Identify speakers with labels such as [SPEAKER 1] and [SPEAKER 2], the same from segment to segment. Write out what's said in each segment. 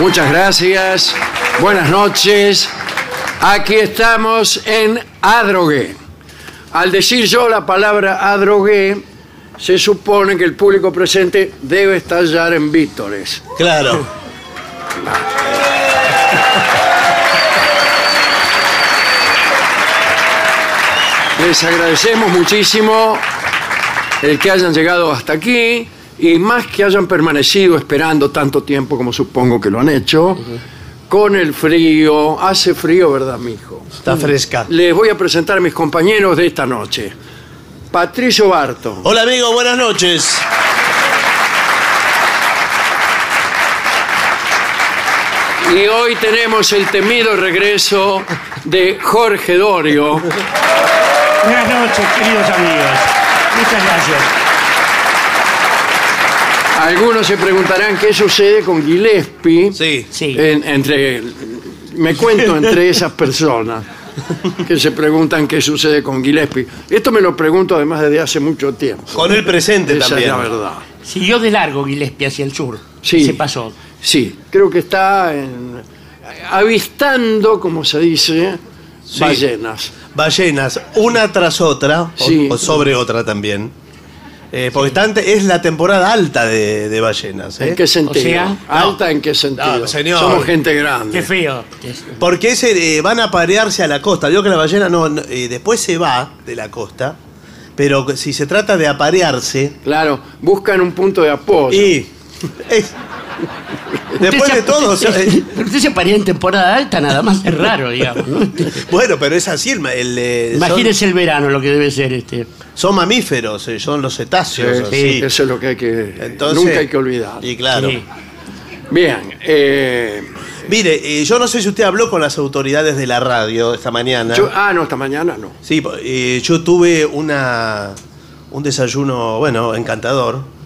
[SPEAKER 1] Muchas gracias. Buenas noches. Aquí estamos en Adrogué. Al decir yo la palabra Adrogué, se supone que el público presente debe estallar en vítores.
[SPEAKER 2] Claro.
[SPEAKER 1] Les agradecemos muchísimo el que hayan llegado hasta aquí y más que hayan permanecido esperando tanto tiempo como supongo que lo han hecho, con el frío. Hace frío, ¿verdad, mijo?
[SPEAKER 2] Está fresca.
[SPEAKER 1] Les voy a presentar a mis compañeros de esta noche. Patricio Barto,
[SPEAKER 2] Hola amigo, buenas noches.
[SPEAKER 1] Y hoy tenemos el temido regreso de Jorge Dorio.
[SPEAKER 3] Buenas noches, queridos amigos. Muchas gracias.
[SPEAKER 1] Algunos se preguntarán qué sucede con Gillespie.
[SPEAKER 2] Sí.
[SPEAKER 3] Sí.
[SPEAKER 1] En- entre, me cuento entre esas personas que se preguntan qué sucede con Gillespie. Esto me lo pregunto además desde hace mucho tiempo.
[SPEAKER 2] Con el presente
[SPEAKER 1] Esa es
[SPEAKER 2] también.
[SPEAKER 1] la verdad.
[SPEAKER 3] Siguió de largo Gillespie hacia el sur.
[SPEAKER 1] Sí.
[SPEAKER 3] Se pasó.
[SPEAKER 1] Sí, creo que está en- avistando, como se dice,
[SPEAKER 2] Sí.
[SPEAKER 1] ballenas.
[SPEAKER 2] Ballenas, una tras otra, o,
[SPEAKER 1] Sí.
[SPEAKER 2] o sobre otra también. Eh, porque está ante- es la temporada alta de, de ballenas. ¿eh?
[SPEAKER 1] ¿En qué sentido?
[SPEAKER 3] sea,
[SPEAKER 1] ¿Alta en qué sentido?
[SPEAKER 2] No, Ah, señor.
[SPEAKER 1] Somos gente
[SPEAKER 3] Qué
[SPEAKER 1] grande.
[SPEAKER 3] feo.
[SPEAKER 2] Porque ese, eh, van a parearse a la costa. Vio que la ballena no, no, eh, después se va de la costa, pero si se trata de aparearse.
[SPEAKER 1] Claro, buscan un punto de apoyo.
[SPEAKER 2] Y. es- después de todo. o sea, eh,
[SPEAKER 3] Pero usted se paría en temporada alta, nada más es raro, digamos. ¿no?
[SPEAKER 2] Eh, bueno, pero es así. El, ma- el, eh, son-
[SPEAKER 3] Imagínese el verano lo que debe ser este.
[SPEAKER 2] son, mamíferos, eh, son los cetáceos. así.
[SPEAKER 1] Eso es lo que hay que...
[SPEAKER 2] Entonces-
[SPEAKER 1] nunca hay que olvidar.
[SPEAKER 2] Y claro.
[SPEAKER 3] Sí.
[SPEAKER 1] Bien, eh,
[SPEAKER 2] Mire, eh, yo no sé si usted habló con las autoridades de la radio esta mañana.
[SPEAKER 1] yo- ah, no, esta mañana no.
[SPEAKER 2] Sí, po- eh, yo tuve una, un desayuno, bueno, encantador.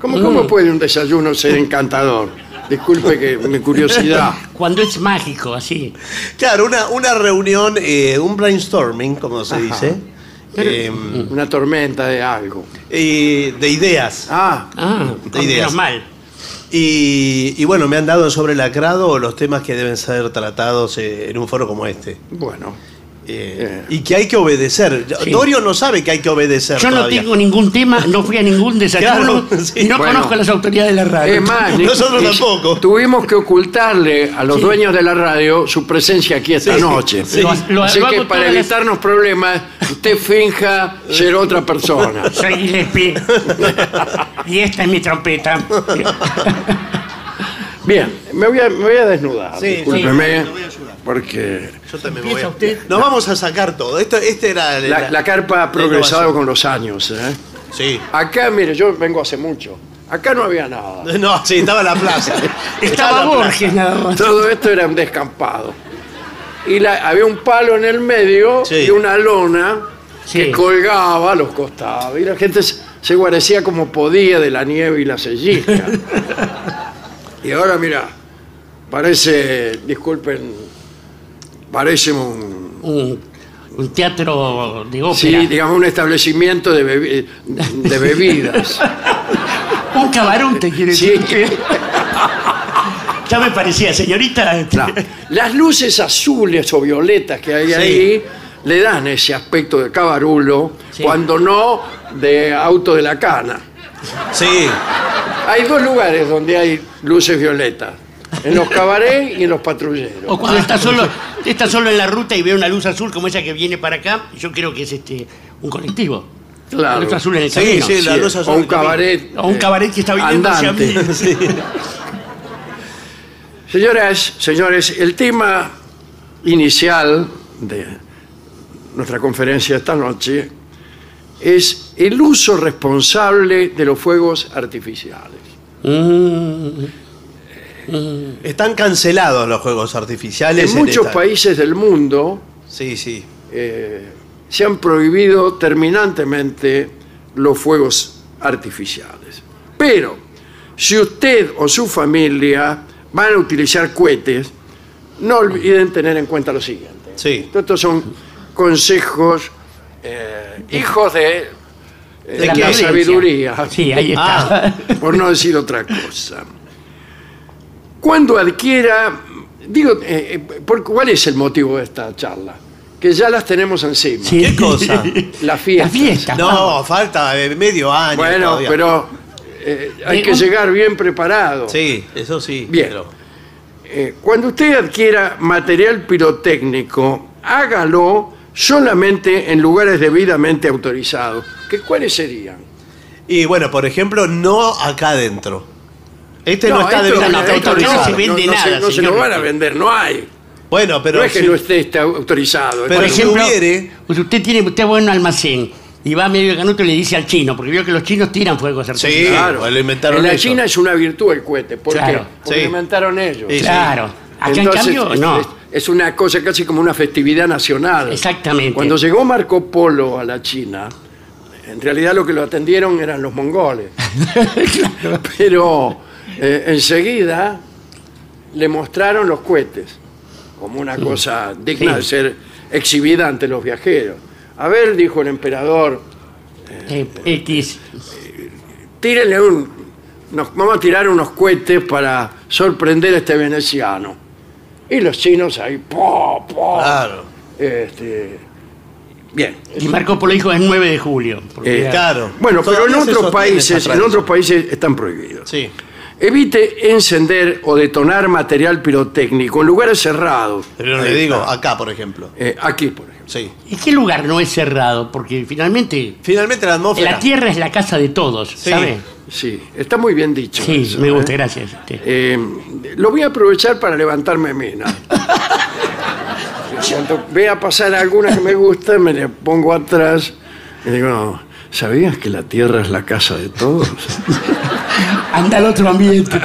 [SPEAKER 1] ¿Cómo, cómo puede un desayuno ser encantador? Disculpe que mi curiosidad.
[SPEAKER 3] Cuando es mágico, así.
[SPEAKER 2] Claro, una, una reunión, eh, un brainstorming, como se dice, eh,
[SPEAKER 1] Una tormenta de algo.
[SPEAKER 2] eh, de ideas.
[SPEAKER 1] Ah,
[SPEAKER 3] Ah,
[SPEAKER 2] De
[SPEAKER 3] con-
[SPEAKER 2] ideas.
[SPEAKER 3] menos mal.
[SPEAKER 2] Y, y bueno, me han dado sobre el acrado los temas que deben ser tratados eh, en un foro como este.
[SPEAKER 1] bueno.
[SPEAKER 2] eh, y que hay que obedecer.
[SPEAKER 3] Sí.
[SPEAKER 2] Dorio no sabe que hay que obedecer.
[SPEAKER 3] Yo no
[SPEAKER 2] todavía.
[SPEAKER 3] tengo ningún tema, no fui a ningún desayuno
[SPEAKER 2] Claro, sí.
[SPEAKER 3] y no
[SPEAKER 1] Bueno.
[SPEAKER 3] conozco a las autoridades de la radio.
[SPEAKER 1] Es más, ni-
[SPEAKER 2] Nosotros
[SPEAKER 1] ni-
[SPEAKER 2] tampoco.
[SPEAKER 1] Tuvimos que ocultarle a los dueños de la radio su presencia aquí esta
[SPEAKER 2] Sí.
[SPEAKER 1] noche.
[SPEAKER 2] Sí.
[SPEAKER 3] Lo-
[SPEAKER 1] Así
[SPEAKER 3] lo
[SPEAKER 1] que
[SPEAKER 3] hago
[SPEAKER 1] para
[SPEAKER 3] todas las-
[SPEAKER 1] evitarnos problemas, usted finja ser otra persona.
[SPEAKER 3] Soy Gillespie y esta es mi trompeta.
[SPEAKER 1] Bien, me voy a, me voy a desnudar.
[SPEAKER 2] Sí,
[SPEAKER 1] discúlpeme,
[SPEAKER 2] sí, lo voy a ayudar.
[SPEAKER 1] porque
[SPEAKER 2] Yo también me voy.
[SPEAKER 3] ¿Empieza
[SPEAKER 2] A...
[SPEAKER 3] usted?
[SPEAKER 2] Nos vamos a sacar todo. Esto, este era
[SPEAKER 1] la, la carpa ha progresado
[SPEAKER 2] innovación.
[SPEAKER 1] con los años. ¿eh?
[SPEAKER 2] Sí.
[SPEAKER 1] Acá, mire, yo vengo hace mucho. Acá no había nada.
[SPEAKER 2] No, sí, estaba en la plaza.
[SPEAKER 3] Estaba
[SPEAKER 2] en la plaza.
[SPEAKER 3] Borges nada más.
[SPEAKER 1] Todo esto era un descampado. Y la- había un palo en el medio
[SPEAKER 2] Sí.
[SPEAKER 1] y una lona que
[SPEAKER 3] Sí.
[SPEAKER 1] colgaba a los costados. Y la gente se, se guarecía como podía de la nieve y la sellija. y ahora, mira, parece, disculpen, parece un,
[SPEAKER 3] Un, un teatro de
[SPEAKER 1] sí,
[SPEAKER 3] ópera.
[SPEAKER 1] digamos, un establecimiento de, bebi- de bebidas.
[SPEAKER 3] Un cabarón te quiere
[SPEAKER 1] Sí.
[SPEAKER 3] decir. que- ya me parecía, señorita. este,
[SPEAKER 1] Claro. Las luces azules o violetas que hay
[SPEAKER 2] Sí.
[SPEAKER 1] ahí le dan ese aspecto de cabarulo,
[SPEAKER 3] Sí.
[SPEAKER 1] cuando no de auto de la cana.
[SPEAKER 2] Sí.
[SPEAKER 1] Hay dos lugares donde hay luces violetas, en los cabarets y en los patrulleros.
[SPEAKER 3] O cuando está solo, está solo en la ruta y ve una luz azul como esa que viene para acá, yo creo que es este un colectivo.
[SPEAKER 1] Claro.
[SPEAKER 3] La luz azul en el
[SPEAKER 2] Sí,
[SPEAKER 3] camino.
[SPEAKER 2] sí, la
[SPEAKER 1] Sí,
[SPEAKER 2] luz azul
[SPEAKER 1] o un
[SPEAKER 2] del camino.
[SPEAKER 1] cabaret.
[SPEAKER 3] O un
[SPEAKER 1] eh,
[SPEAKER 3] cabaret que está viniendo hacia
[SPEAKER 1] andante.
[SPEAKER 3] mí.
[SPEAKER 2] Sí.
[SPEAKER 1] Señoras, señores, el tema inicial de nuestra conferencia esta noche es el uso responsable de los fuegos artificiales.
[SPEAKER 3] Mm,
[SPEAKER 2] Están cancelados los juegos artificiales.
[SPEAKER 1] En muchos
[SPEAKER 2] esta-
[SPEAKER 1] países del mundo
[SPEAKER 2] Sí, sí.
[SPEAKER 1] eh, se han prohibido terminantemente los fuegos artificiales. Pero si usted o su familia van a utilizar cohetes, no olviden tener en cuenta lo siguiente.
[SPEAKER 2] Sí.
[SPEAKER 1] Estos son consejos, eh, hijos de, eh,
[SPEAKER 3] de la
[SPEAKER 1] la
[SPEAKER 3] prudencia.
[SPEAKER 1] sabiduría,
[SPEAKER 3] Sí, ahí está.
[SPEAKER 1] por no decir otra cosa. Cuando adquiera, digo, eh, eh, por, ¿cuál es el motivo de esta charla? Que ya las tenemos encima.
[SPEAKER 3] Sí.
[SPEAKER 2] ¿Qué cosa?
[SPEAKER 1] Las fiestas.
[SPEAKER 3] Las fiestas.
[SPEAKER 2] No, falta eh, medio año.
[SPEAKER 1] Bueno,
[SPEAKER 2] todavía.
[SPEAKER 1] pero eh, hay
[SPEAKER 3] Eh,
[SPEAKER 1] que
[SPEAKER 3] un-
[SPEAKER 1] llegar bien preparado.
[SPEAKER 2] Sí, eso sí.
[SPEAKER 1] Bien.
[SPEAKER 2] pero-
[SPEAKER 1] Eh, cuando usted adquiera material pirotécnico, hágalo solamente en lugares debidamente autorizados. ¿Qué, ¿Cuáles serían?
[SPEAKER 2] Y bueno, por ejemplo, no acá adentro. Este no, está
[SPEAKER 1] esto-
[SPEAKER 3] debidamente
[SPEAKER 1] esto
[SPEAKER 3] autorizado.
[SPEAKER 1] no se-
[SPEAKER 3] No se vende
[SPEAKER 1] no se-
[SPEAKER 3] nada,
[SPEAKER 1] No se
[SPEAKER 3] señor.
[SPEAKER 1] lo van a vender, no hay.
[SPEAKER 2] Bueno, pero.
[SPEAKER 1] no es que
[SPEAKER 2] sí.
[SPEAKER 1] no esté esté autorizado. es
[SPEAKER 2] Pero
[SPEAKER 3] Por
[SPEAKER 1] que-
[SPEAKER 2] si
[SPEAKER 3] ejemplo,
[SPEAKER 2] hubiere-
[SPEAKER 3] pues usted tiene usted va a un almacén y va medio canuto y le dice al chino, porque vio que los chinos tiran fuegos
[SPEAKER 2] Sí,
[SPEAKER 3] artificiales.
[SPEAKER 1] Claro.
[SPEAKER 2] lo inventaron
[SPEAKER 1] en la
[SPEAKER 2] ellos.
[SPEAKER 1] China es una virtud el cohete. ¿Por
[SPEAKER 3] Claro.
[SPEAKER 1] qué? Porque
[SPEAKER 2] Sí.
[SPEAKER 1] lo inventaron ellos.
[SPEAKER 2] Sí, sí.
[SPEAKER 3] Claro. Acá
[SPEAKER 1] Entonces,
[SPEAKER 3] en cambio,
[SPEAKER 1] es-
[SPEAKER 3] no.
[SPEAKER 1] Es, es una cosa casi como una festividad nacional.
[SPEAKER 3] Exactamente.
[SPEAKER 1] Cuando llegó Marco Polo a la China, en realidad lo que lo atendieron eran los mongoles. Pero eh, enseguida le mostraron los cohetes como una cosa digna
[SPEAKER 3] Sí.
[SPEAKER 1] de ser exhibida ante los viajeros. A ver, dijo el emperador,
[SPEAKER 3] Eh, X.
[SPEAKER 1] tírenle un. Nos vamos a tirar unos cohetes para sorprender a este veneciano. Y los chinos ahí, po, po.
[SPEAKER 2] Claro.
[SPEAKER 1] Este, bien.
[SPEAKER 3] Y Marco Polo dijo es 9 de julio. porque
[SPEAKER 1] Eh,
[SPEAKER 3] era-
[SPEAKER 2] Claro.
[SPEAKER 1] Bueno, pero en
[SPEAKER 2] Todavía se
[SPEAKER 1] otros
[SPEAKER 2] sostiene
[SPEAKER 1] países,
[SPEAKER 2] esa
[SPEAKER 1] en
[SPEAKER 2] tradición.
[SPEAKER 1] otros países están prohibidos.
[SPEAKER 2] Sí.
[SPEAKER 1] Evite encender o detonar material pirotécnico en lugares cerrados.
[SPEAKER 2] Pero le
[SPEAKER 1] Ahí
[SPEAKER 2] digo,
[SPEAKER 1] está.
[SPEAKER 2] acá, por ejemplo.
[SPEAKER 1] Eh, aquí, por ejemplo.
[SPEAKER 2] Sí.
[SPEAKER 3] ¿Y qué lugar no es cerrado? Porque finalmente
[SPEAKER 2] Finalmente la atmósfera.
[SPEAKER 3] la tierra es la casa de todos, ¿sabe?
[SPEAKER 1] Sí, está muy bien dicho.
[SPEAKER 3] Sí,
[SPEAKER 1] eso,
[SPEAKER 3] me
[SPEAKER 1] ¿eh?
[SPEAKER 3] gusta, gracias. este. Sí.
[SPEAKER 1] Eh, lo voy a aprovechar para levantarme mina. Cuando vea pasar alguna que me gusta, me le pongo atrás y digo, "No, ¿sabías que la tierra es la casa de todos?
[SPEAKER 3] Anda al otro ambiente.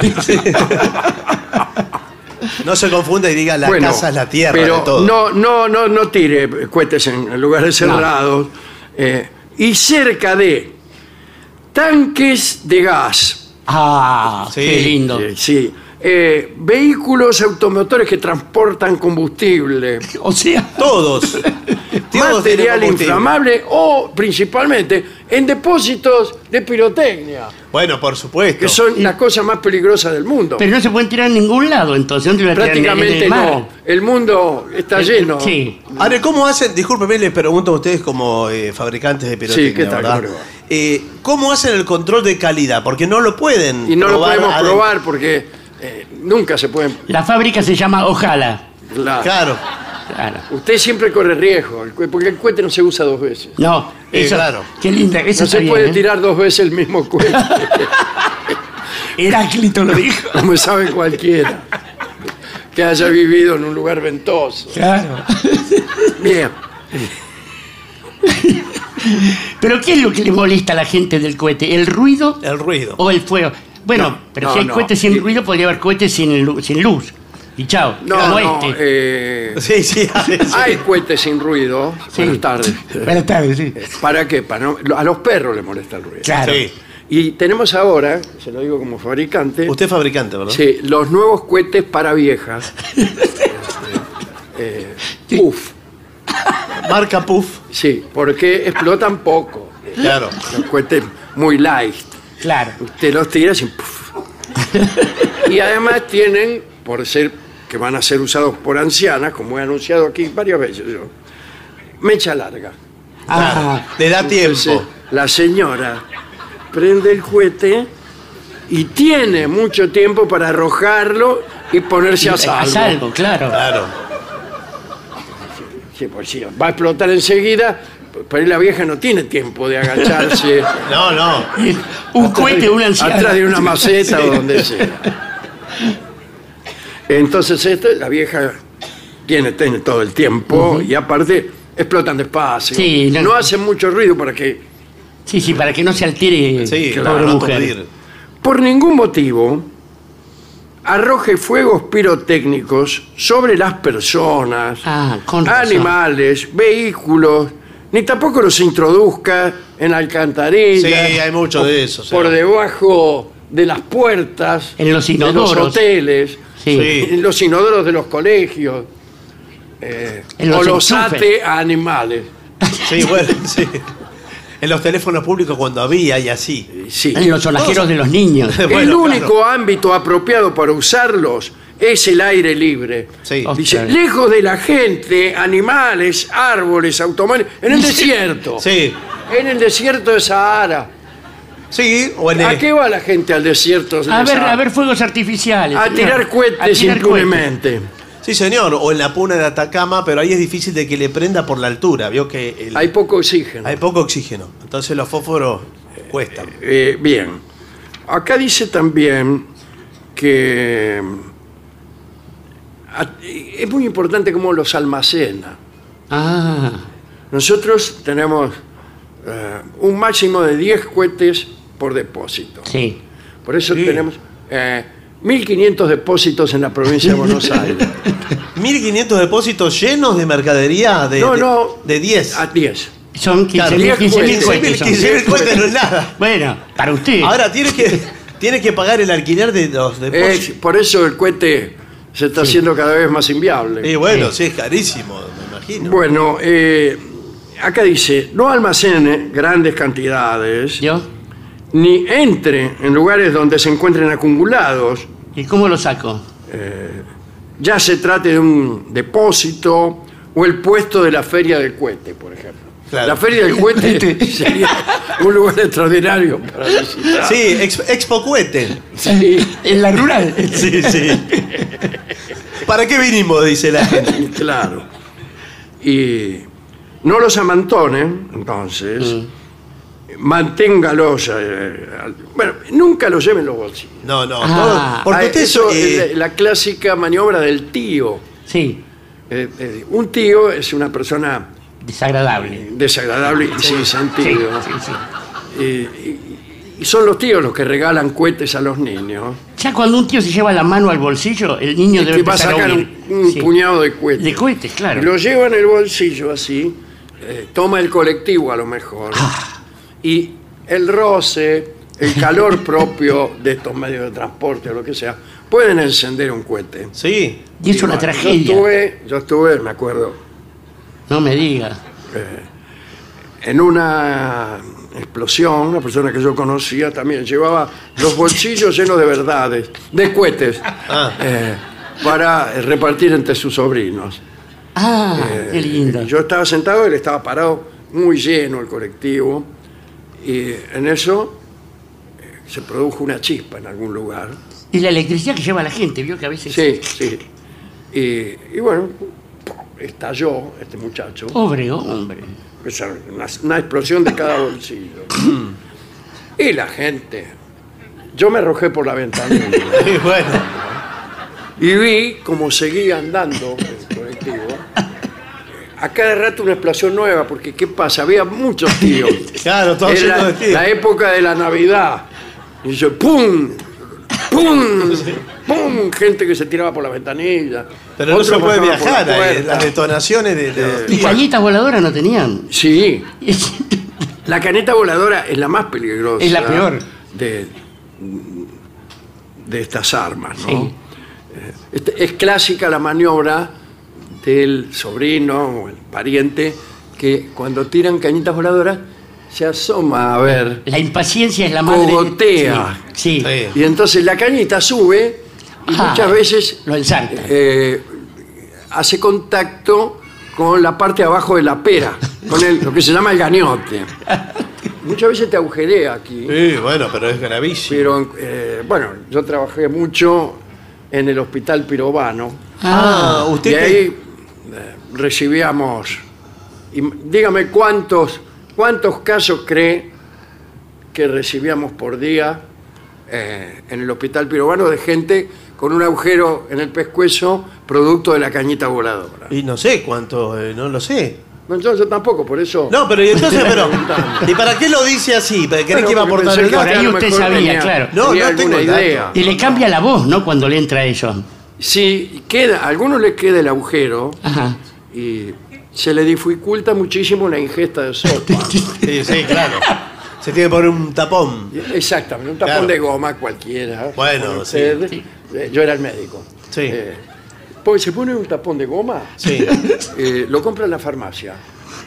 [SPEAKER 2] No se confunda y diga la
[SPEAKER 1] Bueno,
[SPEAKER 2] casa es la tierra
[SPEAKER 1] Pero
[SPEAKER 2] de todo.
[SPEAKER 1] No, no, no, no tire cohetes en lugares cerrados. eh, y cerca de tanques de gas.
[SPEAKER 3] ah,
[SPEAKER 2] Sí,
[SPEAKER 3] qué lindo.
[SPEAKER 1] Eh, sí, eh, vehículos automotores que transportan combustible,
[SPEAKER 3] O sea,
[SPEAKER 2] Todos. Todos tienen
[SPEAKER 1] material
[SPEAKER 2] combustible.
[SPEAKER 1] inflamable o principalmente en depósitos de pirotecnia,
[SPEAKER 2] Bueno, por supuesto.
[SPEAKER 1] que son las cosas más peligrosas del mundo.
[SPEAKER 3] pero no se pueden tirar en ningún lado, entonces. ¿dónde lo tiran? ¿En- en el
[SPEAKER 1] Prácticamente
[SPEAKER 3] mar? Eh,
[SPEAKER 1] no. El mundo está lleno.
[SPEAKER 3] Sí.
[SPEAKER 2] Ahora, ¿cómo hacen? Discúlpeme, les pregunto a ustedes como eh, fabricantes de pirotecnia,
[SPEAKER 1] Sí, ¿qué tal?
[SPEAKER 2] ¿verdad?
[SPEAKER 1] ¿Cómo le va?
[SPEAKER 2] Eh, ¿Cómo hacen el control de calidad? Porque no lo pueden
[SPEAKER 1] Y no lo
[SPEAKER 2] probar
[SPEAKER 1] podemos
[SPEAKER 2] adentro.
[SPEAKER 1] probar porque eh, nunca se pueden.
[SPEAKER 3] La fábrica se llama Ojala.
[SPEAKER 1] la-
[SPEAKER 2] Claro.
[SPEAKER 3] Claro.
[SPEAKER 1] Usted siempre corre riesgo, el cu- porque el cohete no se usa dos veces.
[SPEAKER 3] No,
[SPEAKER 2] Eh,
[SPEAKER 3] eso.
[SPEAKER 2] claro.
[SPEAKER 3] Qué linda. Eso
[SPEAKER 1] No
[SPEAKER 3] está
[SPEAKER 1] se
[SPEAKER 3] bien,
[SPEAKER 1] puede
[SPEAKER 3] ¿eh?
[SPEAKER 1] tirar dos veces el mismo cohete,
[SPEAKER 3] Heráclito lo dijo.
[SPEAKER 1] como sabe cualquiera que haya vivido en un lugar ventoso.
[SPEAKER 3] Claro.
[SPEAKER 1] Bien,
[SPEAKER 3] Pero ¿qué es lo que le molesta a la gente del cohete? ¿El ruido
[SPEAKER 2] El ruido.
[SPEAKER 3] o el fuego? Bueno,
[SPEAKER 1] No,
[SPEAKER 3] pero
[SPEAKER 1] no,
[SPEAKER 3] si hay
[SPEAKER 1] no.
[SPEAKER 3] cohetes sin
[SPEAKER 1] Y-
[SPEAKER 3] ruido, podría haber cohetes sin, lu- sin luz. Y chao.
[SPEAKER 1] no,
[SPEAKER 3] como
[SPEAKER 1] no,
[SPEAKER 3] este.
[SPEAKER 1] eh,
[SPEAKER 2] Sí, sí. a veces.
[SPEAKER 1] hay cohetes sin ruido.
[SPEAKER 3] Sí.
[SPEAKER 1] Buenas tardes.
[SPEAKER 3] Buenas tardes, sí.
[SPEAKER 1] ¿Para qué? Para no- a los perros les molesta el ruido.
[SPEAKER 3] Claro.
[SPEAKER 2] Sí.
[SPEAKER 1] Y tenemos ahora, se lo digo como fabricante,
[SPEAKER 2] Usted es fabricante, ¿verdad?
[SPEAKER 1] sí, los nuevos cohetes para viejas. Eh, Uf,
[SPEAKER 2] Marca Puff.
[SPEAKER 1] sí, porque explotan poco. eh,
[SPEAKER 2] Claro.
[SPEAKER 1] Los cohetes muy light.
[SPEAKER 3] Claro.
[SPEAKER 1] Usted los tira y... puff. Y además tienen, por ser que van a ser usados por ancianas, como he anunciado aquí varias veces yo, mecha larga.
[SPEAKER 3] Ah,
[SPEAKER 2] Le da
[SPEAKER 1] Entonces,
[SPEAKER 2] tiempo.
[SPEAKER 1] la señora prende el cohete y tiene mucho tiempo para arrojarlo y ponerse a
[SPEAKER 3] a
[SPEAKER 1] salvo. Ah.
[SPEAKER 3] salvo, claro.
[SPEAKER 2] Claro.
[SPEAKER 1] Sí, pues sí, va a explotar enseguida, pero la vieja no tiene tiempo de agacharse.
[SPEAKER 2] No, no.
[SPEAKER 3] Un cohete, un anciano.
[SPEAKER 1] Atrás de una maceta o donde sea. Entonces, esto, la vieja tiene, tiene todo el tiempo y aparte explotan despacio.
[SPEAKER 3] Sí,
[SPEAKER 1] no,
[SPEAKER 3] no-
[SPEAKER 1] hacen mucho ruido para que,
[SPEAKER 3] Sí, sí, para que no se altere
[SPEAKER 2] Sí,
[SPEAKER 3] la
[SPEAKER 2] claro,
[SPEAKER 3] pobre
[SPEAKER 2] no
[SPEAKER 3] mujer.
[SPEAKER 2] aturdir.
[SPEAKER 1] por ningún motivo, arroje fuegos pirotécnicos sobre las personas,
[SPEAKER 3] Ah, con razón.
[SPEAKER 1] animales, vehículos, ni tampoco los introduzca en
[SPEAKER 2] Sí,
[SPEAKER 1] alcantarillas.
[SPEAKER 2] hay mucho de eso. sí.
[SPEAKER 1] por debajo de las puertas,
[SPEAKER 3] En los
[SPEAKER 1] de
[SPEAKER 3] inodoros.
[SPEAKER 1] los hoteles,
[SPEAKER 3] Sí.
[SPEAKER 2] Sí.
[SPEAKER 1] en los inodoros de los colegios, eh,
[SPEAKER 3] En los
[SPEAKER 1] o los
[SPEAKER 3] enchufes.
[SPEAKER 1] ate a animales.
[SPEAKER 2] Sí, bueno, sí. En los teléfonos públicos cuando había y así.
[SPEAKER 1] Sí.
[SPEAKER 3] En los sonajeros de los niños.
[SPEAKER 2] Bueno,
[SPEAKER 1] el
[SPEAKER 2] claro.
[SPEAKER 1] único ámbito apropiado para usarlos es el aire libre.
[SPEAKER 2] Sí.
[SPEAKER 1] Dice,
[SPEAKER 3] Ok.
[SPEAKER 1] lejos de la gente, animales, árboles, automóviles, en el desierto.
[SPEAKER 2] Sí.
[SPEAKER 1] En el desierto de Sahara.
[SPEAKER 2] Sí, o en el-
[SPEAKER 1] ¿A qué va la gente al desierto de
[SPEAKER 3] A ver,
[SPEAKER 1] Sahara?
[SPEAKER 3] a ver fuegos artificiales.
[SPEAKER 1] A tirar
[SPEAKER 3] señor.
[SPEAKER 1] cohetes
[SPEAKER 3] A tirar cohetes.
[SPEAKER 1] impunemente.
[SPEAKER 2] Sí, señor, o en la puna de Atacama, pero ahí es difícil de que le prenda por la altura, vio que el-
[SPEAKER 1] Hay poco oxígeno.
[SPEAKER 2] hay poco oxígeno, entonces los fósforos cuestan.
[SPEAKER 1] Eh, bien. Acá dice también que mm, a- es muy importante cómo los almacena.
[SPEAKER 3] Ah,
[SPEAKER 1] Nosotros tenemos eh, un máximo de 10 cohetes por depósito.
[SPEAKER 3] sí.
[SPEAKER 1] Por eso
[SPEAKER 2] Sí.
[SPEAKER 1] tenemos eh, 1.500 depósitos en la provincia de Buenos Aires.
[SPEAKER 2] 1500 depósitos llenos de mercadería de
[SPEAKER 1] No,
[SPEAKER 2] de-
[SPEAKER 1] no. Ah,
[SPEAKER 2] de 10.
[SPEAKER 1] A 10.
[SPEAKER 3] Son 15.000
[SPEAKER 1] diez
[SPEAKER 3] 15.000
[SPEAKER 1] cohetes.
[SPEAKER 3] cohetes. son.
[SPEAKER 2] 15.000 cohetes no es nada.
[SPEAKER 3] Bueno, para usted.
[SPEAKER 2] Ahora tiene que tiene que pagar el alquiler de los
[SPEAKER 1] Es-
[SPEAKER 2] depósitos.
[SPEAKER 1] por eso el cohete se está haciendo cada vez más inviable.
[SPEAKER 2] y bueno, sí es carísimo, me imagino.
[SPEAKER 1] Bueno, eh, acá dice, no almacene grandes cantidades,
[SPEAKER 3] ¿Yo?
[SPEAKER 1] ni entre en lugares donde se encuentren acumulados,
[SPEAKER 3] ¿Y cómo lo saco?
[SPEAKER 1] ya se trate de un depósito o el puesto de la feria del cohete, por ejemplo.
[SPEAKER 2] Claro.
[SPEAKER 1] La feria del cohete sería un lugar extraordinario para visitar.
[SPEAKER 2] Sí, ex- Expo Cuete.
[SPEAKER 1] Sí,
[SPEAKER 3] En la rural.
[SPEAKER 2] Sí, sí. ¿Para qué vinimos? Dice la gente.
[SPEAKER 1] claro. Y no los amantonen, entonces, manténgalos. eh, al- bueno, nunca los lleven en los bolsillos.
[SPEAKER 2] No, no.
[SPEAKER 3] Ah,
[SPEAKER 2] todo- porque
[SPEAKER 1] Ah,
[SPEAKER 2] usted es,
[SPEAKER 1] eso
[SPEAKER 2] eh,
[SPEAKER 1] es la, la clásica maniobra del tío.
[SPEAKER 3] Sí,
[SPEAKER 1] Eh, eh, un tío es una persona
[SPEAKER 3] desagradable.
[SPEAKER 1] desagradable y sin
[SPEAKER 3] Sí,
[SPEAKER 1] sentido.
[SPEAKER 3] sí, sí.
[SPEAKER 1] Y, y- y son los tíos los que regalan cohetes a los niños.
[SPEAKER 3] Ya cuando un tío se lleva la mano al bolsillo, el niño debe
[SPEAKER 1] que va a
[SPEAKER 3] empezar
[SPEAKER 1] sacar un,
[SPEAKER 3] huir.
[SPEAKER 1] un
[SPEAKER 3] Sí.
[SPEAKER 1] puñado de cohetes.
[SPEAKER 3] De cohetes, claro.
[SPEAKER 1] Lo lleva en el bolsillo así, eh, toma el colectivo a lo mejor.
[SPEAKER 3] Ah.
[SPEAKER 1] Y el roce, el calor propio de estos medios de transporte o lo que sea, pueden encender un cohete.
[SPEAKER 2] Sí.
[SPEAKER 3] Y es
[SPEAKER 1] Y
[SPEAKER 3] una
[SPEAKER 1] bueno,
[SPEAKER 3] tragedia.
[SPEAKER 1] Yo estuve, yo estuve, me acuerdo,
[SPEAKER 3] No me diga.
[SPEAKER 1] en una explosión, una persona que yo conocía también llevaba los bolsillos llenos de verdades, de cohetes,
[SPEAKER 2] Ah.
[SPEAKER 1] eh, para eh, repartir entre sus sobrinos.
[SPEAKER 3] Ah, qué lindo.
[SPEAKER 1] Eh, Yo estaba sentado, él estaba parado, muy lleno el colectivo, y en eso eh, se produjo una chispa en algún lugar.
[SPEAKER 3] Y la electricidad que lleva la gente, vio que a veces.
[SPEAKER 1] Sí, sí. Y, y bueno, estalló este muchacho,
[SPEAKER 3] Pobre hombre.
[SPEAKER 1] Esa- una, una explosión de cada bolsillo.
[SPEAKER 2] Mm.
[SPEAKER 1] Y la gente, yo me arrojé por la ventana
[SPEAKER 2] Y bueno.
[SPEAKER 1] y vi como seguía andando el colectivo. A cada rato una explosión nueva, porque ¿qué pasa? Había muchos tíos.
[SPEAKER 2] Claro, todo
[SPEAKER 1] Era
[SPEAKER 2] lleno de
[SPEAKER 1] la,
[SPEAKER 2] tíos.
[SPEAKER 1] época de la Navidad. Y yo, ¡pum! ¡pum! ¡pum! Gente que se tiraba por la ventanilla.
[SPEAKER 2] Pero no
[SPEAKER 1] Otro
[SPEAKER 2] se puede
[SPEAKER 1] pasaba por la
[SPEAKER 2] viajar. ahí,
[SPEAKER 1] puerta.
[SPEAKER 2] las detonaciones de, de los
[SPEAKER 3] ¿Y
[SPEAKER 2] tíos.
[SPEAKER 3] cañitas voladoras no tenían?
[SPEAKER 1] Sí, la caneta voladora es la más peligrosa.
[SPEAKER 3] Es la peor.
[SPEAKER 1] De, de estas armas, ¿no?
[SPEAKER 3] Sí.
[SPEAKER 1] Eh, este- Es clásica la maniobra del sobrino o el pariente que cuando tiran cañitas voladoras se asoma a ver
[SPEAKER 3] La impaciencia es la madre. de-
[SPEAKER 1] Cogotea.
[SPEAKER 3] Sí. sí.
[SPEAKER 2] Sí.
[SPEAKER 1] Y entonces la cañita sube y
[SPEAKER 3] Ah,
[SPEAKER 1] muchas veces
[SPEAKER 3] lo ensarta.
[SPEAKER 1] eh, hace contacto con la parte de abajo de la pera, con el- lo que se llama el gañote. Muchas veces te agujerea aquí,
[SPEAKER 2] Sí, bueno, pero es gravísimo.
[SPEAKER 1] pero eh, bueno, yo trabajé mucho en el hospital pirobano
[SPEAKER 2] Ah, usted.
[SPEAKER 1] y
[SPEAKER 2] que-
[SPEAKER 1] ahí eh, recibíamos. y dígame cuántos, cuántos casos cree que recibíamos por día eh, en el hospital pirobano de gente con un agujero en el pescuezo producto de la cañita voladora.
[SPEAKER 2] Y no sé cuánto, eh, no lo sé.
[SPEAKER 1] No, yo, yo tampoco, por eso.
[SPEAKER 2] No, pero y entonces, pero. ¿Y para qué lo dice así? ¿Para- ¿Cree
[SPEAKER 1] Bueno,
[SPEAKER 2] que iba a
[SPEAKER 1] porque
[SPEAKER 2] aportar
[SPEAKER 1] pensé
[SPEAKER 2] el
[SPEAKER 1] que
[SPEAKER 3] Por
[SPEAKER 2] dato?
[SPEAKER 3] ahí
[SPEAKER 1] a lo
[SPEAKER 3] usted
[SPEAKER 1] mejor
[SPEAKER 3] sabía,
[SPEAKER 1] tenía-
[SPEAKER 3] claro.
[SPEAKER 2] No,
[SPEAKER 1] tenía
[SPEAKER 2] no tengo
[SPEAKER 1] alguna
[SPEAKER 2] el dato.
[SPEAKER 1] idea.
[SPEAKER 3] Y le cambia la voz, ¿no? Cuando le entra eso.
[SPEAKER 1] Sí, queda, a algunos les queda el agujero
[SPEAKER 3] Ajá.
[SPEAKER 1] y se le dificulta muchísimo la ingesta de sopa.
[SPEAKER 2] Sí, sí, claro. Se tiene que poner un tapón.
[SPEAKER 1] Exactamente, un tapón
[SPEAKER 2] Claro.
[SPEAKER 1] de goma cualquiera.
[SPEAKER 2] Bueno,
[SPEAKER 1] Como usted.
[SPEAKER 3] sí.
[SPEAKER 1] Eh, Yo era el médico.
[SPEAKER 2] Sí.
[SPEAKER 1] Eh, pues se pone un tapón de goma,
[SPEAKER 2] Sí.
[SPEAKER 1] eh, lo compra en la farmacia.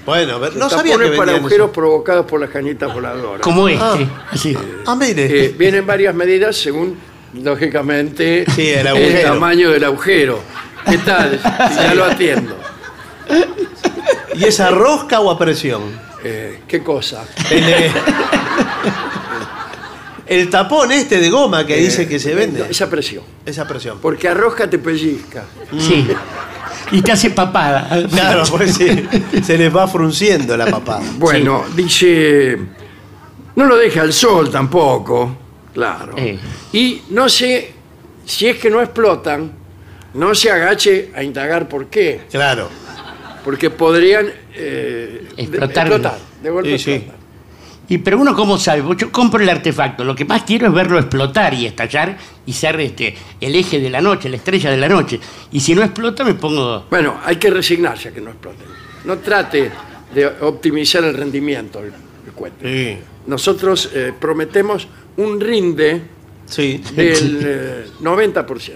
[SPEAKER 2] Bueno, pero no
[SPEAKER 1] Los
[SPEAKER 2] sabía que
[SPEAKER 1] tapones para
[SPEAKER 2] vendían
[SPEAKER 1] agujeros
[SPEAKER 2] eso.
[SPEAKER 1] provocados por las canitas voladoras.
[SPEAKER 3] Como este. Así.
[SPEAKER 2] Ah, mire.
[SPEAKER 1] Eh, vienen varias medidas según, lógicamente,
[SPEAKER 2] Sí, el agujero.
[SPEAKER 1] tamaño del agujero. ¿Qué tal? Ya lo atiendo.
[SPEAKER 2] ¿Y esa rosca o a presión?
[SPEAKER 1] Eh, ¿Qué cosa?
[SPEAKER 2] El, eh, el tapón este de goma
[SPEAKER 1] Eh,
[SPEAKER 2] que dice que se vende.
[SPEAKER 1] Esa presión.
[SPEAKER 2] Esa presión.
[SPEAKER 1] Porque arroja te pellizca.
[SPEAKER 3] Sí. Y te hace papada.
[SPEAKER 2] Claro, pues sí. Se les va frunciendo la papada.
[SPEAKER 1] Bueno, dice, no lo deja al sol tampoco, claro.
[SPEAKER 3] Eh.
[SPEAKER 1] Y no sé, si es que no explotan, no se agache a indagar por qué,
[SPEAKER 2] Claro.
[SPEAKER 1] porque podrían eh, de-
[SPEAKER 3] Explotar.
[SPEAKER 1] explotar, de golpe
[SPEAKER 2] Sí, sí.
[SPEAKER 1] explotan.
[SPEAKER 3] Y pero uno cómo sabe, Porque yo compro el artefacto, lo que más quiero es verlo explotar y estallar y ser este el eje de la noche, la estrella de la noche. Y si no explota me pongo
[SPEAKER 1] Bueno, hay que resignarse a que no exploten. No trate de optimizar el rendimiento del del cohete.
[SPEAKER 2] Sí.
[SPEAKER 1] Nosotros eh, prometemos un rinde
[SPEAKER 2] Sí.
[SPEAKER 1] del eh, 90%.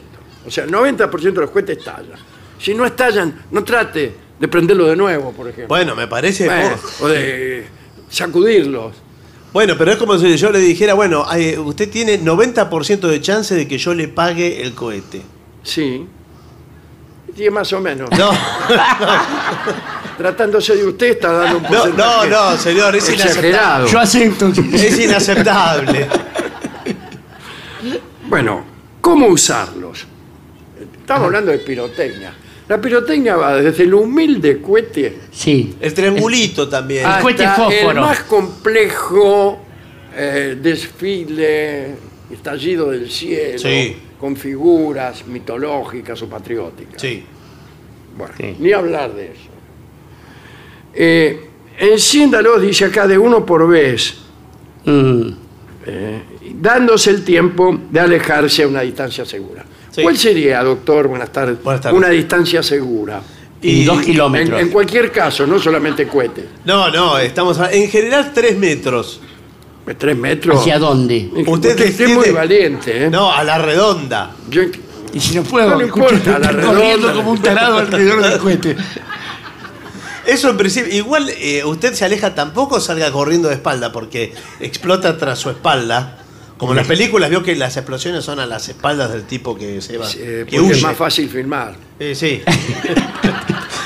[SPEAKER 1] O sea, 90% de los cohetes estallan. Si no estallan, no trate de prenderlo de nuevo, por ejemplo.
[SPEAKER 2] Bueno, me parece.
[SPEAKER 1] Bueno, o de sacudirlos.
[SPEAKER 2] Bueno, pero es como si yo le dijera, bueno, eh, usted tiene 90% de chance de que yo le pague el cohete.
[SPEAKER 1] Sí. Y es más o menos.
[SPEAKER 2] No,
[SPEAKER 1] Tratándose de usted, está dando un
[SPEAKER 2] no, no,
[SPEAKER 1] porcentaje
[SPEAKER 2] no, señor, es inaceptable.
[SPEAKER 1] exagerado.
[SPEAKER 3] Yo acepto.
[SPEAKER 2] Es inaceptable.
[SPEAKER 1] Bueno, ¿cómo usarlos? Estamos hablando de pirotecnia. La pirotecnia va desde el humilde cohete
[SPEAKER 3] Sí.
[SPEAKER 2] El triangulito también.
[SPEAKER 3] Ah. cohete
[SPEAKER 1] hasta el
[SPEAKER 3] fósforo.
[SPEAKER 1] más complejo eh, desfile, estallido del cielo,
[SPEAKER 2] Sí.
[SPEAKER 1] con figuras mitológicas o patrióticas.
[SPEAKER 2] Sí.
[SPEAKER 1] Bueno,
[SPEAKER 3] Sí.
[SPEAKER 1] ni hablar de eso. Eh, enciéndalos, dice acá, de uno por vez,
[SPEAKER 3] Mm.
[SPEAKER 1] eh, dándose el tiempo de alejarse a una distancia segura.
[SPEAKER 2] Sí.
[SPEAKER 1] ¿Cuál sería, doctor? Buenas tardes.
[SPEAKER 2] Buenas tardes.
[SPEAKER 1] Una distancia segura.
[SPEAKER 3] Y, dos
[SPEAKER 1] En,
[SPEAKER 3] kilómetros.
[SPEAKER 1] en cualquier caso, no solamente cohetes.
[SPEAKER 2] No, no, estamos. a- En general, 3 metros.
[SPEAKER 1] tres metros.
[SPEAKER 3] ¿Hacia dónde?
[SPEAKER 1] Usted, es muy
[SPEAKER 2] defiende-
[SPEAKER 1] valiente, ¿eh?
[SPEAKER 2] No, a la redonda.
[SPEAKER 1] Yo-
[SPEAKER 3] Y si no puedo,
[SPEAKER 1] No le
[SPEAKER 3] escucho,
[SPEAKER 1] importa, la
[SPEAKER 3] estoy corriendo
[SPEAKER 1] redonda.
[SPEAKER 3] como un tarado alrededor del cohete.
[SPEAKER 2] Eso en principio. Igual eh, usted se aleja, tampoco salga corriendo de espalda, porque explota tras su espalda. Como en las películas, vio que las explosiones son a las espaldas del tipo que se va.
[SPEAKER 1] eh,
[SPEAKER 2] que
[SPEAKER 1] porque
[SPEAKER 2] huye.
[SPEAKER 1] es más fácil filmar.
[SPEAKER 2] Eh, sí.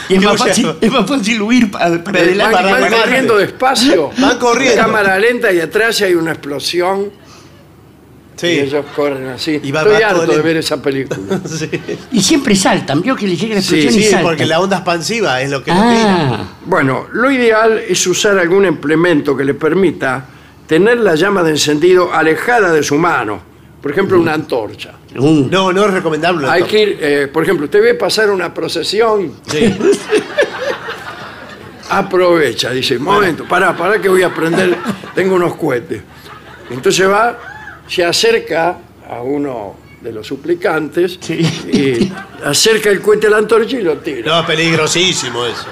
[SPEAKER 3] Y es
[SPEAKER 2] Que
[SPEAKER 3] más,
[SPEAKER 2] huya.
[SPEAKER 3] fácil, es más fácil huir pa- para, adelante.
[SPEAKER 1] van,
[SPEAKER 2] para
[SPEAKER 1] van
[SPEAKER 2] adelante.
[SPEAKER 1] corriendo despacio.
[SPEAKER 2] Van corriendo.
[SPEAKER 1] Cámara lenta y atrás hay una explosión y
[SPEAKER 2] Sí.
[SPEAKER 1] ellos corren así.
[SPEAKER 2] Y va-
[SPEAKER 1] Estoy
[SPEAKER 2] va
[SPEAKER 1] harto
[SPEAKER 2] todo
[SPEAKER 1] de
[SPEAKER 2] lento.
[SPEAKER 1] ver esa película.
[SPEAKER 2] Sí,
[SPEAKER 3] Y siempre saltan, vio que les llega la explosión y
[SPEAKER 2] sí,
[SPEAKER 3] saltan.
[SPEAKER 2] porque la onda expansiva es lo que lo tira.
[SPEAKER 3] Ah,
[SPEAKER 1] Bueno, lo ideal es usar algún implemento que le permita tener la llama de encendido alejada de su mano. Por ejemplo, una antorcha.
[SPEAKER 3] un-
[SPEAKER 2] No, no es recomendable.
[SPEAKER 1] Hay
[SPEAKER 2] doctor.
[SPEAKER 1] que ir, eh, por ejemplo, usted ve pasar una procesión. Aprovecha, dice, momento, pará, pará que voy a prender, tengo unos cohetes. Entonces va, se acerca a uno de los suplicantes
[SPEAKER 3] Sí.
[SPEAKER 1] y acerca el cohete a la antorcha y lo tira.
[SPEAKER 2] No, es peligrosísimo eso.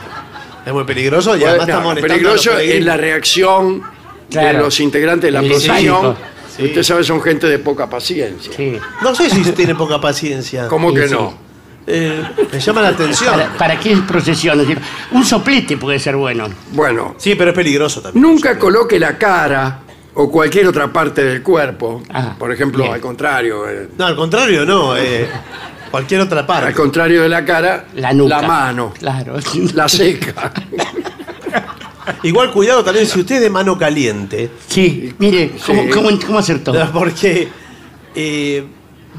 [SPEAKER 2] Es muy peligroso y además está
[SPEAKER 1] Bueno,
[SPEAKER 2] molestando a los
[SPEAKER 1] peligroso es
[SPEAKER 2] peregrinos.
[SPEAKER 1] la reacción
[SPEAKER 3] Claro.
[SPEAKER 1] de los integrantes de la
[SPEAKER 3] El
[SPEAKER 1] procesión.
[SPEAKER 3] pánico.
[SPEAKER 2] Sí.
[SPEAKER 1] Usted sabe, son gente de poca paciencia.
[SPEAKER 3] sí.
[SPEAKER 2] No sé si tiene poca paciencia.
[SPEAKER 1] ¿Cómo que
[SPEAKER 3] Sí, sí.
[SPEAKER 1] no?
[SPEAKER 2] Eh, me llama la atención.
[SPEAKER 3] ¿Para, para qué procesión? Es decir, Un soplete puede ser bueno.
[SPEAKER 1] Bueno,
[SPEAKER 2] Sí, pero es peligroso también.
[SPEAKER 1] Nunca coloque la cara o cualquier otra parte del cuerpo.
[SPEAKER 3] Ah,
[SPEAKER 1] Por ejemplo,
[SPEAKER 3] bien.
[SPEAKER 1] al contrario. eh,
[SPEAKER 2] No, al contrario, no. eh, cualquier otra
[SPEAKER 1] al
[SPEAKER 2] parte.
[SPEAKER 1] contrario de la cara,
[SPEAKER 3] La nuca.
[SPEAKER 1] mano,
[SPEAKER 3] Claro.
[SPEAKER 1] la seca.
[SPEAKER 2] Igual cuidado también si usted es de mano caliente.
[SPEAKER 3] Sí, mire, ¿cómo, cómo, cómo acertó?
[SPEAKER 2] Porque eh,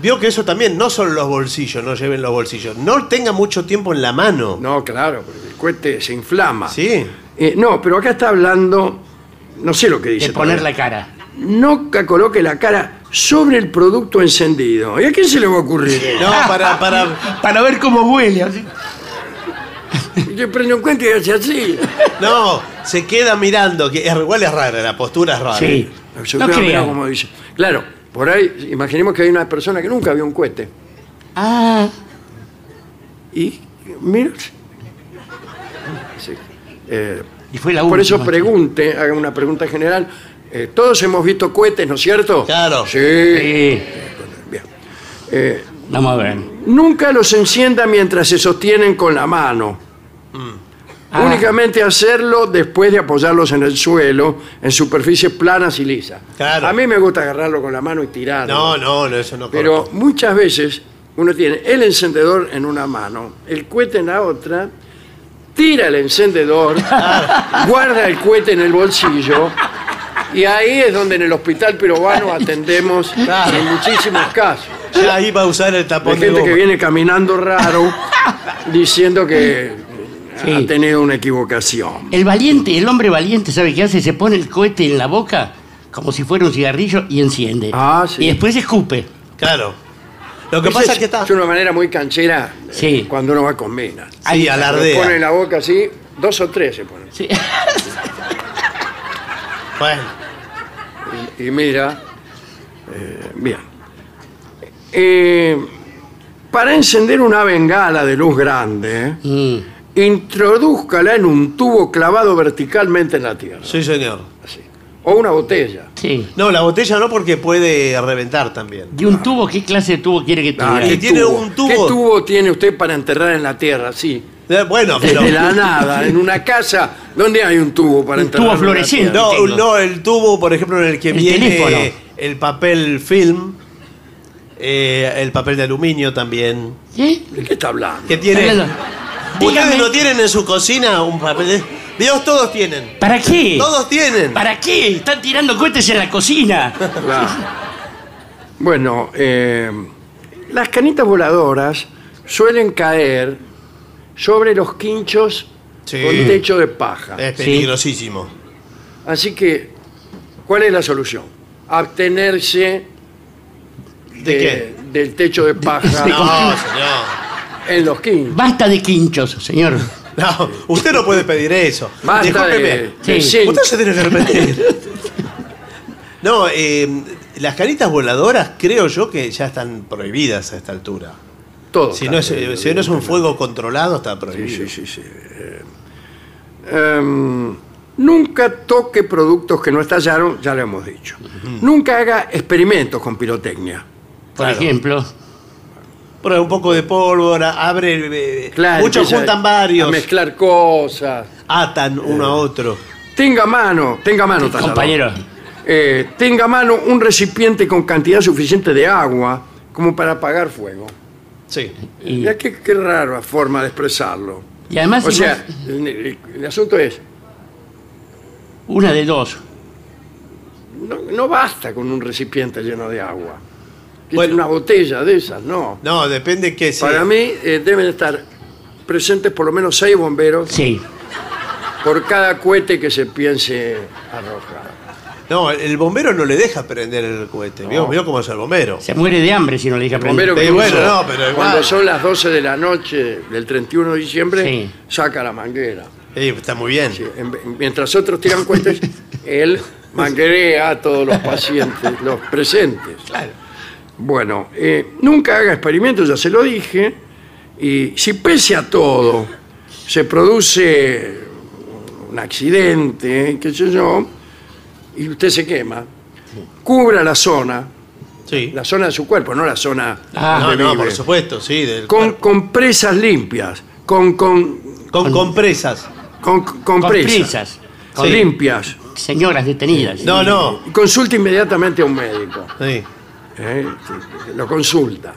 [SPEAKER 2] vio que eso también, no solo los bolsillos, no lleven los bolsillos. No tenga mucho tiempo en la mano.
[SPEAKER 1] No, claro, porque el cohete se inflama.
[SPEAKER 2] Sí.
[SPEAKER 1] Eh, no, pero acá está hablando, no sé lo que dice.
[SPEAKER 3] De poner
[SPEAKER 1] todavía.
[SPEAKER 3] la cara.
[SPEAKER 1] Nunca coloque la cara sobre el producto encendido. ¿Y a quién se le va a ocurrir?
[SPEAKER 2] No, para, para.
[SPEAKER 3] Para ver cómo huele. así.
[SPEAKER 1] Yo prendo un cohete y hace así.
[SPEAKER 2] No, se queda mirando, que es- igual es rara, la postura es rara.
[SPEAKER 3] Sí.
[SPEAKER 1] Yo
[SPEAKER 3] No
[SPEAKER 1] creo, mirá
[SPEAKER 3] crean.
[SPEAKER 1] cómo dice. Claro, por ahí, imaginemos que hay una persona que nunca vio un cohete.
[SPEAKER 3] Ah,
[SPEAKER 1] Y mira. sí, eh,
[SPEAKER 3] y fue la última.
[SPEAKER 1] por eso pregunte, haga una pregunta general. Eh, todos hemos visto cohetes, ¿no es cierto?
[SPEAKER 2] Claro.
[SPEAKER 1] Sí.
[SPEAKER 3] Sí.
[SPEAKER 1] Bien. Eh,
[SPEAKER 3] Vamos a ver.
[SPEAKER 1] nunca los encienda mientras se sostienen con la mano.
[SPEAKER 3] Ah.
[SPEAKER 1] Mm. Únicamente hacerlo después de apoyarlos en el suelo, en superficies planas y lisas.
[SPEAKER 2] Claro.
[SPEAKER 1] A mí me gusta agarrarlo con la mano y tirarlo.
[SPEAKER 2] No, no, no, eso no
[SPEAKER 1] Pero
[SPEAKER 2] corta.
[SPEAKER 1] muchas veces uno tiene el encendedor en una mano, el cohete en la otra, tira el encendedor, guarda el cohete en el bolsillo. Y ahí es donde en el hospital pirobano atendemos
[SPEAKER 2] Claro.
[SPEAKER 1] en muchísimos casos.
[SPEAKER 2] Ya iba a usar el
[SPEAKER 1] Hay
[SPEAKER 2] tapón de
[SPEAKER 1] gente
[SPEAKER 2] goma.
[SPEAKER 1] que viene caminando raro diciendo que
[SPEAKER 3] Sí.
[SPEAKER 1] ha tenido una equivocación.
[SPEAKER 3] El valiente, el hombre valiente, ¿sabe qué hace? Se pone el cohete en la boca como si fuera un cigarrillo y enciende.
[SPEAKER 1] Ah, sí.
[SPEAKER 3] Y después escupe.
[SPEAKER 2] Claro. Lo que pasa es que está.
[SPEAKER 1] Es una manera muy canchera
[SPEAKER 3] Sí.
[SPEAKER 1] cuando uno va con minas.
[SPEAKER 2] Ahí
[SPEAKER 1] Lo pone en
[SPEAKER 2] alardea.
[SPEAKER 1] la boca así, dos o tres se ponen.
[SPEAKER 3] Sí.
[SPEAKER 2] Bueno,
[SPEAKER 1] y mira, eh, bien. Eh, para encender una bengala de luz grande,
[SPEAKER 3] Mm.
[SPEAKER 1] introdúzcala en un tubo clavado verticalmente en la tierra,
[SPEAKER 2] sí, señor.
[SPEAKER 1] así. o una botella.
[SPEAKER 3] Sí.
[SPEAKER 2] No, la botella no porque puede reventar también.
[SPEAKER 3] ¿Y un tubo? ¿Qué clase de tubo quiere que
[SPEAKER 1] Ah,
[SPEAKER 3] tuviera?
[SPEAKER 2] ¿qué tiene un tubo?
[SPEAKER 1] ¿Qué tubo tiene usted para enterrar en la tierra? Sí,
[SPEAKER 2] Eh, Bueno, pero.
[SPEAKER 1] de la nada, en una casa, ¿dónde hay un tubo para
[SPEAKER 3] Un
[SPEAKER 1] enterrar?
[SPEAKER 3] tubo
[SPEAKER 1] en la
[SPEAKER 3] fluorescente.
[SPEAKER 1] tierra?
[SPEAKER 2] No,
[SPEAKER 3] Tengo.
[SPEAKER 2] no, el tubo, por ejemplo, en el que
[SPEAKER 3] El
[SPEAKER 2] viene
[SPEAKER 3] teléfono.
[SPEAKER 2] el papel film, eh, el papel de aluminio también.
[SPEAKER 3] ¿Qué?
[SPEAKER 1] ¿De qué está hablando?
[SPEAKER 2] Que tiene.
[SPEAKER 3] ¿Eh? Dígame,
[SPEAKER 2] ¿Ustedes no tienen en su cocina un papel de. Dios, todos tienen.
[SPEAKER 3] ¿Para qué?
[SPEAKER 2] Todos tienen.
[SPEAKER 3] ¿Para qué? Están tirando cohetes en la cocina.
[SPEAKER 1] Claro. Bueno, eh, las canitas voladoras suelen caer sobre los quinchos
[SPEAKER 2] Sí. Eh.
[SPEAKER 1] con techo de paja.
[SPEAKER 2] Es peligrosísimo.
[SPEAKER 1] Así que, ¿cuál es la solución? Abstenerse
[SPEAKER 2] ¿De qué?
[SPEAKER 1] del techo de paja
[SPEAKER 2] No, señor.
[SPEAKER 1] en los quinchos.
[SPEAKER 3] Basta de quinchos, señor.
[SPEAKER 2] No, usted no puede pedir eso.
[SPEAKER 1] Basta
[SPEAKER 2] Discúlpeme.
[SPEAKER 1] de,
[SPEAKER 3] Sí.
[SPEAKER 1] de cinco.
[SPEAKER 2] Usted se tiene que arrepentir. No, eh, las canitas voladoras creo yo que ya están prohibidas a esta altura.
[SPEAKER 1] Todo
[SPEAKER 2] Si
[SPEAKER 1] está
[SPEAKER 2] no es,
[SPEAKER 1] bien.
[SPEAKER 2] eh, si no es un fuego controlado, está prohibido.
[SPEAKER 1] Sí, sí, sí, sí. Eh, em, Nunca toque productos que no estallaron, ya lo hemos dicho. Nunca haga experimentos con pirotecnia.
[SPEAKER 3] Por
[SPEAKER 2] Claro.
[SPEAKER 3] ejemplo,
[SPEAKER 2] Prueba un poco de pólvora, abre. eh,
[SPEAKER 1] Claro,
[SPEAKER 2] muchos
[SPEAKER 1] empieza
[SPEAKER 2] juntan
[SPEAKER 1] A
[SPEAKER 2] varios,
[SPEAKER 1] mezclar cosas.
[SPEAKER 2] atan uno
[SPEAKER 1] Eh.
[SPEAKER 2] a otro.
[SPEAKER 1] Tenga a mano, tenga a mano, tallador.
[SPEAKER 3] compañero,
[SPEAKER 1] Eh, tenga a mano un recipiente con cantidad suficiente de agua como para apagar fuego.
[SPEAKER 2] Sí.
[SPEAKER 3] y,
[SPEAKER 1] Ya qué, qué rara forma de expresarlo.
[SPEAKER 3] y además
[SPEAKER 1] O
[SPEAKER 3] si
[SPEAKER 1] sea,
[SPEAKER 3] vos-
[SPEAKER 1] el, el- el asunto es,
[SPEAKER 3] una de dos.
[SPEAKER 1] no, no basta con un recipiente lleno de agua. Que es
[SPEAKER 2] Bueno.
[SPEAKER 1] una botella de esas, no.
[SPEAKER 2] No, depende qué sea.
[SPEAKER 1] Para mí eh, deben estar presentes por lo menos seis bomberos
[SPEAKER 3] Sí.
[SPEAKER 1] por cada cohete que se piense arrojar.
[SPEAKER 2] No, el bombero no le deja prender el cohete. ¿Vio,
[SPEAKER 1] No.
[SPEAKER 2] vio cómo es el bombero?
[SPEAKER 3] Se muere de hambre si no le dije
[SPEAKER 1] Bombero
[SPEAKER 3] aprender.
[SPEAKER 2] Sí,
[SPEAKER 1] que
[SPEAKER 2] bueno,
[SPEAKER 1] usa,
[SPEAKER 2] no, pero igual.
[SPEAKER 1] cuando son las 12 de la noche del 31 de diciembre,
[SPEAKER 3] Sí.
[SPEAKER 1] saca la manguera.
[SPEAKER 2] Sí, está muy bien.
[SPEAKER 1] Sí, en- mientras otros tiran cohetes, él manguea a todos los pacientes, los presentes.
[SPEAKER 2] Claro.
[SPEAKER 1] Bueno, eh, nunca haga experimentos, ya se lo dije. Y si pese a todo se produce un accidente, qué sé yo, y usted se quema, cubra la zona,
[SPEAKER 2] Sí.
[SPEAKER 1] la zona de su cuerpo, no la zona
[SPEAKER 3] Ah,
[SPEAKER 2] no,
[SPEAKER 1] donde
[SPEAKER 2] no,
[SPEAKER 1] vive.
[SPEAKER 2] por supuesto, sí. del
[SPEAKER 1] con
[SPEAKER 2] cuerpo.
[SPEAKER 1] compresas limpias, con, con,
[SPEAKER 2] con compresas.
[SPEAKER 1] con, con
[SPEAKER 3] Con
[SPEAKER 1] presas,
[SPEAKER 3] prisas.
[SPEAKER 1] con
[SPEAKER 2] Sí.
[SPEAKER 1] limpias.
[SPEAKER 3] Señoras detenidas.
[SPEAKER 2] No, no.
[SPEAKER 1] Consulta inmediatamente a un médico.
[SPEAKER 2] Sí.
[SPEAKER 1] ¿eh? Este, Lo consulta.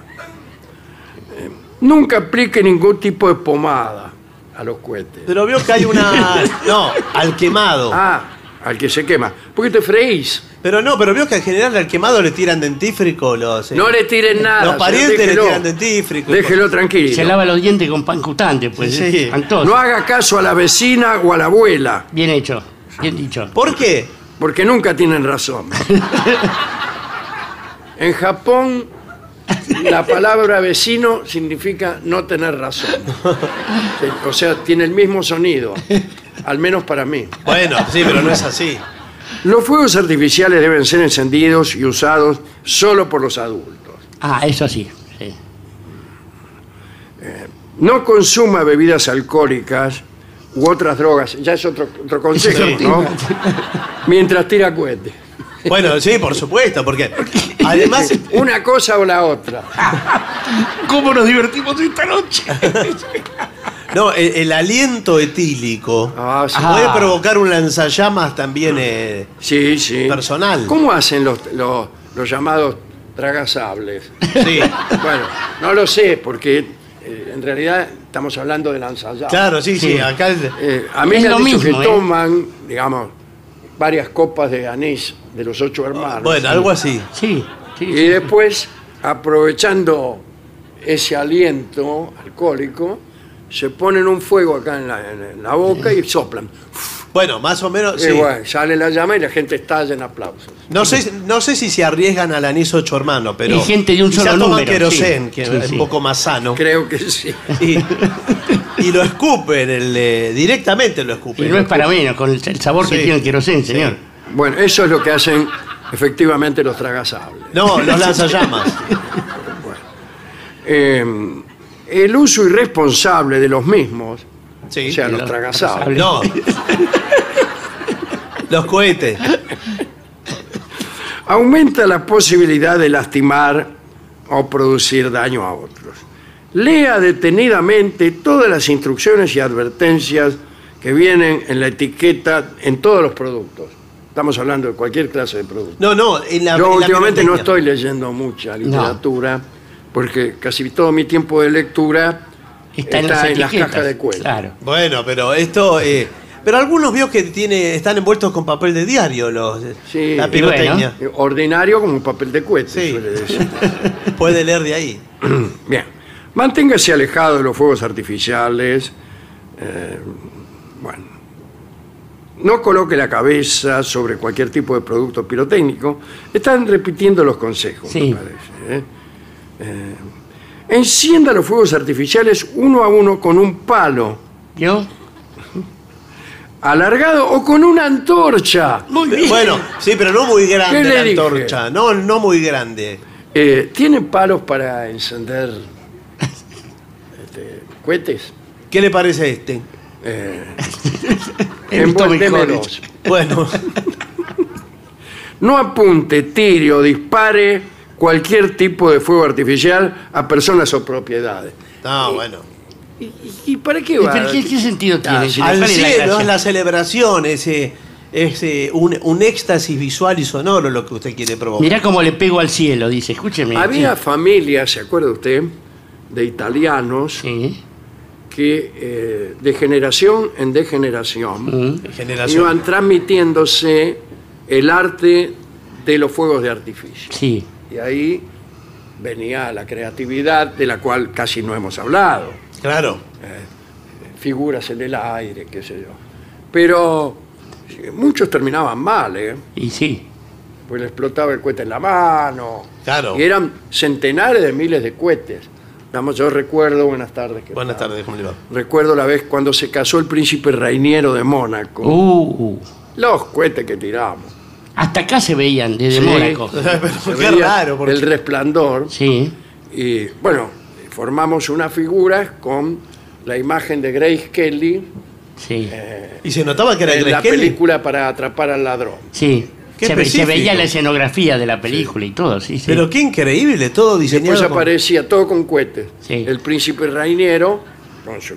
[SPEAKER 1] Eh, nunca aplique ningún tipo de pomada a los cohetes.
[SPEAKER 2] Pero vio que hay una. No, al quemado.
[SPEAKER 1] Ah, al que se quema. Porque te freís.
[SPEAKER 2] Pero no, pero vio que en general al quemado le tiran dentífrico los. eh,
[SPEAKER 1] No le tiren nada.
[SPEAKER 2] Los
[SPEAKER 1] señor,
[SPEAKER 2] parientes le
[SPEAKER 1] déjelo.
[SPEAKER 2] tiran dentífrico.
[SPEAKER 1] Déjelo
[SPEAKER 3] Se
[SPEAKER 1] tranquilo.
[SPEAKER 3] lava los dientes con pan cutante, pues.
[SPEAKER 2] Sí.
[SPEAKER 3] es espantoso.
[SPEAKER 1] No haga caso a la vecina o a la abuela,
[SPEAKER 3] Bien hecho. Bien dicho.
[SPEAKER 2] ¿Por qué?
[SPEAKER 1] porque nunca tienen razón. En Japón, la palabra vecino significa no tener razón. O sea, tiene el mismo sonido, al menos para mí.
[SPEAKER 2] Bueno, sí, pero no es así.
[SPEAKER 1] Los fuegos artificiales deben ser encendidos y usados solo por los adultos.
[SPEAKER 3] Ah, eso sí. sí.
[SPEAKER 1] No consuma bebidas alcohólicas u otras drogas. Ya es otro, otro consejo,
[SPEAKER 2] Sí.
[SPEAKER 1] ¿no? Mientras tira cohetes.
[SPEAKER 2] Bueno, sí, por supuesto, porque además
[SPEAKER 1] Una cosa o la otra.
[SPEAKER 3] ¿Cómo nos divertimos esta noche?
[SPEAKER 2] No, el, el aliento etílico
[SPEAKER 1] Ah, sí.
[SPEAKER 2] puede
[SPEAKER 3] Ah.
[SPEAKER 2] provocar un lanzallamas también. eh,
[SPEAKER 1] Sí, sí.
[SPEAKER 2] Personal.
[SPEAKER 1] ¿Cómo hacen los, los, los llamados tragasables?
[SPEAKER 2] sí,
[SPEAKER 1] Bueno, no lo sé, porque eh, en realidad estamos hablando de lanzallamas.
[SPEAKER 2] claro, sí, sí,
[SPEAKER 3] Sí.
[SPEAKER 2] acá el-
[SPEAKER 1] Eh, a mí
[SPEAKER 3] Es
[SPEAKER 1] me han
[SPEAKER 3] lo
[SPEAKER 1] dicho
[SPEAKER 3] mismo,
[SPEAKER 1] que
[SPEAKER 3] ¿eh?
[SPEAKER 1] toman, digamos, varias copas de anís de los ocho hermanos.
[SPEAKER 2] Ah, Bueno, algo así.
[SPEAKER 3] Sí. sí,
[SPEAKER 1] Y después, aprovechando ese aliento alcohólico, se ponen un fuego acá en la, en la boca y soplan.
[SPEAKER 2] Bueno, más o menos,
[SPEAKER 1] Y
[SPEAKER 2] sí.
[SPEAKER 1] Eh, bueno, sale la llama y la gente estalla en aplausos.
[SPEAKER 2] No sé, no sé si se arriesgan al anís ocho hermano, pero.
[SPEAKER 3] Y gente de un
[SPEAKER 2] quizá
[SPEAKER 3] solo
[SPEAKER 2] toman
[SPEAKER 3] número,
[SPEAKER 2] querosén,
[SPEAKER 3] sí.
[SPEAKER 2] que
[SPEAKER 3] Sí,
[SPEAKER 2] es
[SPEAKER 3] sí.
[SPEAKER 2] un poco más sano.
[SPEAKER 1] Creo que sí.
[SPEAKER 2] Y, y lo escupen, el, eh, directamente lo
[SPEAKER 3] Y
[SPEAKER 2] escupen.
[SPEAKER 3] no es para menos, con el el sabor que
[SPEAKER 2] Sí.
[SPEAKER 3] tiene el querosén, señor.
[SPEAKER 1] Bueno, eso es lo que hacen efectivamente los tragasables.
[SPEAKER 2] No, los lanzallamas.
[SPEAKER 1] Eh, el uso irresponsable de los mismos,
[SPEAKER 2] Sí.
[SPEAKER 1] o sea, los
[SPEAKER 3] los
[SPEAKER 1] tragasables,
[SPEAKER 2] No. Los cohetes.
[SPEAKER 1] aumenta la posibilidad de lastimar o producir daño a otros. Lea detenidamente todas las instrucciones y advertencias que vienen en la etiqueta en todos los productos. Estamos hablando de cualquier clase de producto.
[SPEAKER 2] No, no, en la. en
[SPEAKER 1] Yo
[SPEAKER 2] la
[SPEAKER 1] últimamente no
[SPEAKER 2] pirotecnia.
[SPEAKER 1] estoy leyendo mucha literatura porque casi todo mi tiempo de lectura está, en, las
[SPEAKER 3] etiquetas,
[SPEAKER 1] cajas de cuero.
[SPEAKER 3] Claro.
[SPEAKER 2] Bueno, pero esto. eh, pero algunos vio que tiene, están envueltos con papel de diario los, eh,
[SPEAKER 1] Sí.
[SPEAKER 2] la pirotecnia.
[SPEAKER 1] Eh, Ordinario como un papel de cohete,
[SPEAKER 2] Sí.
[SPEAKER 1] suele decir.
[SPEAKER 2] Puede leer de ahí.
[SPEAKER 1] Bien. Manténgase alejado de los fuegos artificiales. eh, bueno. No coloque la cabeza sobre cualquier tipo de producto pirotécnico. Están repitiendo los consejos,
[SPEAKER 3] Sí.
[SPEAKER 1] me parece. ¿eh? Eh, encienda los fuegos artificiales uno a uno con un palo
[SPEAKER 3] ¿Vio?
[SPEAKER 1] alargado o con una antorcha. Eh,
[SPEAKER 3] Muy bien.
[SPEAKER 2] Bueno, sí, pero no muy
[SPEAKER 1] ¿Qué
[SPEAKER 2] grande
[SPEAKER 1] le
[SPEAKER 2] la
[SPEAKER 1] dije?
[SPEAKER 2] antorcha. No, no muy grande.
[SPEAKER 1] Eh, ¿Tienen palos para encender este, cohetes?
[SPEAKER 2] ¿Qué le parece este?
[SPEAKER 1] Eh,
[SPEAKER 3] He visto
[SPEAKER 1] Envuélvemelos.
[SPEAKER 3] Micones.
[SPEAKER 2] Bueno,
[SPEAKER 1] No apunte, tire o dispare cualquier tipo de fuego artificial a personas o propiedades.
[SPEAKER 2] no, bueno.
[SPEAKER 1] ¿Y, y para qué
[SPEAKER 3] ¿Y
[SPEAKER 1] va?
[SPEAKER 3] pero ¿Qué, qué sentido tiene?
[SPEAKER 1] Ah,
[SPEAKER 3] señor?
[SPEAKER 2] Al
[SPEAKER 3] ¿Cuál es la
[SPEAKER 2] cielo
[SPEAKER 3] gracia?
[SPEAKER 2] es la celebración, ese, ese un, un éxtasis visual y sonoro lo que usted quiere provocar.
[SPEAKER 3] Mirá cómo le pego al cielo, dice. Escúcheme.
[SPEAKER 1] Había
[SPEAKER 3] sí.
[SPEAKER 1] familias, ¿se acuerda usted? De italianos
[SPEAKER 3] Sí.
[SPEAKER 1] que eh, de generación en degeneración
[SPEAKER 3] Mm.
[SPEAKER 2] Generación.
[SPEAKER 1] iban transmitiéndose el arte de los fuegos de artificio.
[SPEAKER 3] Sí.
[SPEAKER 1] Y ahí venía la creatividad de la cual casi no hemos hablado.
[SPEAKER 2] Claro.
[SPEAKER 1] figuras en el aire, qué sé yo. Pero eh, muchos terminaban mal, ¿eh?
[SPEAKER 3] Y sí.
[SPEAKER 1] Pues le explotaba el cohete en la mano.
[SPEAKER 2] Claro.
[SPEAKER 1] Y eran centenares de miles de cohetes. Vamos, yo recuerdo, buenas tardes. ¿qué
[SPEAKER 2] Buenas
[SPEAKER 1] tal?
[SPEAKER 2] tardes, ¿cómo le va?
[SPEAKER 1] Recuerdo la vez cuando se casó el príncipe Rainiero de Mónaco.
[SPEAKER 3] Uh.
[SPEAKER 1] Los cohetes que tiramos.
[SPEAKER 3] Hasta acá se veían desde
[SPEAKER 1] Sí.
[SPEAKER 3] Mónaco.
[SPEAKER 2] Pero
[SPEAKER 1] Se
[SPEAKER 2] qué
[SPEAKER 1] veía
[SPEAKER 2] raro, porque
[SPEAKER 1] El resplandor.
[SPEAKER 3] Sí.
[SPEAKER 1] Y bueno, formamos una figura con la imagen de Grace Kelly
[SPEAKER 3] Sí.
[SPEAKER 2] y se notaba que era
[SPEAKER 1] en
[SPEAKER 2] Grace
[SPEAKER 1] la
[SPEAKER 2] Kelly.
[SPEAKER 1] película para atrapar al ladrón.
[SPEAKER 3] Sí.
[SPEAKER 2] Qué
[SPEAKER 3] Se, ve- se
[SPEAKER 2] específico.
[SPEAKER 3] veía la escenografía de la película y todo, sí, sí.
[SPEAKER 2] Pero qué increíble, todo diseñado.
[SPEAKER 1] Después
[SPEAKER 2] con-
[SPEAKER 1] aparecía todo con cohetes.
[SPEAKER 3] Sí.
[SPEAKER 1] El príncipe Rainiero, con su,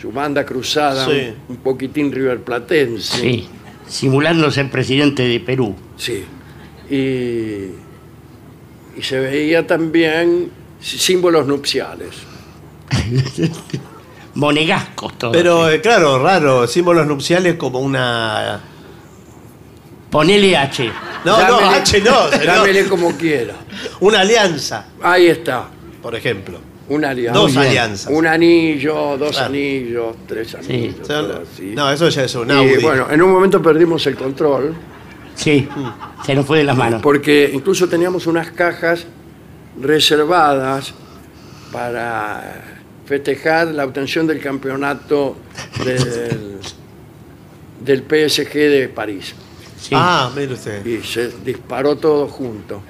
[SPEAKER 1] su banda cruzada,
[SPEAKER 2] Sí.
[SPEAKER 1] un, un poquitín riverplatense.
[SPEAKER 3] Sí. Simulando ser presidente de Perú.
[SPEAKER 1] Sí. Y, y se veía también sí- símbolos nupciales.
[SPEAKER 3] Monegascos todos.
[SPEAKER 2] Pero eh, claro, raro, símbolos nupciales como una.
[SPEAKER 3] Ponele H.
[SPEAKER 2] No, no,
[SPEAKER 1] Llámele-
[SPEAKER 2] H no, será
[SPEAKER 1] Llámele como quiera.
[SPEAKER 2] una alianza,
[SPEAKER 1] Ahí está.
[SPEAKER 2] por ejemplo.
[SPEAKER 1] Una alianza.
[SPEAKER 2] Dos
[SPEAKER 3] bien.
[SPEAKER 2] alianzas.
[SPEAKER 1] Un anillo, dos
[SPEAKER 2] Claro.
[SPEAKER 1] anillos, tres anillos.
[SPEAKER 2] O sea,
[SPEAKER 1] todo así.
[SPEAKER 2] no, eso ya es un
[SPEAKER 1] y
[SPEAKER 2] Audi.
[SPEAKER 1] bueno, en un momento perdimos el control.
[SPEAKER 3] Sí.
[SPEAKER 2] Mm.
[SPEAKER 3] Se nos fue de las
[SPEAKER 2] Ah.
[SPEAKER 3] manos.
[SPEAKER 1] Porque incluso teníamos unas cajas reservadas para festejar la obtención del campeonato del, del PSG de París.
[SPEAKER 3] Sí.
[SPEAKER 2] Ah, mire usted.
[SPEAKER 1] Y se disparó todo junto.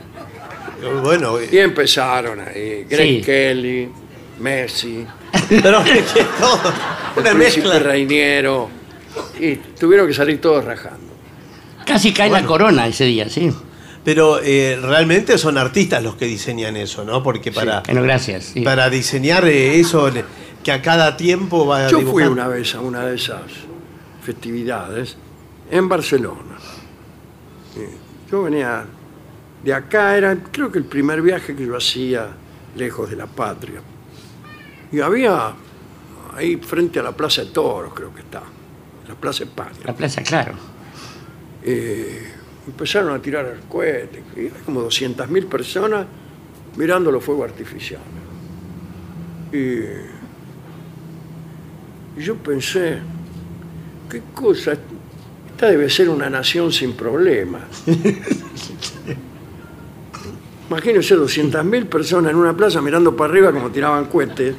[SPEAKER 2] Bueno, eh,
[SPEAKER 1] Y empezaron ahí. Greg
[SPEAKER 3] Sí.
[SPEAKER 1] Kelly, Messi,
[SPEAKER 2] pero que todo,
[SPEAKER 1] el
[SPEAKER 2] una
[SPEAKER 1] príncipe
[SPEAKER 2] mezcla.
[SPEAKER 1] Reiniero. Y tuvieron que salir todos rajando.
[SPEAKER 3] Casi cae la corona ese día, sí.
[SPEAKER 2] Pero eh, realmente son artistas los que diseñan eso, ¿no? Porque para,
[SPEAKER 3] Bueno, gracias. sí.
[SPEAKER 2] para diseñar eh, eso le- que a cada tiempo va a
[SPEAKER 1] Yo fui una vez a una de esas festividades en Barcelona. Sí, Yo venía de acá, era creo que el primer viaje que yo hacía lejos de la patria. Y había ahí frente a la Plaza de Toros, creo que está, la Plaza España.
[SPEAKER 3] La plaza, claro.
[SPEAKER 1] Eh, empezaron a tirar el cohete, y hay como 200.000 personas mirando los fuegos artificiales. Y, y yo pensé, qué cosa, esta debe ser una nación sin problemas. Imagínense 200.000 personas en una plaza mirando para arriba como tiraban cohetes.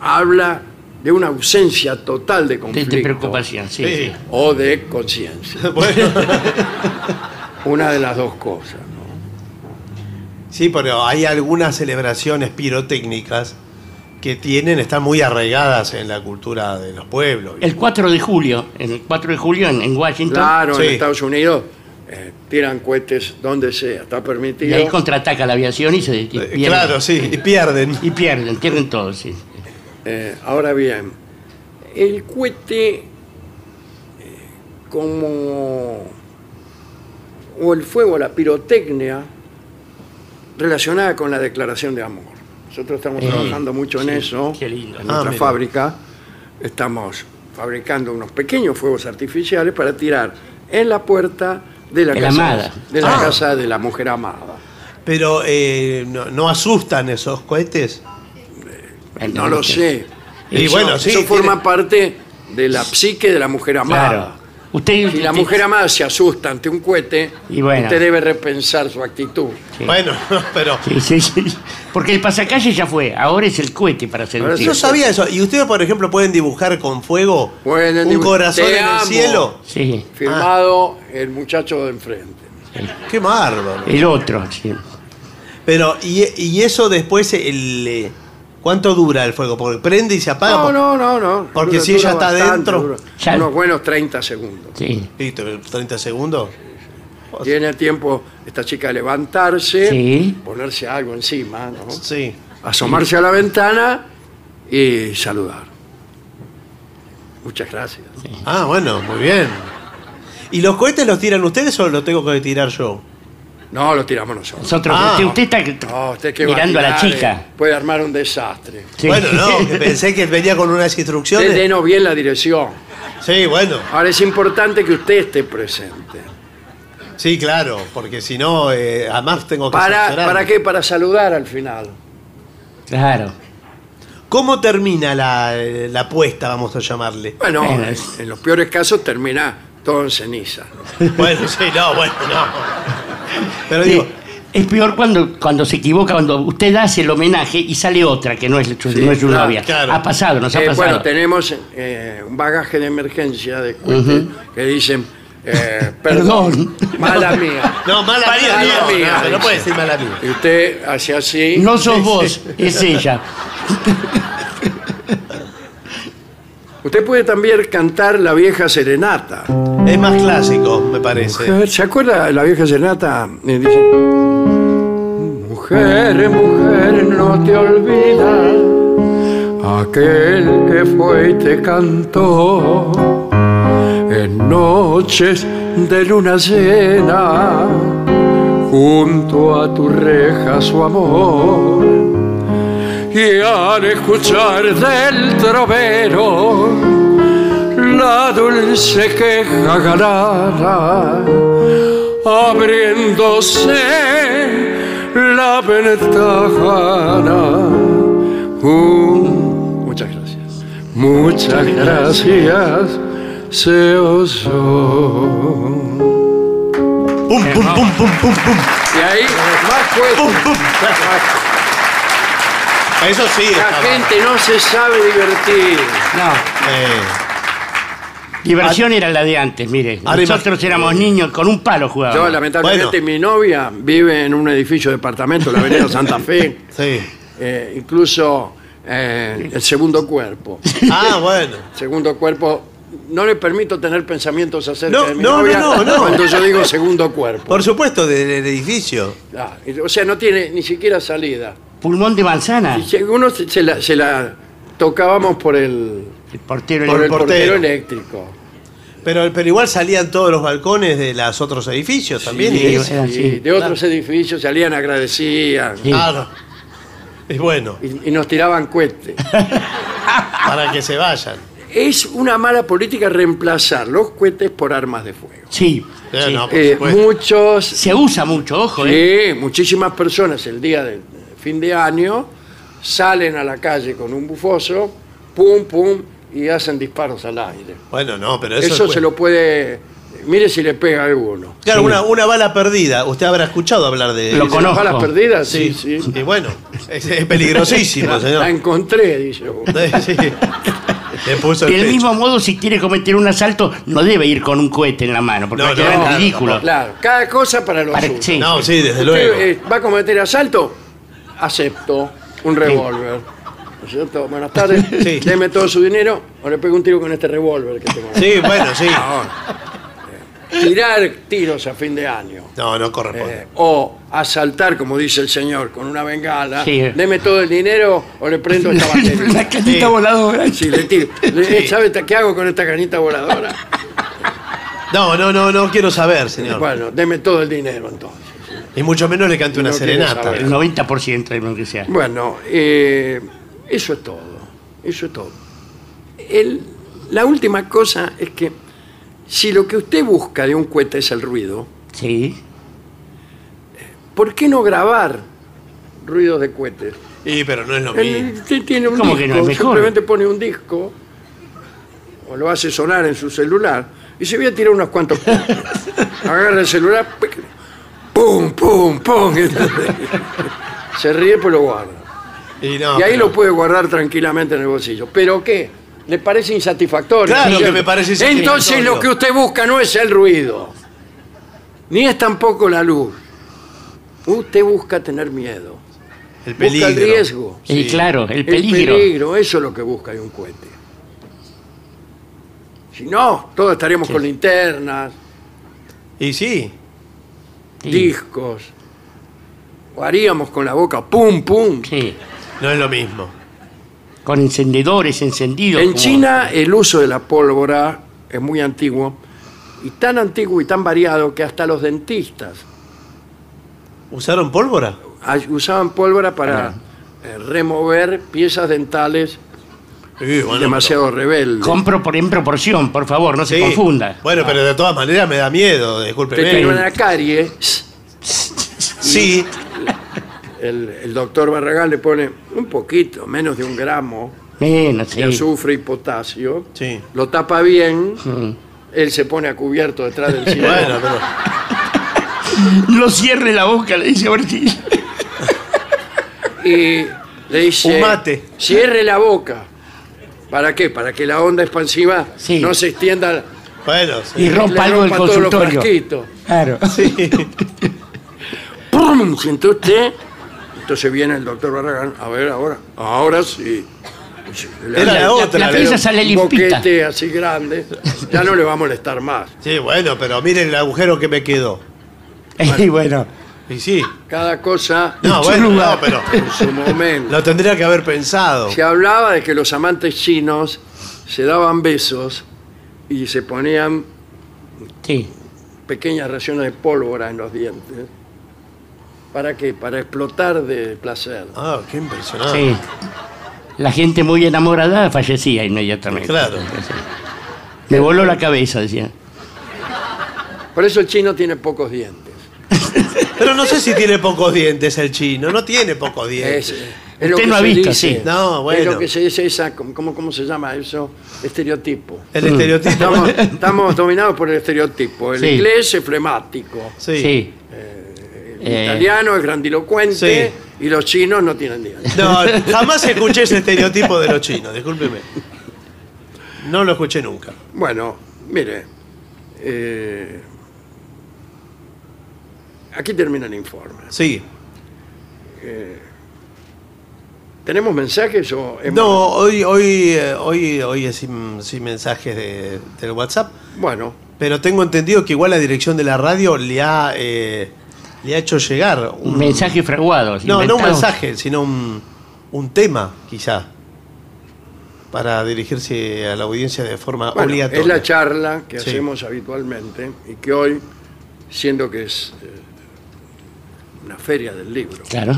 [SPEAKER 1] Habla de una ausencia total de
[SPEAKER 3] De,
[SPEAKER 1] conflicto
[SPEAKER 3] de preocupación, sí.
[SPEAKER 2] Sí.
[SPEAKER 3] sí.
[SPEAKER 1] o de conciencia.
[SPEAKER 2] Bueno,
[SPEAKER 1] Una de las dos cosas. ¿no?
[SPEAKER 2] sí, pero hay algunas celebraciones pirotécnicas que tienen, están muy arraigadas en la cultura de los pueblos. Eh,
[SPEAKER 3] El 4 de julio, el 4 de julio en, en Washington,
[SPEAKER 1] Claro, en
[SPEAKER 2] Sí.
[SPEAKER 1] Estados Unidos eh, tiran cohetes donde sea, está
[SPEAKER 3] y
[SPEAKER 1] permitido.
[SPEAKER 3] ahí contraataca la aviación y se y
[SPEAKER 2] Eh,
[SPEAKER 3] pierden.
[SPEAKER 2] claro, sí, y pierden.
[SPEAKER 3] Y pierden, pierden todo, sí.
[SPEAKER 1] Eh, ahora bien, el cohete eh, como o el fuego, la pirotecnia relacionada con la declaración de amor. Nosotros estamos
[SPEAKER 3] Eh,
[SPEAKER 1] trabajando mucho en
[SPEAKER 3] sí,
[SPEAKER 1] eso,
[SPEAKER 3] qué lindo.
[SPEAKER 1] en
[SPEAKER 3] Ah,
[SPEAKER 1] nuestra
[SPEAKER 2] mira.
[SPEAKER 1] fábrica. Estamos fabricando unos pequeños fuegos artificiales para tirar en la puerta de la,
[SPEAKER 3] De la
[SPEAKER 1] casa,
[SPEAKER 3] amada.
[SPEAKER 1] De la
[SPEAKER 2] Ah.
[SPEAKER 1] casa de la mujer amada.
[SPEAKER 2] Pero eh, no, no asustan esos cohetes.
[SPEAKER 1] No lo sé.
[SPEAKER 2] Y bueno, sí,
[SPEAKER 1] Eso
[SPEAKER 2] tiene-
[SPEAKER 1] forma parte de la psique de la mujer amada.
[SPEAKER 3] Claro. Usted,
[SPEAKER 1] Si la mujer amada se asusta ante un cohete,
[SPEAKER 3] Y bueno.
[SPEAKER 1] usted debe repensar su actitud.
[SPEAKER 3] Sí.
[SPEAKER 2] Bueno, pero
[SPEAKER 3] Sí, sí, sí. Porque el pasacalle ya fue, ahora es el cohete para
[SPEAKER 1] Ahora
[SPEAKER 3] seducir.
[SPEAKER 2] yo sabía eso. ¿Y ustedes, por ejemplo, pueden dibujar con fuego
[SPEAKER 1] Pueden
[SPEAKER 2] un
[SPEAKER 1] dibuj-
[SPEAKER 2] corazón
[SPEAKER 1] Te
[SPEAKER 2] en el
[SPEAKER 1] amo.
[SPEAKER 2] cielo?
[SPEAKER 3] Sí,
[SPEAKER 1] Firmado el muchacho de enfrente.
[SPEAKER 2] Qué bárbaro.
[SPEAKER 3] el otro, sí.
[SPEAKER 2] Pero, y, y eso después, el, eh, ¿Cuánto dura el fuego? Porque prende y se apaga.
[SPEAKER 1] No,
[SPEAKER 2] por-
[SPEAKER 1] no, no, no.
[SPEAKER 2] Porque si ella está adentro-
[SPEAKER 1] dura
[SPEAKER 3] Ya-
[SPEAKER 1] Unos buenos 30 segundos.
[SPEAKER 3] Sí.
[SPEAKER 2] Sí, te- 30 segundos.
[SPEAKER 1] Tiene tiempo esta chica de levantarse,
[SPEAKER 3] Sí.
[SPEAKER 1] ponerse algo encima, ¿no?
[SPEAKER 2] Sí.
[SPEAKER 1] asomarse a la ventana y saludar. Muchas gracias.
[SPEAKER 2] Ah, bueno, muy bien. ¿Y los cohetes los tiran ustedes o los tengo que tirar yo?
[SPEAKER 1] No, lo tiramos nosotros.
[SPEAKER 3] Nosotros,
[SPEAKER 2] Ah.
[SPEAKER 3] usted, usted está
[SPEAKER 1] No, Oh, usted que va
[SPEAKER 3] mirando a la
[SPEAKER 1] tirar,
[SPEAKER 3] chica.
[SPEAKER 1] eh, puede armar un desastre.
[SPEAKER 3] Sí.
[SPEAKER 2] Bueno, no, que pensé que venía con unas instrucciones.
[SPEAKER 1] Usted denos bien la dirección.
[SPEAKER 2] Sí, bueno.
[SPEAKER 1] Ahora es importante que usted esté presente.
[SPEAKER 2] Sí, claro, porque si no, eh, además tengo que
[SPEAKER 1] ¿Para,
[SPEAKER 2] censurarme.
[SPEAKER 1] ¿Para qué? Para saludar al final.
[SPEAKER 3] Claro.
[SPEAKER 2] ¿Cómo termina la, eh, la apuesta, vamos a llamarle?
[SPEAKER 1] Bueno,
[SPEAKER 3] Bueno,
[SPEAKER 1] en,
[SPEAKER 3] es-
[SPEAKER 1] en los peores casos termina todo en ceniza.
[SPEAKER 2] Bueno, sí, no, bueno, no. Pero digo,
[SPEAKER 3] Sí, Es peor cuando, cuando se equivoca, cuando usted hace el homenaje y sale otra que no es su, no es su
[SPEAKER 1] claro,
[SPEAKER 3] novia.
[SPEAKER 2] claro.
[SPEAKER 3] Ha pasado, nos ha
[SPEAKER 1] Eh,
[SPEAKER 3] pasado.
[SPEAKER 1] bueno, tenemos eh, un bagaje de emergencia de cuentas que dicen, eh, perdón,
[SPEAKER 3] Perdón.
[SPEAKER 1] mala mía.
[SPEAKER 2] no, mala
[SPEAKER 1] Mala
[SPEAKER 2] mía, no,
[SPEAKER 1] mía,
[SPEAKER 2] no, pero no
[SPEAKER 1] dice.
[SPEAKER 2] puede decir mala mía.
[SPEAKER 1] Y usted hace así.
[SPEAKER 3] No sos vos, es ella.
[SPEAKER 1] Usted puede también cantar la vieja serenata.
[SPEAKER 2] Es más clásico, me parece.
[SPEAKER 1] Mujer, ¿Se acuerda de la vieja serenata? Eh, dice, mujer, mujer, no te olvidas aquel que fue y te cantó en noches de luna llena junto a tu reja su amor y al escuchar del trovero la dulce queja ganada, abriéndose la ventana. Uh, muchas gracias. Muchas gracias, se osó.
[SPEAKER 2] Pum, pum, pum, pum, pum, pum.
[SPEAKER 1] Y ahí, más fuerte.
[SPEAKER 2] Pum, pum. Eso sí,
[SPEAKER 1] La
[SPEAKER 2] estaba-
[SPEAKER 1] gente no se sabe divertir.
[SPEAKER 3] No,
[SPEAKER 2] eh,
[SPEAKER 3] diversión era la de antes, mire.
[SPEAKER 2] Ahora
[SPEAKER 3] Nosotros
[SPEAKER 2] imag-
[SPEAKER 3] éramos niños, con un palo
[SPEAKER 1] Yo,
[SPEAKER 3] jugábamos.
[SPEAKER 1] lamentablemente, mi novia vive en un edificio de departamento, la Avenida Santa Fe.
[SPEAKER 2] sí.
[SPEAKER 1] eh, incluso eh, el segundo cuerpo.
[SPEAKER 2] Ah, bueno.
[SPEAKER 1] Segundo cuerpo, no le permito tener pensamientos acerca
[SPEAKER 2] No,
[SPEAKER 1] de mi
[SPEAKER 2] no, no,
[SPEAKER 1] novia
[SPEAKER 2] no, no.
[SPEAKER 1] cuando yo digo segundo cuerpo.
[SPEAKER 2] Por supuesto, de- del edificio.
[SPEAKER 1] Ah, o sea, no tiene ni siquiera salida.
[SPEAKER 3] Pulmón de manzana.
[SPEAKER 1] Y si algunos se, se la, se la tocábamos por el,
[SPEAKER 3] El portero
[SPEAKER 1] por el
[SPEAKER 3] portero.
[SPEAKER 1] portero.
[SPEAKER 2] portero.
[SPEAKER 1] eléctrico.
[SPEAKER 2] Pero, pero igual salían todos los balcones de los otros edificios también.
[SPEAKER 3] Sí,
[SPEAKER 2] y-
[SPEAKER 3] bueno. Eran
[SPEAKER 1] Y
[SPEAKER 3] así.
[SPEAKER 1] de otros edificios salían agradecidas
[SPEAKER 3] Sí.
[SPEAKER 2] Claro. ah, Es bueno,
[SPEAKER 1] y, y nos tiraban cohetes.
[SPEAKER 2] para que se vayan.
[SPEAKER 1] es una mala política reemplazar los cohetes por armas de fuego.
[SPEAKER 3] Sí.
[SPEAKER 2] Eh,
[SPEAKER 3] sí.
[SPEAKER 2] no, por
[SPEAKER 1] Eh,
[SPEAKER 2] supuesto.
[SPEAKER 1] muchos
[SPEAKER 3] Se usa mucho, ojo, ¿eh?
[SPEAKER 1] Sí, muchísimas personas el día de fin de año salen a la calle con un bufoso, pum, pum, y hacen disparos al aire.
[SPEAKER 2] Bueno, no, pero eso,
[SPEAKER 1] Eso,
[SPEAKER 2] es bueno.
[SPEAKER 1] se lo puede... Mire si le pega a alguno.
[SPEAKER 2] Claro, una, una bala perdida. Usted habrá escuchado hablar de
[SPEAKER 3] Lo
[SPEAKER 2] de-
[SPEAKER 3] conozco.
[SPEAKER 1] ¿Balas perdidas?
[SPEAKER 2] Sí,
[SPEAKER 1] Sí,
[SPEAKER 2] sí.
[SPEAKER 1] sí.
[SPEAKER 2] Y bueno, es, es peligrosísimo,
[SPEAKER 1] La
[SPEAKER 2] señor.
[SPEAKER 1] encontré, dice uno.
[SPEAKER 2] Sí. Le puso el
[SPEAKER 3] Del
[SPEAKER 2] pecho.
[SPEAKER 3] mismo modo, si quiere cometer un asalto, no debe ir con un cohete en la mano, porque
[SPEAKER 2] No,
[SPEAKER 3] va a
[SPEAKER 2] no,
[SPEAKER 3] quedar
[SPEAKER 2] claro,
[SPEAKER 3] ridículo.
[SPEAKER 1] Claro, cada cosa para los
[SPEAKER 3] Para-
[SPEAKER 1] suyos.
[SPEAKER 3] sí.
[SPEAKER 2] No, sí, desde luego.
[SPEAKER 1] Usted, eh, ¿Va a cometer asalto? Acepto un revólver. ¿No es cierto? Buenas tardes.
[SPEAKER 2] Sí.
[SPEAKER 1] Deme todo su dinero o le pego un tiro con este revólver que tengo.
[SPEAKER 2] Sí, bueno, sí.
[SPEAKER 1] eh, Tirar tiros a fin de año.
[SPEAKER 2] No, no
[SPEAKER 1] Eh,
[SPEAKER 2] corresponde.
[SPEAKER 1] o asaltar, como dice el señor, con una bengala.
[SPEAKER 3] Sí.
[SPEAKER 1] Deme todo el dinero o le prendo esta
[SPEAKER 3] La
[SPEAKER 1] batería.
[SPEAKER 2] Sí.
[SPEAKER 3] canita voladora.
[SPEAKER 1] Sí, le tiro. Le- ¿Sabe ta- qué hago con esta canita voladora?
[SPEAKER 2] No, no, no, no quiero saber, señor.
[SPEAKER 1] Bueno, deme todo el dinero entonces.
[SPEAKER 2] Y mucho menos le cante una
[SPEAKER 1] No quiero
[SPEAKER 2] serenata.
[SPEAKER 1] saber.
[SPEAKER 3] El 90% de lo que sea.
[SPEAKER 1] Bueno, eh, eso es todo. Eso es todo. El- la última cosa es que si lo que usted busca de un cohete es el ruido,
[SPEAKER 3] Sí.
[SPEAKER 1] ¿por qué no grabar ruidos de cohetes?
[SPEAKER 2] Y pero no es lo
[SPEAKER 1] El-
[SPEAKER 2] mismo.
[SPEAKER 1] Usted tiene un
[SPEAKER 3] ¿Cómo
[SPEAKER 1] disco,
[SPEAKER 3] que no es mejor?
[SPEAKER 1] simplemente pone un disco o lo hace sonar en su celular y se voy a tirar unos cuantos puntos. Agarra el celular, pic, pum, pum, pum. se ríe pues lo guarda.
[SPEAKER 2] Y, no,
[SPEAKER 1] y ahí
[SPEAKER 2] pero-
[SPEAKER 1] lo puede guardar tranquilamente en el bolsillo. ¿Pero qué? ¿Le parece insatisfactorio?
[SPEAKER 2] Claro
[SPEAKER 1] ¿no es
[SPEAKER 2] que
[SPEAKER 1] cierto?
[SPEAKER 2] me parece
[SPEAKER 1] Entonces
[SPEAKER 2] insatisfactorio.
[SPEAKER 1] lo que usted busca no es el ruido, ni es tampoco la luz. Usted busca tener miedo.
[SPEAKER 2] El
[SPEAKER 1] Busca el
[SPEAKER 2] peligro.
[SPEAKER 1] riesgo.
[SPEAKER 3] Y claro, el peligro.
[SPEAKER 1] El peligro, eso es lo que busca de un cohete. Si no, todos estaremos con linternas,
[SPEAKER 2] Y sí,
[SPEAKER 3] Sí,
[SPEAKER 1] discos, o haríamos con la boca pum pum.
[SPEAKER 3] sí.
[SPEAKER 2] no es lo mismo.
[SPEAKER 3] Con encendedores encendidos.
[SPEAKER 1] En
[SPEAKER 3] como-
[SPEAKER 1] China el uso de la pólvora es muy antiguo, y tan antiguo y tan variado que hasta los dentistas
[SPEAKER 2] ¿Usaron pólvora?
[SPEAKER 1] ay- usaban pólvora para eh, remover piezas dentales
[SPEAKER 2] Sí, bueno,
[SPEAKER 1] demasiado rebeldes.
[SPEAKER 3] Compro por, en proporción, por favor, no se
[SPEAKER 2] Sí.
[SPEAKER 3] confunda.
[SPEAKER 2] Bueno, pero de todas maneras me da miedo,
[SPEAKER 1] que
[SPEAKER 2] disculpe.
[SPEAKER 1] tiene una carie,
[SPEAKER 2] Sí,
[SPEAKER 1] el, el doctor Barragán le pone un poquito, menos de un gramo
[SPEAKER 3] Menos, sí.
[SPEAKER 1] de azufre y potasio,
[SPEAKER 2] Sí.
[SPEAKER 1] lo tapa bien,
[SPEAKER 3] Mm.
[SPEAKER 1] él se pone a cubierto detrás del sillón.
[SPEAKER 2] bueno, pero.
[SPEAKER 3] No cierre la boca, le dice Ortiz.
[SPEAKER 1] y le dice,
[SPEAKER 2] Un mate.
[SPEAKER 1] cierre la boca. ¿Para qué? Para que la onda expansiva
[SPEAKER 3] Sí.
[SPEAKER 1] no se extienda
[SPEAKER 2] Bueno,
[SPEAKER 3] Y
[SPEAKER 2] sí.
[SPEAKER 3] rompa
[SPEAKER 1] le
[SPEAKER 3] algo del
[SPEAKER 1] rompa todos los
[SPEAKER 3] consultorio.
[SPEAKER 1] frasquitos.
[SPEAKER 3] Claro.
[SPEAKER 1] ¡Pum! ¿Siente usted? Entonces viene el doctor Barragán, a ver ahora, ahora sí. Le
[SPEAKER 2] Era
[SPEAKER 1] hace
[SPEAKER 2] la
[SPEAKER 3] La-
[SPEAKER 2] otra.
[SPEAKER 3] la
[SPEAKER 2] le-
[SPEAKER 3] pieza sale
[SPEAKER 1] un
[SPEAKER 3] limpita.
[SPEAKER 1] boquete así grande, ya no le va a molestar más.
[SPEAKER 2] Sí, bueno, pero miren el agujero que me quedó.
[SPEAKER 3] Y bueno,
[SPEAKER 2] Y sí.
[SPEAKER 1] Cada cosa
[SPEAKER 2] No, bueno,
[SPEAKER 3] Churruga.
[SPEAKER 2] no, pero.
[SPEAKER 1] en su momento.
[SPEAKER 2] Lo tendría que haber pensado.
[SPEAKER 1] Se hablaba de que los amantes chinos se daban besos y se ponían
[SPEAKER 3] sí.
[SPEAKER 1] pequeñas raciones de pólvora en los dientes. ¿Para qué? Para explotar de placer.
[SPEAKER 2] Ah, qué impresionante.
[SPEAKER 3] Sí. La gente muy enamorada fallecía inmediatamente.
[SPEAKER 2] Claro.
[SPEAKER 3] Me voló la cabeza, decía.
[SPEAKER 1] Por eso el chino tiene pocos dientes.
[SPEAKER 2] Pero no sé si tiene pocos dientes el chino. No tiene pocos
[SPEAKER 1] Es,
[SPEAKER 2] dientes.
[SPEAKER 1] es lo
[SPEAKER 3] Usted
[SPEAKER 1] que
[SPEAKER 3] no ha
[SPEAKER 1] se
[SPEAKER 3] visto,
[SPEAKER 1] dice-
[SPEAKER 3] sí.
[SPEAKER 2] No,
[SPEAKER 1] Es
[SPEAKER 2] bueno.
[SPEAKER 1] lo que se dice esa, ¿cómo, cómo se llama eso? Estereotipo.
[SPEAKER 2] El estereotipo.
[SPEAKER 1] Estamos, estamos dominados por el estereotipo. El
[SPEAKER 3] Sí.
[SPEAKER 1] inglés es flemático.
[SPEAKER 2] Sí.
[SPEAKER 3] Sí.
[SPEAKER 1] El
[SPEAKER 3] Eh.
[SPEAKER 1] italiano es grandilocuente. Y los chinos no tienen dientes.
[SPEAKER 2] No, jamás escuché ese estereotipo de los chinos, discúlpeme. No lo escuché nunca.
[SPEAKER 1] Bueno, mire. eh, aquí termina el informe.
[SPEAKER 2] Sí.
[SPEAKER 1] ¿Tenemos mensajes o hemos-
[SPEAKER 2] No, hoy, hoy, eh, hoy, hoy es sin, sin mensajes de, del WhatsApp,
[SPEAKER 1] Bueno,
[SPEAKER 2] pero tengo entendido que igual la dirección de la radio le ha, eh, le ha hecho llegar
[SPEAKER 3] Eh, Un
[SPEAKER 2] un
[SPEAKER 3] mensaje fraguado.
[SPEAKER 2] No, no un
[SPEAKER 3] inventado.
[SPEAKER 2] mensaje, sino un, un tema, quizá, para dirigirse a la audiencia de forma
[SPEAKER 1] bueno,
[SPEAKER 2] obligatoria.
[SPEAKER 1] es la charla que
[SPEAKER 2] Sí.
[SPEAKER 1] hacemos habitualmente y que hoy, siendo que es eh, una feria del libro,
[SPEAKER 3] Claro.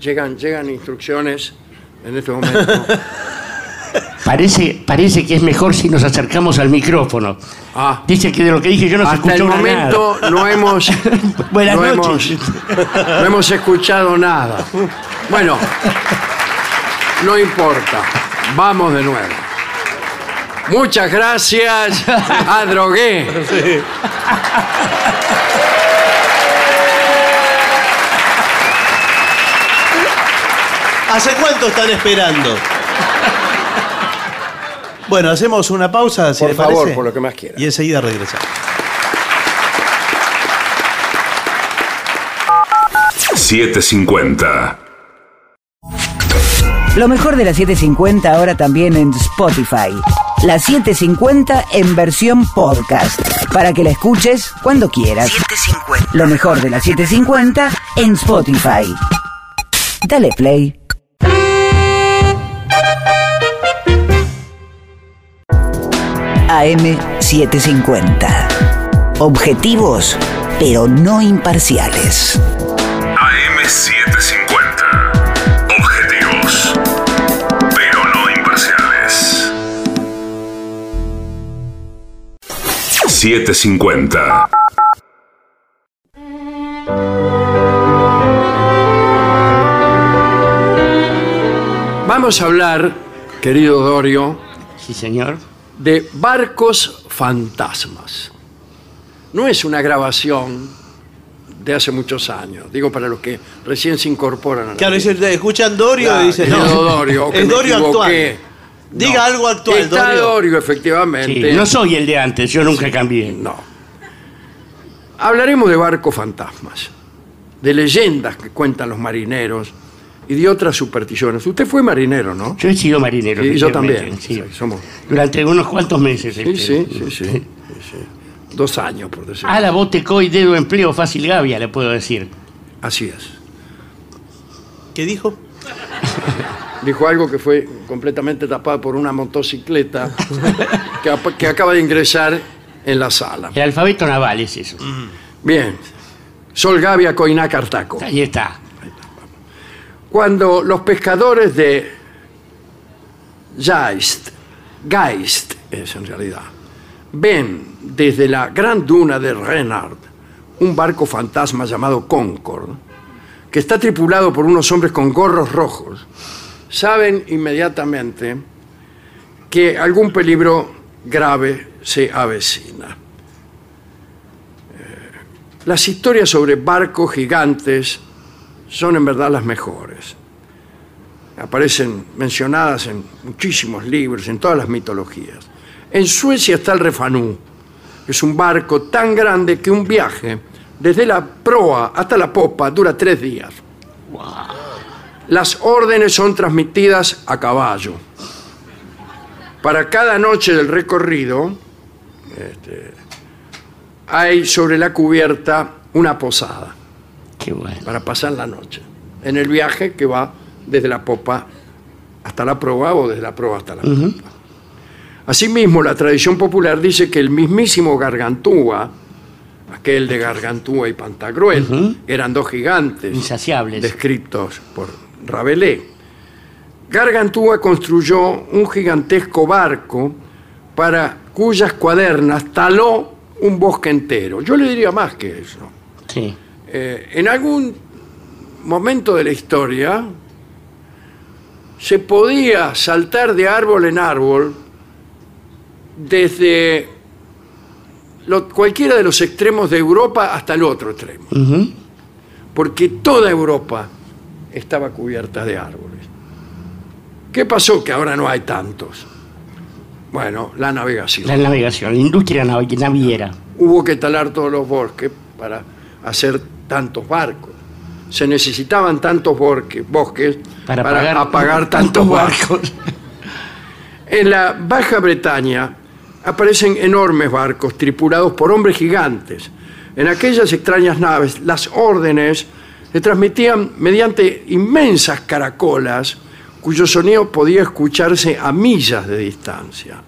[SPEAKER 1] llegan, llegan instrucciones en este momento.
[SPEAKER 3] Parece, parece que es mejor si nos acercamos al micrófono.
[SPEAKER 1] Ah.
[SPEAKER 3] Dice que de lo que dije yo no se
[SPEAKER 1] Hasta el
[SPEAKER 3] escuchó una
[SPEAKER 1] momento no hemos,
[SPEAKER 3] Buenas
[SPEAKER 1] no,
[SPEAKER 3] noches.
[SPEAKER 1] hemos- no hemos escuchado nada. Bueno, no importa. Vamos de nuevo. Muchas gracias a Drogué.
[SPEAKER 2] ¿Hace cuánto están esperando? Bueno, hacemos una pausa, si
[SPEAKER 1] Por
[SPEAKER 2] le
[SPEAKER 1] favor,
[SPEAKER 2] parece.
[SPEAKER 1] por lo que más quiera.
[SPEAKER 2] Y enseguida regresamos.
[SPEAKER 4] $7.50.
[SPEAKER 5] Lo mejor de la 750 ahora también en Spotify. La 750 en versión podcast. Para que la escuches cuando quieras. Lo mejor de la 750 en Spotify. Dale play. AM750. Objetivos, pero no imparciales.
[SPEAKER 4] AM750. Objetivos, pero no imparciales. 750.
[SPEAKER 1] Vamos a hablar, querido Dorio,
[SPEAKER 3] Sí, señor.
[SPEAKER 1] de barcos fantasmas. No es una grabación de hace muchos años, digo para los que recién se incorporan. A la
[SPEAKER 2] Claro,
[SPEAKER 1] vida.
[SPEAKER 2] dice, escuchan Dorio
[SPEAKER 1] Claro,
[SPEAKER 2] y dicen,
[SPEAKER 1] querido
[SPEAKER 2] no,
[SPEAKER 1] Dorio, o que
[SPEAKER 2] es
[SPEAKER 1] me
[SPEAKER 2] Dorio
[SPEAKER 1] equivoqué.
[SPEAKER 2] actual. Diga
[SPEAKER 1] No.
[SPEAKER 2] algo actual,
[SPEAKER 1] Está
[SPEAKER 2] Dorio.
[SPEAKER 1] Dorio, efectivamente.
[SPEAKER 3] Sí, no soy el de antes, yo nunca cambié.
[SPEAKER 1] No. Hablaremos de barcos fantasmas. de leyendas que cuentan los marineros y de otras supersticiones. Usted fue marinero, ¿no?
[SPEAKER 3] Yo he sido marinero.
[SPEAKER 1] Sí, yo
[SPEAKER 3] efectivamente,
[SPEAKER 1] también.
[SPEAKER 3] sí.
[SPEAKER 1] Sí, somos-
[SPEAKER 3] Durante unos cuantos meses.
[SPEAKER 1] Sí, sí,
[SPEAKER 3] este,
[SPEAKER 1] sí, sí. sí. Dos años, por decirlo.
[SPEAKER 3] A la botecó y dedo empleo fácil gavia, le puedo decir.
[SPEAKER 1] Así es.
[SPEAKER 2] ¿Qué dijo?
[SPEAKER 1] Dijo algo que fue completamente tapado por una motocicleta que, ap- que acaba de ingresar en la sala.
[SPEAKER 3] El alfabeto naval es eso.
[SPEAKER 1] Mm. Bien. Sol Gavia Coiná Cartaco.
[SPEAKER 3] Ahí está.
[SPEAKER 1] Cuando los pescadores de Geist, Geist es en realidad, ven desde la gran duna de Renard un barco fantasma llamado Concord, que está tripulado por unos hombres con gorros rojos, saben inmediatamente que algún peligro grave se avecina. Eh, Las historias sobre barcos gigantes son en verdad las mejores. Aparecen mencionadas en muchísimos libros, en todas las mitologías. En Suecia está el Refanú, que es un barco tan grande que un viaje desde la proa hasta la popa dura tres días. Las órdenes son transmitidas a caballo. Para cada noche del recorrido este, hay sobre la cubierta una posada
[SPEAKER 3] Qué bueno.
[SPEAKER 1] para pasar la noche en el viaje que va desde la popa hasta la proa o desde la proa hasta la popa. Asimismo, la tradición popular dice que el mismísimo Gargantúa, aquel de Gargantúa y Pantagruel, eran dos gigantes
[SPEAKER 3] Insaciables.
[SPEAKER 1] descritos por Rabelais. Gargantúa construyó un gigantesco barco para cuyas cuadernas taló un bosque entero. Yo le diría más que eso.
[SPEAKER 3] Sí.
[SPEAKER 1] Eh, en algún momento de la historia se podía saltar de árbol en árbol desde lo- cualquiera de los extremos de Europa hasta el otro extremo,
[SPEAKER 3] Ujú.
[SPEAKER 1] porque toda Europa estaba cubierta de árboles. ¿Qué pasó que ahora no hay tantos? Bueno, la navegación.
[SPEAKER 3] La navegación, la industria nav- naviera.
[SPEAKER 1] hubo que talar todos los bosques para hacer tantos barcos. Se necesitaban tantos borque- bosques para,
[SPEAKER 3] pagar-
[SPEAKER 1] apagar tantos barcos. En la Baja Bretaña aparecen enormes barcos tripulados por hombres gigantes. En aquellas extrañas naves, las órdenes se transmitían mediante inmensas caracolas cuyo sonido podía escucharse a millas de distancia.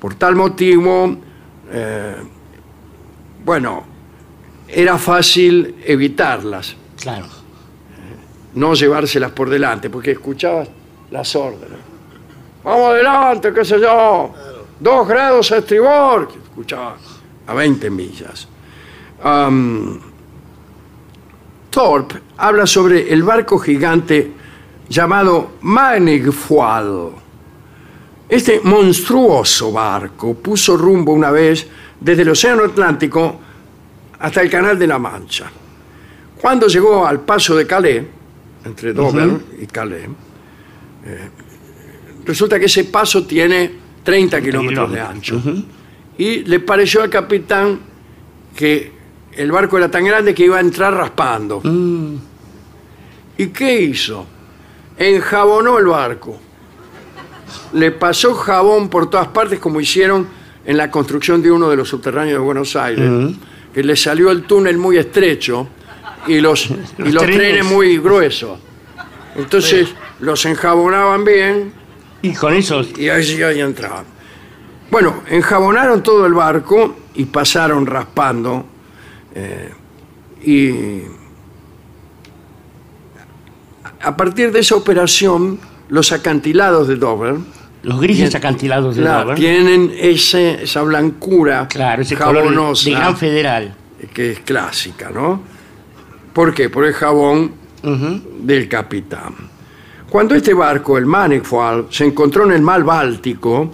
[SPEAKER 1] Por tal motivo, eh, bueno, era fácil evitarlas,
[SPEAKER 3] Claro.
[SPEAKER 1] no llevárselas por delante, porque escuchabas las órdenes. Vamos adelante, qué sé yo. Dos grados a estribor. que Escuchaba a 20 millas. Am, Thorpe habla sobre el barco gigante llamado Manigfual. Este monstruoso barco puso rumbo una vez desde el Océano Atlántico hasta el Canal de la Mancha. Cuando llegó al paso de Calais, entre Dover y Calais, eh, resulta que ese paso tiene 30 kilómetros de ancho. Y le pareció al capitán que el barco era tan grande que iba a entrar raspando.
[SPEAKER 3] Mm.
[SPEAKER 1] ¿Y qué hizo? Enjabonó el barco. Le pasó jabón por todas partes como hicieron en la construcción de uno de los subterráneos de Buenos Aires, que le salió el túnel muy estrecho y los, y
[SPEAKER 3] Los
[SPEAKER 1] los
[SPEAKER 3] trenes.
[SPEAKER 1] trenes muy gruesos. Entonces los enjabonaban bien
[SPEAKER 3] Y con eso,
[SPEAKER 1] y ahí, ahí entraban. Bueno, enjabonaron todo el barco y pasaron raspando eh, y a partir de esa operación los acantilados de Dover
[SPEAKER 3] los grises acantilados de
[SPEAKER 1] claro,
[SPEAKER 3] Dover.
[SPEAKER 1] tienen ese- esa blancura
[SPEAKER 3] Claro, ese color
[SPEAKER 1] jabonosa
[SPEAKER 3] de- de gran federal.
[SPEAKER 1] que es clásica, ¿no? ¿Por qué? Por el jabón
[SPEAKER 3] Ujú.
[SPEAKER 1] del capitán. Cuando este barco, el Manifold, se encontró en el mar Báltico,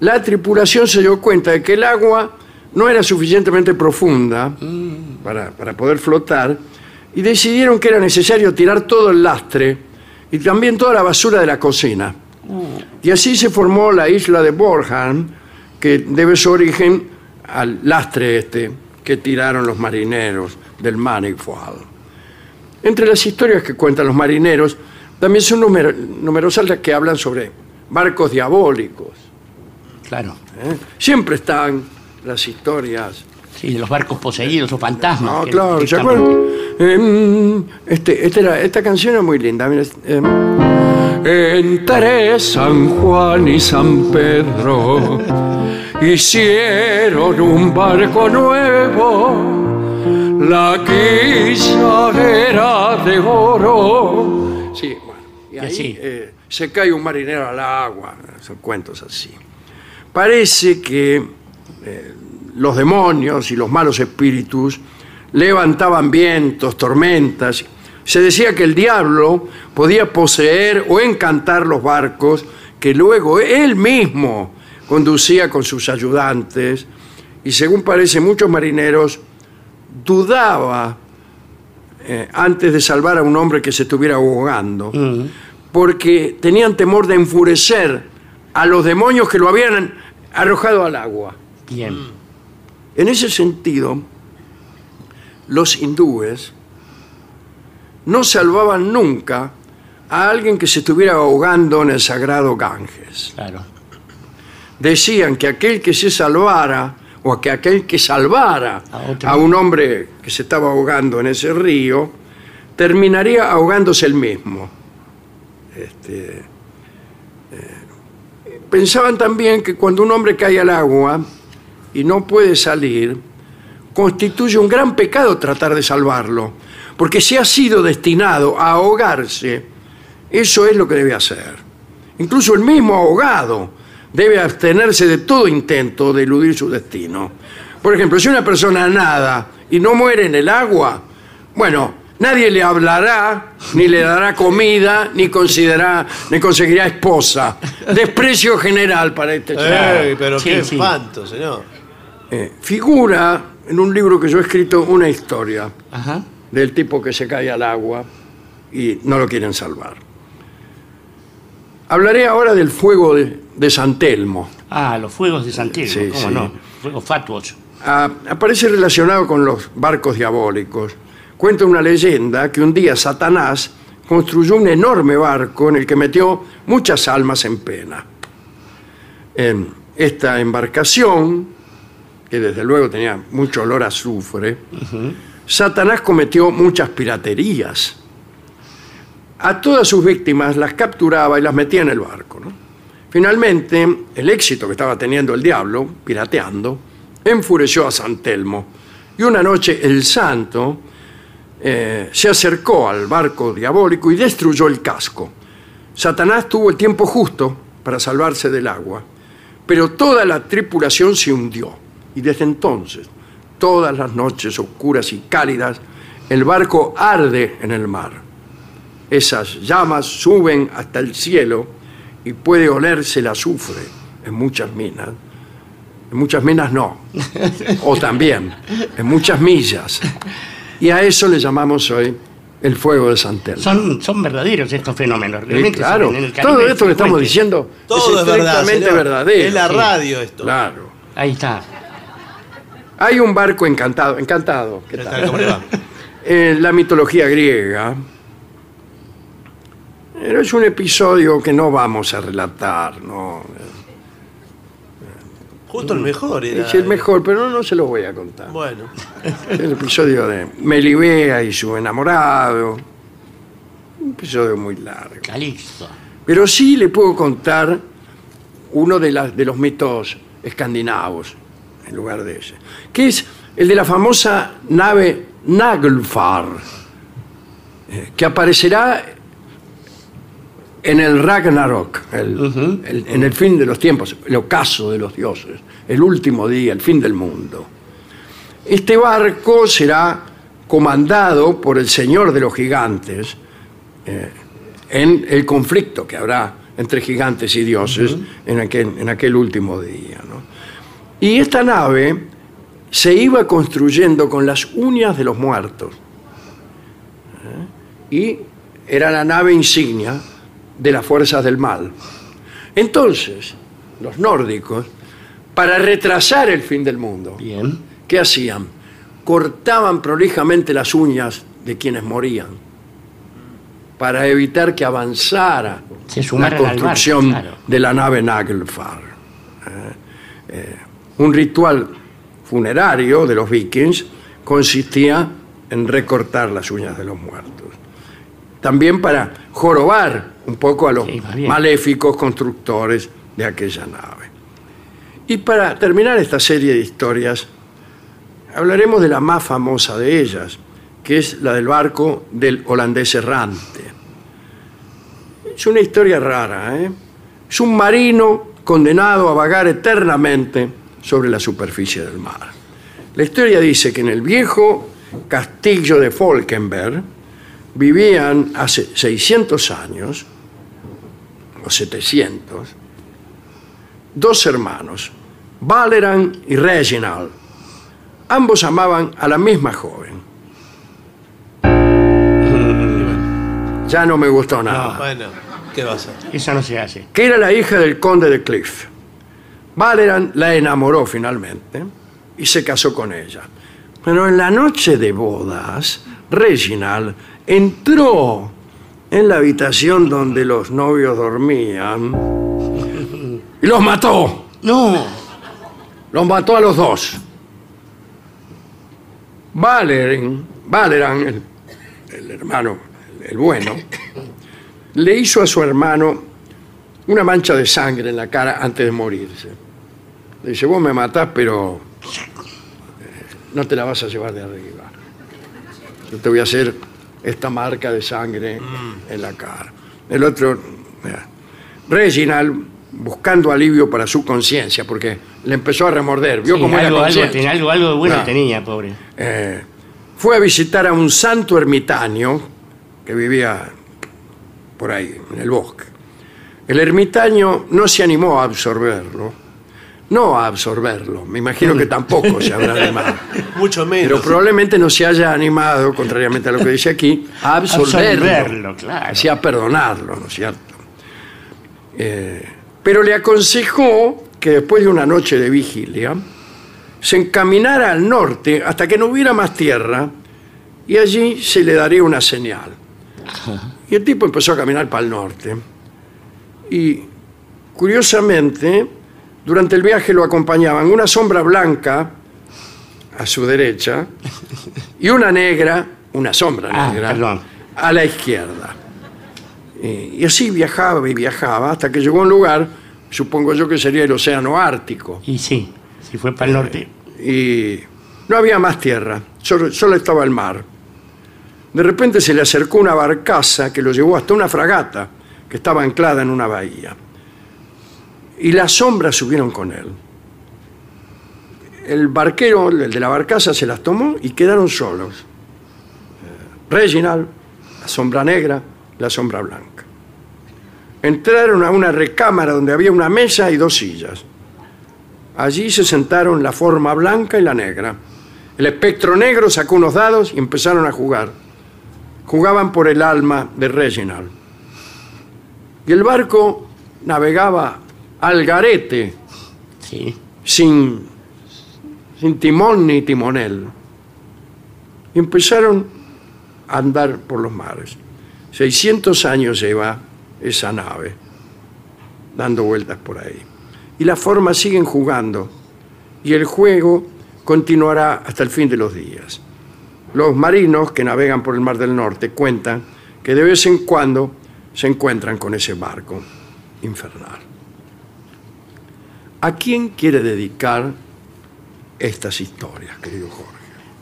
[SPEAKER 1] la tripulación se dio cuenta de que el agua no era suficientemente profunda para, para poder flotar y decidieron que era necesario tirar todo el lastre y también toda la basura de la cocina. Y así se formó la isla de Bornholm, que debe su origen al lastre este que tiraron los marineros del Manifold. Entre las historias que cuentan los marineros, también son numer- numerosas las que hablan sobre barcos diabólicos.
[SPEAKER 3] Claro.
[SPEAKER 1] ¿eh? Siempre están las historias
[SPEAKER 3] Sí, de los barcos poseídos o fantasmas.
[SPEAKER 1] No,
[SPEAKER 3] que-
[SPEAKER 1] claro,
[SPEAKER 3] que
[SPEAKER 1] ¿se
[SPEAKER 3] estamos-
[SPEAKER 1] acuerdan? Em, este, esta, era- esta canción es muy linda. mira, em. Entre San Juan y San Pedro hicieron un barco nuevo. La quilla era de oro. Sí, bueno. Y ahí,
[SPEAKER 3] así.
[SPEAKER 1] eh, se cae un marinero al agua. Son cuentos así. Parece que eh, los demonios y los malos espíritus levantaban vientos, tormentas. Se decía que el diablo podía poseer o encantar los barcos que luego él mismo conducía con sus ayudantes. Y según parece, muchos marineros dudaba eh, antes de salvar a un hombre que se estuviera ahogando,
[SPEAKER 3] Mm.
[SPEAKER 1] porque tenían temor de enfurecer a los demonios que lo habían arrojado al agua.
[SPEAKER 3] Bien.
[SPEAKER 1] En ese sentido, los hindúes no salvaban nunca a alguien que se estuviera ahogando en el sagrado Ganges
[SPEAKER 3] Claro.
[SPEAKER 1] decían que aquel que se salvara o que aquel que salvara
[SPEAKER 3] A
[SPEAKER 1] a,
[SPEAKER 3] otro.
[SPEAKER 1] un hombre que se estaba ahogando en ese río terminaría ahogándose él mismo. Este, eh, pensaban también que cuando un hombre cae al agua y no puede salir, constituye un gran pecado tratar de salvarlo, porque si ha sido destinado a ahogarse, eso es lo que debe hacer. Incluso el mismo ahogado debe abstenerse de todo intento de eludir su destino. Por ejemplo, si una persona nada y no muere en el agua, bueno, nadie le hablará, ni le dará comida, ni considerará, ni conseguirá esposa. Desprecio general para este chico.
[SPEAKER 2] Ey, pero
[SPEAKER 3] Sí,
[SPEAKER 2] qué
[SPEAKER 3] sí.
[SPEAKER 2] espanto, señor.
[SPEAKER 1] Eh, figura en un libro que yo he escrito una historia
[SPEAKER 3] Ajá.
[SPEAKER 1] del tipo que se cae al agua y no lo quieren salvar. Hablaré ahora del fuego de, de San Telmo.
[SPEAKER 3] Ah, los fuegos de Santiago,
[SPEAKER 1] Sí,
[SPEAKER 3] ¿cómo
[SPEAKER 1] sí.
[SPEAKER 3] no? Fuegos fatuos.
[SPEAKER 1] Ah, aparece relacionado con los barcos diabólicos. Cuenta una leyenda que un día Satanás construyó un enorme barco en el que metió muchas almas en pena. En esta embarcación, que desde luego tenía mucho olor a azufre, Satanás cometió muchas piraterías. A todas sus víctimas las capturaba y las metía en el barco. ¿no? Finalmente, el éxito que estaba teniendo el diablo, pirateando, enfureció a San Telmo. Y una noche el santo eh, se acercó al barco diabólico y destruyó el casco. Satanás tuvo el tiempo justo para salvarse del agua, pero toda la tripulación se hundió. Y desde entonces, todas las noches oscuras y cálidas, el barco arde en el mar. Esas llamas suben hasta el cielo y puede olerse el azufre en muchas minas. En muchas minas no. O también, en muchas millas. Y a eso le llamamos hoy el fuego de San Telmo.
[SPEAKER 3] Son, son verdaderos estos fenómenos.
[SPEAKER 1] Sí,
[SPEAKER 3] Realmente
[SPEAKER 1] Eh, claro,
[SPEAKER 3] son en el Caribe
[SPEAKER 1] todo esto que estamos
[SPEAKER 3] frecuentes.
[SPEAKER 1] diciendo
[SPEAKER 2] Todo es, verdad.
[SPEAKER 1] estrictamente
[SPEAKER 2] señor.
[SPEAKER 1] verdadero.
[SPEAKER 2] Es la radio esto.
[SPEAKER 1] Claro.
[SPEAKER 3] Ahí está.
[SPEAKER 1] Hay un barco encantado, encantado. ¿qué
[SPEAKER 2] ¿Qué
[SPEAKER 1] tal?
[SPEAKER 2] tal? ¿Cómo le va?
[SPEAKER 1] En la mitología griega, pero es un episodio que no vamos a relatar, no.
[SPEAKER 2] Justo el mejor era.
[SPEAKER 1] Es el mejor, pero no se lo voy a contar.
[SPEAKER 2] Bueno.
[SPEAKER 1] Es el episodio de Melibea y su enamorado. Un episodio muy largo.
[SPEAKER 3] Calixto.
[SPEAKER 1] Pero sí le puedo contar uno de, las- de los mitos escandinavos, en lugar de ese, que es el de la famosa nave Naglfar, eh, que aparecerá en el Ragnarok, el- el- en el fin de los tiempos, el ocaso de los dioses, el último día, el fin del mundo. Este barco será comandado por el señor de los gigantes, eh, en el conflicto que habrá entre gigantes y dioses en, aquel, en aquel último día. ¿no? Y esta nave se iba construyendo con las uñas de los muertos. ¿eh? Y era la nave insignia de las fuerzas del mal. Entonces, los nórdicos, para retrasar el fin del mundo,
[SPEAKER 3] Bien.
[SPEAKER 1] ¿qué hacían? Cortaban prolijamente las uñas de quienes morían para evitar que avanzara
[SPEAKER 3] Se
[SPEAKER 1] la
[SPEAKER 3] sumaron al barco,
[SPEAKER 1] construcción
[SPEAKER 3] claro.
[SPEAKER 1] de la nave Naglfar. Eh, eh, un ritual funerario de los vikings consistía en recortar las uñas de los muertos. También para jorobar un poco a los
[SPEAKER 3] Sí, más bien.
[SPEAKER 1] maléficos constructores de aquella nave. Y para terminar esta serie de historias, hablaremos de la más famosa de ellas, que es la del barco del holandés errante. Es una historia rara, ¿eh? Es un marino condenado a vagar eternamente sobre la superficie del mar. La historia dice que en el viejo castillo de Falkenberg vivían hace 600 años, o 700, dos hermanos, Valeran y Reginald. Ambos amaban a la misma joven. Ya no me gustó nada
[SPEAKER 2] Bueno, ¿qué va a hacer?
[SPEAKER 3] Eso no se hace.
[SPEAKER 1] que era la hija del conde de Cliff. Valeran la enamoró finalmente y se casó con ella. Pero en la noche de bodas, Reginald entró en la habitación donde los novios dormían y los mató.
[SPEAKER 3] No.
[SPEAKER 1] Los mató a los dos. Valeran, Valeran el, el hermano, el, el bueno, le hizo a su hermano una mancha de sangre en la cara antes de morirse. Le dice, vos me matás, pero eh, no te la vas a llevar de arriba. Yo te voy a hacer esta marca de sangre
[SPEAKER 3] Mm.
[SPEAKER 1] en la cara. El otro, mira, Reginald, buscando alivio para su conciencia, porque le empezó a remorder. Vio
[SPEAKER 3] Sí,
[SPEAKER 1] cómo era
[SPEAKER 3] algo, algo,
[SPEAKER 1] consciente.
[SPEAKER 3] tenía- algo, algo de bueno
[SPEAKER 1] Claro.
[SPEAKER 3] tenía, pobre.
[SPEAKER 1] Eh, fue a visitar a un santo ermitaño que vivía por ahí, en el bosque. El ermitaño no se animó a absorberlo. No a absorberlo, me imagino que tampoco se habrá animado.
[SPEAKER 2] Mucho
[SPEAKER 1] Pero
[SPEAKER 2] menos.
[SPEAKER 1] probablemente no se haya animado, contrariamente a lo que dice aquí, a absorberlo.
[SPEAKER 3] Absorberlo, claro.
[SPEAKER 1] Así a perdonarlo, ¿no es cierto? Eh, pero le aconsejó que después de una noche de vigilia se encaminara al norte hasta que no hubiera más tierra y allí se le daría una señal. Y el tipo empezó a caminar para el norte. Y curiosamente, durante el viaje lo acompañaban una sombra blanca a su derecha y una negra, una sombra
[SPEAKER 3] Ah,
[SPEAKER 1] negra,
[SPEAKER 3] perdón.
[SPEAKER 1] a la izquierda. Eh, Y así viajaba y viajaba hasta que llegó a un lugar, supongo yo que sería el Océano Ártico
[SPEAKER 3] Y sí, si fue
[SPEAKER 1] Eh,
[SPEAKER 3] para el norte.
[SPEAKER 1] y no había más tierra, solo, solo estaba el mar. De repente se le acercó una barcaza que lo llevó hasta una fragata que estaba anclada en una bahía. Y las sombras subieron con él. El barquero, el de la barcaza, se las tomó y quedaron solos. Eh, Reginald, la sombra negra, la sombra blanca. Entraron a una recámara donde había una mesa y dos sillas. Allí se sentaron la forma blanca y la negra. El espectro negro sacó unos dados y empezaron a jugar. Jugaban por el alma de Reginald. Y el barco navegaba al garete,
[SPEAKER 3] Sí.
[SPEAKER 1] sin, sin timón ni timonel. Y empezaron a andar por los mares. 600 años lleva esa nave, dando vueltas por ahí. Y las formas siguen jugando. Y el juego continuará hasta el fin de los días. Los marinos que navegan por el Mar del Norte cuentan que de vez en cuando se encuentran con ese barco infernal. ¿A quién quiere dedicar estas historias, querido Jorge?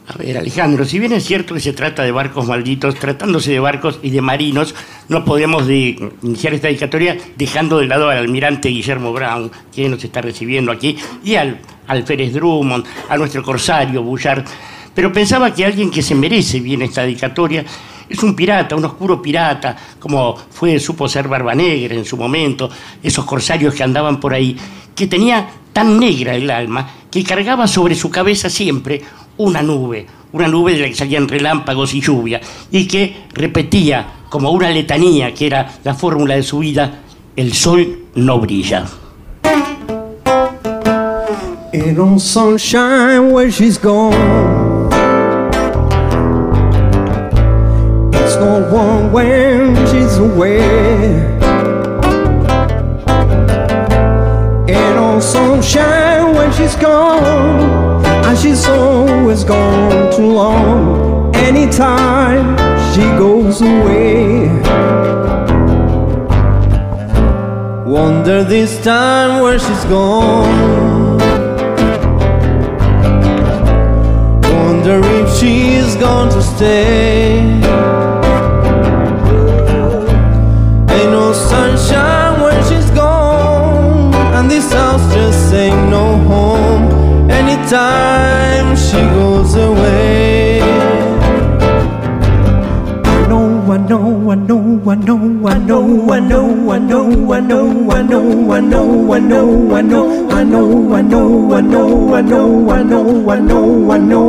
[SPEAKER 3] A ver, Alejandro, si bien es cierto que se trata de barcos malditos, tratándose de barcos y de marinos, no podemos de- iniciar esta dedicatoria dejando de lado al almirante Guillermo Brown, que nos está recibiendo aquí, y al, al Pérez Drummond, a nuestro corsario Bullard. Pero pensaba que alguien que se merece bien esta dedicatoria es un pirata, un oscuro pirata, como fue, supo ser Barbanegra en su momento, esos corsarios que andaban por ahí, que tenía tan negra el alma que cargaba sobre su cabeza siempre una nube, una nube de la que salían relámpagos y lluvia, y que repetía como una letanía que era la fórmula de su vida, el sol no brilla.
[SPEAKER 6] It don't sunshine where she's gone. It's no warm when she days away. And on sunshine when she's gone, and she's always gone too long. Anytime she goes away. Wonder this time where she's gone. Wonder if she's going to stay. Ain't no sunshine when she's gone, and this house just ain't no home. Anytime she goes away. I know, I know, I know, I know, I know, I know, I know, I know, I know, I know, I know, I know, I know, I know, I know, I know, I know, I know, I know.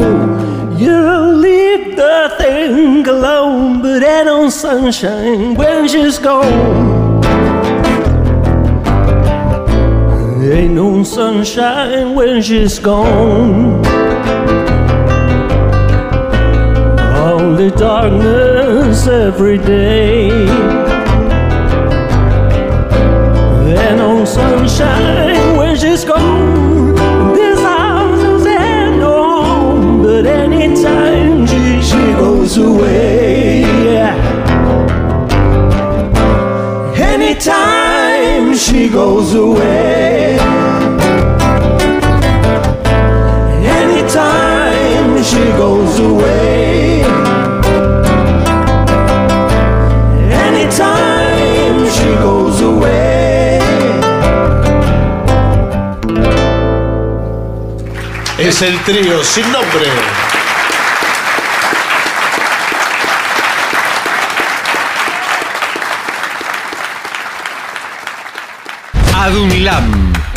[SPEAKER 6] You leave the thing alone, but ain't no sunshine when she's gone. Ain't no sunshine when she's gone. Only darkness every day. And no sunshine when she's gone. This house is at home, but anytime she, she goes away. Anytime she goes away. Anytime she goes away. Anytime she goes away.
[SPEAKER 2] Es el trío sin nombre.
[SPEAKER 7] ADUNILAM,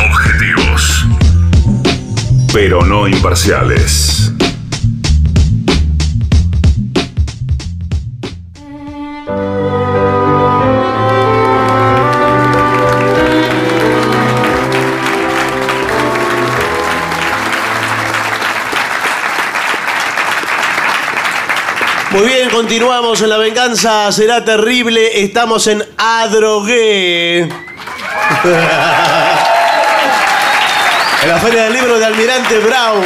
[SPEAKER 4] Objetivos. Pero no imparciales.
[SPEAKER 2] Muy bien, continuamos en La Venganza Será Terrible. Estamos en Adrogué. en la Feria del Libro de Almirante Brown.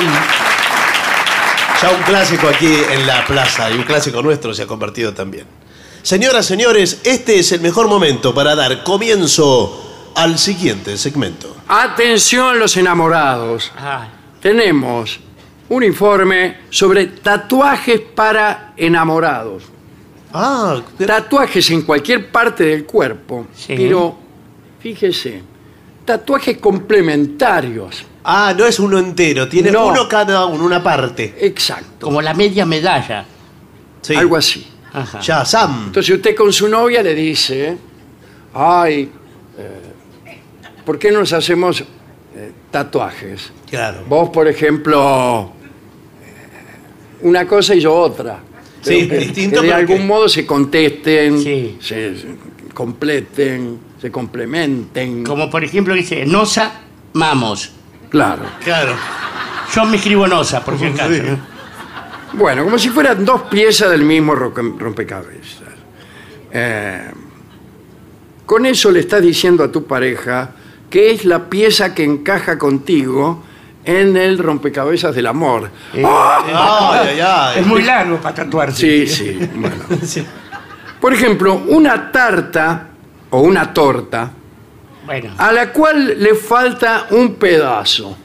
[SPEAKER 2] Ya un clásico aquí en la plaza y un clásico nuestro se ha convertido también. Señoras, señores, este es el mejor momento para dar comienzo al siguiente segmento.
[SPEAKER 1] Atención los enamorados.
[SPEAKER 3] Ah,
[SPEAKER 1] Tenemos un informe sobre tatuajes para enamorados.
[SPEAKER 2] Ah,
[SPEAKER 1] Tatuajes en cualquier parte del cuerpo,
[SPEAKER 3] Sí.
[SPEAKER 1] pero fíjese, tatuajes complementarios.
[SPEAKER 2] ah, no es uno entero, tiene
[SPEAKER 1] No.
[SPEAKER 2] uno cada uno, una parte.
[SPEAKER 1] Exacto,
[SPEAKER 3] Como la media medalla.
[SPEAKER 2] Sí.
[SPEAKER 1] algo así.
[SPEAKER 3] Ajá.
[SPEAKER 2] Ya, Sam.
[SPEAKER 1] Entonces usted con su novia le dice, ay, eh, ¿por qué nos hacemos eh, tatuajes?
[SPEAKER 2] Claro.
[SPEAKER 1] Vos, por ejemplo, eh, una cosa y yo otra.
[SPEAKER 2] Sí,
[SPEAKER 1] Pero que-
[SPEAKER 2] distinto,
[SPEAKER 1] que de
[SPEAKER 2] pero
[SPEAKER 1] algún
[SPEAKER 2] que-
[SPEAKER 1] modo se contesten,
[SPEAKER 3] Sí.
[SPEAKER 1] se, se completen, se complementen.
[SPEAKER 3] Como por ejemplo dice, Nosa, Mamos.
[SPEAKER 1] Claro.
[SPEAKER 2] Claro.
[SPEAKER 3] Yo me escribo Nosa, por si acaso.
[SPEAKER 2] Sí.
[SPEAKER 1] Bueno, como si fueran dos piezas del mismo roque- rompecabezas. Eh, con eso le estás diciendo a tu pareja que es la pieza que encaja contigo en el rompecabezas del amor.
[SPEAKER 2] Eh,
[SPEAKER 1] ¡Ah!
[SPEAKER 2] Ay, ay, ay.
[SPEAKER 3] Es muy largo para
[SPEAKER 1] Sí,
[SPEAKER 3] tatuarse.
[SPEAKER 1] sí. bueno. Por ejemplo, una tarta o una torta
[SPEAKER 3] Bueno,
[SPEAKER 1] a la cual le falta un pedazo.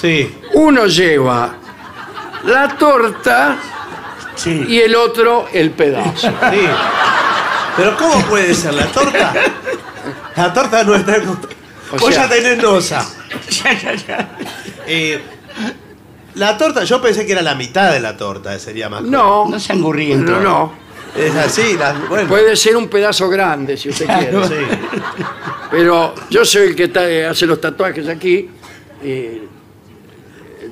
[SPEAKER 2] Sí.
[SPEAKER 1] Uno lleva la torta
[SPEAKER 3] sí.
[SPEAKER 1] y el otro el pedazo.
[SPEAKER 2] Sí. Pero ¿cómo puede ser la torta? La torta no está en
[SPEAKER 1] O
[SPEAKER 2] Vos
[SPEAKER 1] sea-
[SPEAKER 2] ya tenés nosa. Eh, la torta, yo pensé que era la mitad de la torta, sería más.
[SPEAKER 1] No,
[SPEAKER 3] No se angurrien.
[SPEAKER 1] no, no.
[SPEAKER 2] Es así, las- bueno.
[SPEAKER 1] Puede ser un pedazo grande, si usted quiere.
[SPEAKER 2] Sí.
[SPEAKER 1] Pero yo soy el que ta- eh, hace los tatuajes aquí y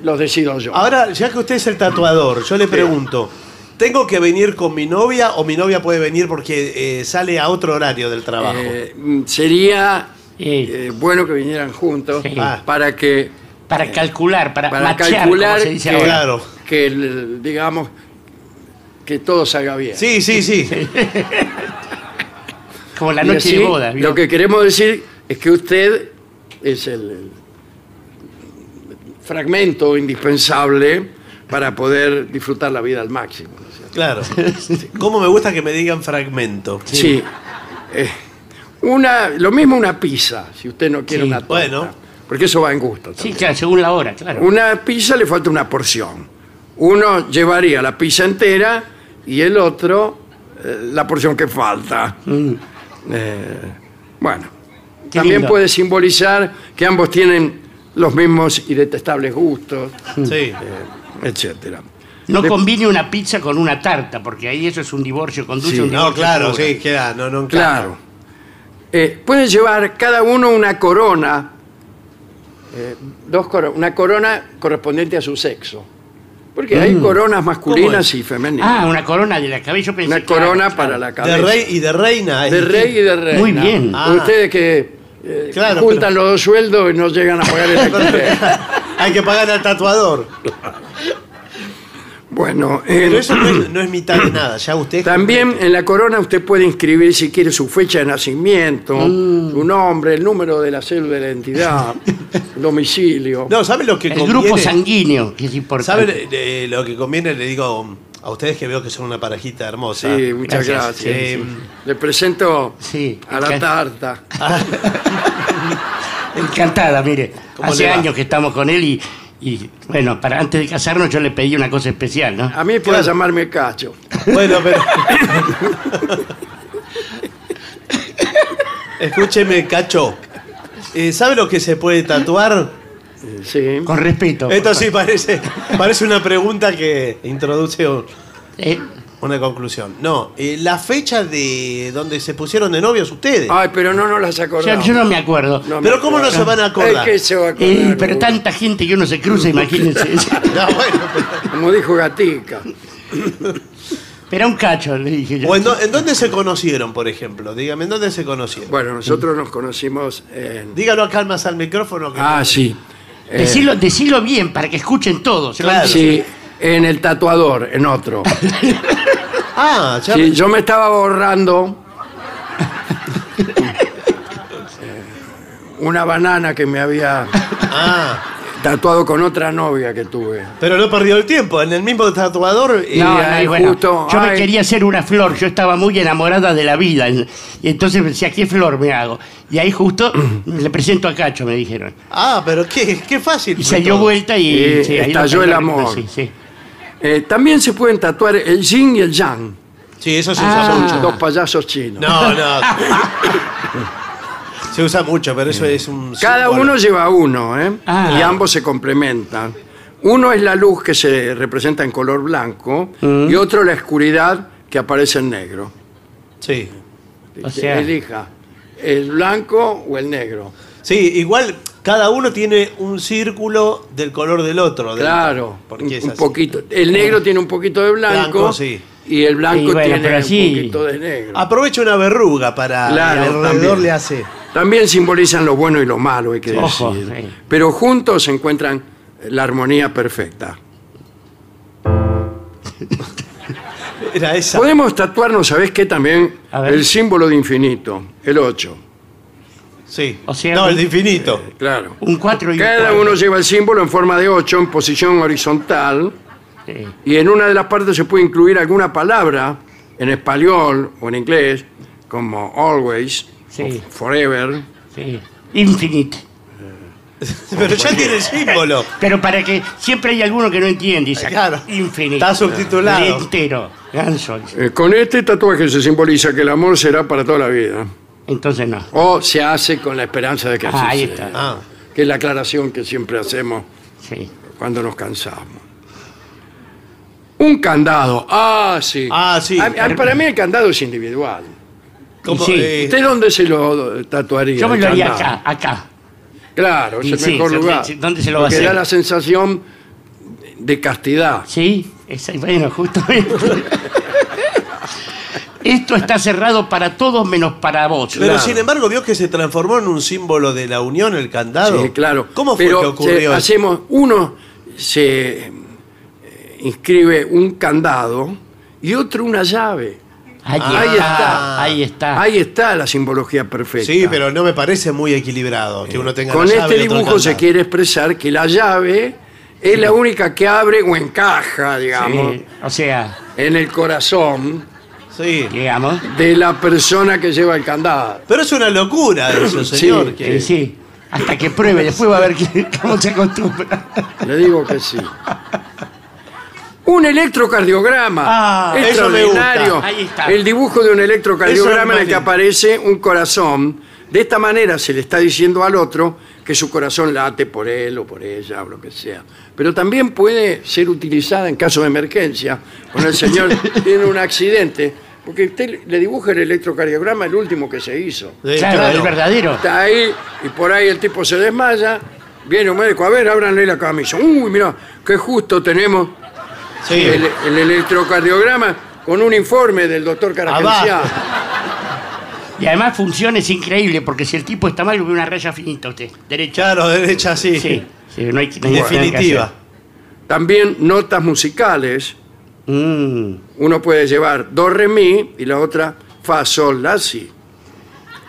[SPEAKER 1] los decido yo.
[SPEAKER 2] Ahora, ya que usted es el tatuador, yo le pregunto, ¿tengo que venir con mi novia o mi novia puede venir porque eh, sale a otro horario del trabajo?
[SPEAKER 1] Eh, mm, sería
[SPEAKER 3] Sí.
[SPEAKER 1] eh, bueno que vinieran juntos
[SPEAKER 3] Sí.
[SPEAKER 1] ah, para que
[SPEAKER 3] Para calcular, para,
[SPEAKER 1] para
[SPEAKER 3] machear,
[SPEAKER 1] calcular
[SPEAKER 3] como se dice
[SPEAKER 1] que,
[SPEAKER 3] ahora.
[SPEAKER 2] Claro.
[SPEAKER 1] que el- digamos que todo salga bien.
[SPEAKER 2] sí, sí, sí.
[SPEAKER 3] Como la
[SPEAKER 1] Y
[SPEAKER 3] noche
[SPEAKER 1] así,
[SPEAKER 3] de bodas. ¿vio?
[SPEAKER 1] Lo que queremos decir es que usted es el, el fragmento indispensable para poder disfrutar la vida al máximo. ¿no es cierto?
[SPEAKER 2] Claro. ¿Cómo me gusta que me digan fragmento?
[SPEAKER 1] Sí. Eh, una, lo mismo una pizza, si usted no quiere
[SPEAKER 3] Sí,
[SPEAKER 1] una torta.
[SPEAKER 2] bueno.
[SPEAKER 1] Porque eso va en gusto.
[SPEAKER 3] Sí,
[SPEAKER 1] también.
[SPEAKER 3] claro, según la hora, claro.
[SPEAKER 1] Una pizza le falta una porción. Uno llevaría la pizza entera y el otro eh, la porción que falta. Eh, bueno,
[SPEAKER 3] Mm. Qué
[SPEAKER 1] también
[SPEAKER 3] lindo.
[SPEAKER 1] puede simbolizar que ambos tienen los mismos y detestables gustos,
[SPEAKER 2] Sí.
[SPEAKER 1] etcétera.
[SPEAKER 3] No
[SPEAKER 1] De-
[SPEAKER 3] combine una pizza con una tarta, porque ahí eso es un divorcio, conduce
[SPEAKER 1] Sí.
[SPEAKER 3] a un divorcio.
[SPEAKER 2] No, claro,
[SPEAKER 3] seguro.
[SPEAKER 2] sí, queda, no, no,
[SPEAKER 1] Claro. Eh, pueden llevar cada uno una corona, eh, dos coro- una corona correspondiente a su sexo. Porque
[SPEAKER 3] Mm.
[SPEAKER 1] hay coronas masculinas y femeninas.
[SPEAKER 3] Ah, una corona de la cabeza. yo pensé,
[SPEAKER 1] una
[SPEAKER 3] claro,
[SPEAKER 1] corona
[SPEAKER 3] claro.
[SPEAKER 1] para la
[SPEAKER 2] De
[SPEAKER 1] cabeza.
[SPEAKER 2] rey y de reina. es
[SPEAKER 1] De
[SPEAKER 2] distinto.
[SPEAKER 1] rey y de reina.
[SPEAKER 3] Muy bien.
[SPEAKER 2] Ah.
[SPEAKER 1] Ustedes que eh,
[SPEAKER 2] Claro,
[SPEAKER 1] juntan los dos sueldos y no llegan a pagar el alquiler.
[SPEAKER 2] Hay que pagar al tatuador.
[SPEAKER 1] bueno, eh,
[SPEAKER 2] Pero eso no es, no es mitad de nada. Ya usted.
[SPEAKER 1] también en la corona usted puede inscribir si quiere su fecha de nacimiento,
[SPEAKER 2] Mm.
[SPEAKER 1] su nombre, el número de la cédula de la identidad, domicilio.
[SPEAKER 2] No, ¿sabe lo que
[SPEAKER 3] El
[SPEAKER 2] conviene?
[SPEAKER 3] grupo sanguíneo, que es importante.
[SPEAKER 2] ¿Sabe eh, lo que conviene? Le digo a ustedes que veo que son una parejita hermosa.
[SPEAKER 1] Sí, muchas
[SPEAKER 3] Gracias.
[SPEAKER 1] gracias.
[SPEAKER 2] ah, Eh,
[SPEAKER 1] Le presento
[SPEAKER 3] Sí.
[SPEAKER 1] a la tarta.
[SPEAKER 2] Ah,
[SPEAKER 3] Encantada, mire.
[SPEAKER 2] ¿Cómo
[SPEAKER 3] Hace
[SPEAKER 2] le va?
[SPEAKER 3] años que estamos con él y, y, bueno, para antes de casarnos yo le pedí una cosa especial, ¿no?
[SPEAKER 1] A mí puede llamarme Cacho.
[SPEAKER 2] Bueno, pero. Escúcheme, Cacho. Eh, ¿Sabe lo que se puede tatuar? Eh,
[SPEAKER 1] Sí.
[SPEAKER 3] Con respeto.
[SPEAKER 2] Esto sí parece, parece una pregunta que introduce un-
[SPEAKER 3] Eh,
[SPEAKER 2] una conclusión. No, eh, la fecha de donde se pusieron de novios ustedes.
[SPEAKER 3] Ah.
[SPEAKER 1] Ay, pero no nos las
[SPEAKER 3] yo,
[SPEAKER 1] acordamos.
[SPEAKER 3] yo no me acuerdo.
[SPEAKER 1] No me
[SPEAKER 2] Pero ¿cómo no
[SPEAKER 1] acuerdo.
[SPEAKER 2] se van a
[SPEAKER 1] Es
[SPEAKER 2] acordar?
[SPEAKER 1] que se va a acordar.
[SPEAKER 3] Eh, pero
[SPEAKER 1] uno.
[SPEAKER 3] tanta gente que uno se cruza, imagínense.
[SPEAKER 2] No, Ah, bueno, pero-
[SPEAKER 1] Como dijo Gatica.
[SPEAKER 3] Pero un cacho, le dije yo.
[SPEAKER 2] O en, do- en dónde se conocieron, por ejemplo? Dígame, ¿en dónde se conocieron?
[SPEAKER 1] Bueno, nosotros nos conocimos en...
[SPEAKER 2] Dígalo acá más al micrófono. que-
[SPEAKER 1] Ah, sí. Eh,
[SPEAKER 3] decilo, decilo bien para que escuchen todos. se lo
[SPEAKER 2] Claro.
[SPEAKER 3] digo.
[SPEAKER 1] sí, en el tatuador, en otro.
[SPEAKER 2] Ah, ya.
[SPEAKER 1] Sí, yo me estaba borrando eh, una banana que me había
[SPEAKER 2] Ah,
[SPEAKER 1] tatuado con otra novia que tuve.
[SPEAKER 2] pero no perdió el tiempo. En el mismo tatuador. eh,
[SPEAKER 3] No,
[SPEAKER 1] Y
[SPEAKER 3] no,
[SPEAKER 1] ahí
[SPEAKER 3] y bueno,
[SPEAKER 1] justo,
[SPEAKER 3] yo me
[SPEAKER 1] ay.
[SPEAKER 3] quería hacer una flor, yo estaba muy enamorada de la vida. en- Y entonces decía, ¿qué flor me hago? Y ahí justo le presento a Cacho, me dijeron.
[SPEAKER 2] Ah, pero qué, qué fácil.
[SPEAKER 3] Y
[SPEAKER 2] fue
[SPEAKER 3] se dio
[SPEAKER 2] todo.
[SPEAKER 3] vuelta y,
[SPEAKER 1] Y
[SPEAKER 3] sí, ahí lo
[SPEAKER 1] estalló el
[SPEAKER 3] cambiaron,
[SPEAKER 1] amor.
[SPEAKER 3] Sí, sí.
[SPEAKER 1] Eh, también se pueden tatuar el yin y el yang.
[SPEAKER 2] Sí, eso se
[SPEAKER 3] Ah.
[SPEAKER 2] usa
[SPEAKER 1] Son
[SPEAKER 2] mucho.
[SPEAKER 1] dos payasos chinos.
[SPEAKER 2] No, no. se usa mucho, pero eso es un.
[SPEAKER 1] Cada
[SPEAKER 2] símbolo.
[SPEAKER 1] uno lleva uno, ¿eh?
[SPEAKER 3] Ah.
[SPEAKER 1] y ambos se complementan. Uno es la luz que se representa en color blanco
[SPEAKER 3] Mm.
[SPEAKER 1] y otro la oscuridad que aparece en negro.
[SPEAKER 2] Sí.
[SPEAKER 3] O sea-
[SPEAKER 1] Elija, ¿el blanco o el negro?
[SPEAKER 2] Sí, igual cada uno tiene un círculo del color del otro. del-
[SPEAKER 1] Claro, un,
[SPEAKER 2] Porque es
[SPEAKER 1] un
[SPEAKER 2] así. Eh.
[SPEAKER 1] poquito. El negro tiene un poquito de blanco,
[SPEAKER 2] Blanco, sí. Ah.
[SPEAKER 1] y el blanco
[SPEAKER 3] Y bueno,
[SPEAKER 1] tiene
[SPEAKER 3] pero así-
[SPEAKER 1] un poquito de negro.
[SPEAKER 2] Aprovecha una verruga para.
[SPEAKER 1] Claro,
[SPEAKER 2] y alrededor
[SPEAKER 1] también.
[SPEAKER 2] le hace.
[SPEAKER 1] También simbolizan lo bueno y lo malo, hay que decir.
[SPEAKER 3] Ojo, sí.
[SPEAKER 1] Pero juntos se encuentran la armonía perfecta.
[SPEAKER 2] Era esa.
[SPEAKER 1] Podemos tatuarnos, ¿sabés qué? También
[SPEAKER 3] A ver.
[SPEAKER 1] el símbolo de infinito, el 8.
[SPEAKER 2] Sí.
[SPEAKER 3] O sea,
[SPEAKER 2] no,
[SPEAKER 3] un-
[SPEAKER 2] el de infinito.
[SPEAKER 1] Claro.
[SPEAKER 3] Un 4 y un
[SPEAKER 1] Cada
[SPEAKER 3] cuatro.
[SPEAKER 1] uno lleva el símbolo en forma de 8 en posición horizontal
[SPEAKER 3] Sí.
[SPEAKER 1] y en una de las partes se puede incluir alguna palabra en español o en inglés, como always,
[SPEAKER 3] Sí.
[SPEAKER 1] o forever.
[SPEAKER 3] Sí. Infinite.
[SPEAKER 2] Pero ya tiene el símbolo.
[SPEAKER 3] Pero para que siempre hay alguno que no entiende. y saca,
[SPEAKER 2] Claro.
[SPEAKER 3] Infinite.
[SPEAKER 2] Está subtitulado.
[SPEAKER 3] Entero. Ganso.
[SPEAKER 1] Eh, con este tatuaje se simboliza que el amor será para toda la vida.
[SPEAKER 3] Entonces no.
[SPEAKER 1] O se hace con la esperanza de que así
[SPEAKER 3] Ah, ahí
[SPEAKER 1] sea,
[SPEAKER 3] está.
[SPEAKER 2] Ah.
[SPEAKER 1] que es la aclaración que siempre hacemos
[SPEAKER 3] Sí.
[SPEAKER 1] cuando nos cansamos. Un candado. Ah, sí.
[SPEAKER 2] Ah, sí.
[SPEAKER 1] A- a- para mí el candado es individual.
[SPEAKER 2] Como,
[SPEAKER 3] sí.
[SPEAKER 2] eh,
[SPEAKER 1] ¿Usted dónde se lo tatuaría?
[SPEAKER 3] Yo me
[SPEAKER 1] el
[SPEAKER 3] lo haría
[SPEAKER 1] candado?
[SPEAKER 3] acá, acá.
[SPEAKER 1] Claro, es
[SPEAKER 3] Y
[SPEAKER 1] el
[SPEAKER 3] sí,
[SPEAKER 1] mejor
[SPEAKER 3] se-
[SPEAKER 1] lugar.
[SPEAKER 3] se- ¿dónde se lo va a
[SPEAKER 1] Porque
[SPEAKER 3] hacer?
[SPEAKER 1] da la sensación de castidad.
[SPEAKER 3] Sí, esa- bueno, justamente. Esto está cerrado para todos menos para vos.
[SPEAKER 2] pero
[SPEAKER 3] Claro.
[SPEAKER 2] sin embargo vio que se transformó en un símbolo de la unión el candado.
[SPEAKER 1] Sí, claro.
[SPEAKER 2] ¿Cómo fue
[SPEAKER 1] Pero
[SPEAKER 2] que
[SPEAKER 1] se-
[SPEAKER 2] ocurrió? eso?
[SPEAKER 1] hacemos, uno se eh, inscribe un candado y otro una llave.
[SPEAKER 3] Ahí,
[SPEAKER 1] Ahí
[SPEAKER 3] está,
[SPEAKER 1] está.
[SPEAKER 3] ahí está.
[SPEAKER 1] Ahí está la simbología perfecta.
[SPEAKER 2] Sí, pero no me parece muy equilibrado que uno tenga
[SPEAKER 1] Con
[SPEAKER 2] la
[SPEAKER 1] este
[SPEAKER 2] llave y otro el
[SPEAKER 1] dibujo se
[SPEAKER 2] candado.
[SPEAKER 1] quiere expresar que la llave es la única que abre o encaja, digamos,
[SPEAKER 3] Sí, o sea,
[SPEAKER 1] en el corazón
[SPEAKER 2] Sí.
[SPEAKER 3] digamos.
[SPEAKER 1] de la persona que lleva el candado.
[SPEAKER 2] Pero es una locura eso, señor. que-
[SPEAKER 3] eh, sí, hasta que pruebe, después va a ver que- cómo se acostumbra.
[SPEAKER 1] Le digo que sí. Un electrocardiograma.
[SPEAKER 3] Ah,
[SPEAKER 2] eso me gusta.
[SPEAKER 1] Extraordinario.
[SPEAKER 3] Ahí está.
[SPEAKER 1] El dibujo de un
[SPEAKER 2] Eso es
[SPEAKER 1] electrocardiograma en el que
[SPEAKER 2] más
[SPEAKER 1] aparece un corazón. De esta manera se le está diciendo al otro que su corazón late por él o por ella o lo que sea. Pero también puede ser utilizada en caso de emergencia. Cuando el señor tiene un accidente, porque usted le dibuja el electrocardiograma el último que se hizo.
[SPEAKER 2] Sí,
[SPEAKER 3] claro, el verdadero.
[SPEAKER 1] Está ahí y por ahí el tipo se desmaya. Viene un médico, a ver, ábranle la camisa. Uy, mira, qué justo tenemos
[SPEAKER 2] Sí.
[SPEAKER 1] el, el electrocardiograma con un informe del doctor Caragenciá.
[SPEAKER 3] Y además funciona, es increíble, porque si el tipo está mal, ve una raya finita usted. Derecha.
[SPEAKER 2] Claro, derecha sí.
[SPEAKER 3] Sí, sí, no hay, no hay nada que
[SPEAKER 2] Definitiva.
[SPEAKER 1] También notas musicales.
[SPEAKER 3] hacer. Mm,
[SPEAKER 1] Uno puede llevar do, re, mi y la otra fa, sol, la, si.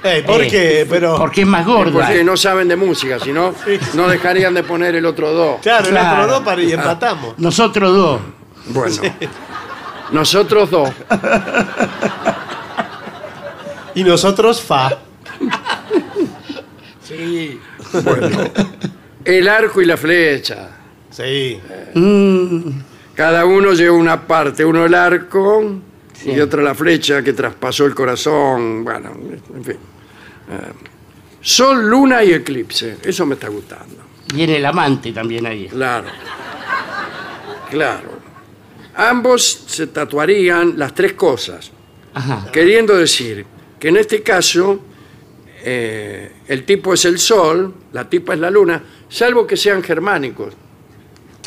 [SPEAKER 2] Eh, ¿Por
[SPEAKER 3] eh,
[SPEAKER 2] qué? Pero.
[SPEAKER 3] Porque es más gorda.
[SPEAKER 1] Porque no saben de música, si no, no dejarían de poner el otro do.
[SPEAKER 2] Claro, el
[SPEAKER 3] Claro.
[SPEAKER 2] otro dos para y empatamos.
[SPEAKER 3] Nosotros dos.
[SPEAKER 1] Bueno, nosotros dos.
[SPEAKER 2] Y nosotros fa.
[SPEAKER 1] Bueno, el arco y la flecha.
[SPEAKER 2] Sí.
[SPEAKER 3] Mm,
[SPEAKER 1] Cada uno lleva una parte, uno el arco y otro la flecha que traspasó el corazón. Bueno, en fin. Eh, sol, luna y eclipse. Eso me está gustando.
[SPEAKER 3] viene el amante también ahí.
[SPEAKER 1] Claro. Claro. Ambos se tatuarían las tres cosas,
[SPEAKER 3] Ajá.
[SPEAKER 1] queriendo decir que en este caso eh, el tipo es el sol, la tipa es la luna, salvo que sean germánicos.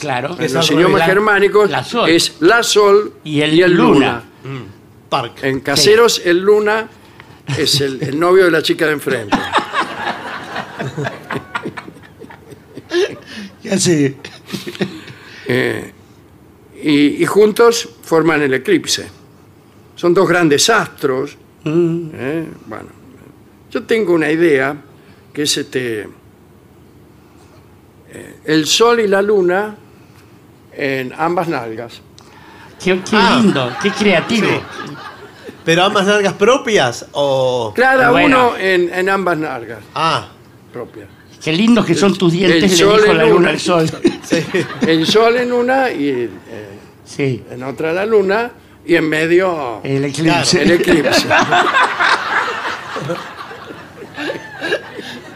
[SPEAKER 3] Claro.
[SPEAKER 1] En los idiomas
[SPEAKER 3] La-
[SPEAKER 1] germánicos
[SPEAKER 3] la sol.
[SPEAKER 1] es la sol
[SPEAKER 3] Y el luna.
[SPEAKER 2] Park.
[SPEAKER 1] En Caseros, el Luna es el, el novio de la chica de enfrente.
[SPEAKER 3] Ya sé.
[SPEAKER 1] Eh, y, y juntos forman el eclipse. Son dos grandes astros.
[SPEAKER 3] Mm.
[SPEAKER 1] ¿eh? Bueno, yo tengo una idea que es este. eh, el sol y la luna en ambas nalgas.
[SPEAKER 3] Qué, qué
[SPEAKER 2] Ah.
[SPEAKER 3] lindo, qué creativo.
[SPEAKER 2] ¿Pero ambas largas propias o.?
[SPEAKER 1] Cada
[SPEAKER 3] Bueno.
[SPEAKER 1] uno en, en ambas nalgas
[SPEAKER 2] Ah,
[SPEAKER 1] propias.
[SPEAKER 3] Qué lindos que son tus dientes,
[SPEAKER 1] el
[SPEAKER 3] le
[SPEAKER 1] sol
[SPEAKER 3] dijo
[SPEAKER 1] en
[SPEAKER 3] la luna
[SPEAKER 1] luna.
[SPEAKER 3] al sol.
[SPEAKER 2] sí.
[SPEAKER 1] El sol en una y eh,
[SPEAKER 3] Sí,
[SPEAKER 1] en otra la luna y en medio
[SPEAKER 3] el
[SPEAKER 2] Claro,
[SPEAKER 3] eclipse.
[SPEAKER 1] el eclipse.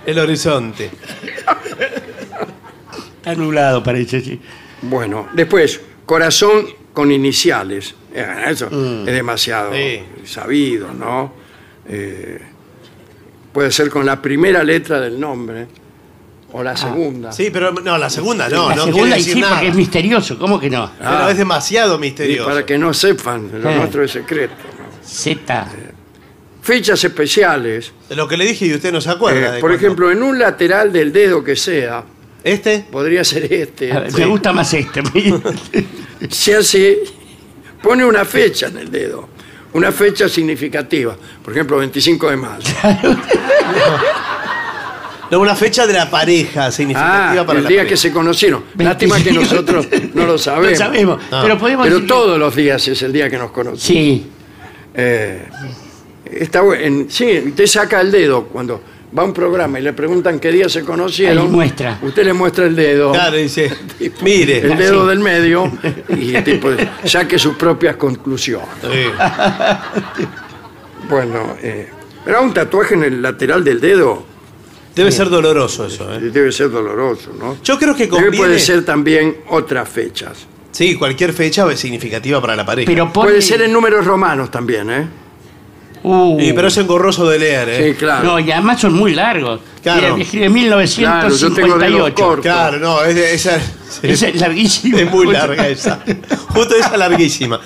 [SPEAKER 2] El horizonte.
[SPEAKER 3] Está nublado, parece, sí.
[SPEAKER 1] Bueno, después, corazón con iniciales. Eh, Eso
[SPEAKER 3] Mm.
[SPEAKER 1] es demasiado
[SPEAKER 2] Sí.
[SPEAKER 1] sabido, ¿no? Eh, puede ser con la primera letra del nombre o
[SPEAKER 3] Ah,
[SPEAKER 1] la segunda.
[SPEAKER 2] Sí, pero no, la segunda no,
[SPEAKER 3] la
[SPEAKER 2] no quiere
[SPEAKER 3] segunda y
[SPEAKER 2] decir
[SPEAKER 3] sí,
[SPEAKER 2] nada.
[SPEAKER 3] porque es misterioso, ¿cómo que no?
[SPEAKER 2] Pero es demasiado
[SPEAKER 1] Ah. Y
[SPEAKER 2] misterioso.
[SPEAKER 1] para que no sepan, lo
[SPEAKER 3] Sí.
[SPEAKER 1] nuestro es secreto. ¿no?
[SPEAKER 3] Z.
[SPEAKER 1] Fechas especiales.
[SPEAKER 2] De Lo que le dije y usted no se
[SPEAKER 1] Eh,
[SPEAKER 2] acuerda. de
[SPEAKER 1] por
[SPEAKER 2] cuándo.
[SPEAKER 1] ejemplo, en un lateral del dedo que sea,
[SPEAKER 2] ¿Este?
[SPEAKER 1] podría ser este.
[SPEAKER 3] A ver, Me gusta más este.
[SPEAKER 1] se hace, pone una fecha en el dedo, una fecha significativa, por ejemplo, 25 de mayo.
[SPEAKER 2] No, una fecha de la pareja
[SPEAKER 1] Ah,
[SPEAKER 2] significativa para
[SPEAKER 1] el
[SPEAKER 2] la
[SPEAKER 1] día
[SPEAKER 2] pareja.
[SPEAKER 1] que se conocieron. Lástima que nosotros no lo sabemos.
[SPEAKER 3] No sabemos,
[SPEAKER 2] Ah.
[SPEAKER 3] pero podemos
[SPEAKER 1] Pero
[SPEAKER 3] decir que-
[SPEAKER 1] todos los días es el día que nos conocemos.
[SPEAKER 3] Sí,
[SPEAKER 1] Eh, está bu- en- sí, usted saca el dedo cuando va a un programa y le preguntan qué día se conocieron.
[SPEAKER 3] Ahí muestra.
[SPEAKER 1] Usted le muestra el dedo.
[SPEAKER 2] Claro, dice. Mire.
[SPEAKER 1] El dedo del medio y tipo, saque sus propias conclusiones.
[SPEAKER 2] Sí.
[SPEAKER 1] Bueno, eh, pero un tatuaje en el lateral del dedo
[SPEAKER 2] Debe ser doloroso eso, ¿eh?
[SPEAKER 1] debe ser doloroso, ¿no?
[SPEAKER 2] Yo creo que
[SPEAKER 1] Debe-
[SPEAKER 2] conviene.
[SPEAKER 1] puede ser también otras fechas.
[SPEAKER 2] Sí, cualquier fecha es significativa para la pareja.
[SPEAKER 3] Pero pone-
[SPEAKER 1] Puede ser en números romanos también, ¿eh?
[SPEAKER 3] Uh.
[SPEAKER 2] Y, pero es engorroso de leer, ¿eh?
[SPEAKER 1] Sí, claro.
[SPEAKER 3] No, y además son muy largos.
[SPEAKER 2] Claro.
[SPEAKER 3] Mira, escribe
[SPEAKER 1] Claro, yo tengo dedos
[SPEAKER 3] 1958.
[SPEAKER 1] cortos.
[SPEAKER 2] Claro, no, es, esa, sí.
[SPEAKER 3] Esa es larguísima.
[SPEAKER 2] Es muy larga esa. Justo esa larguísima.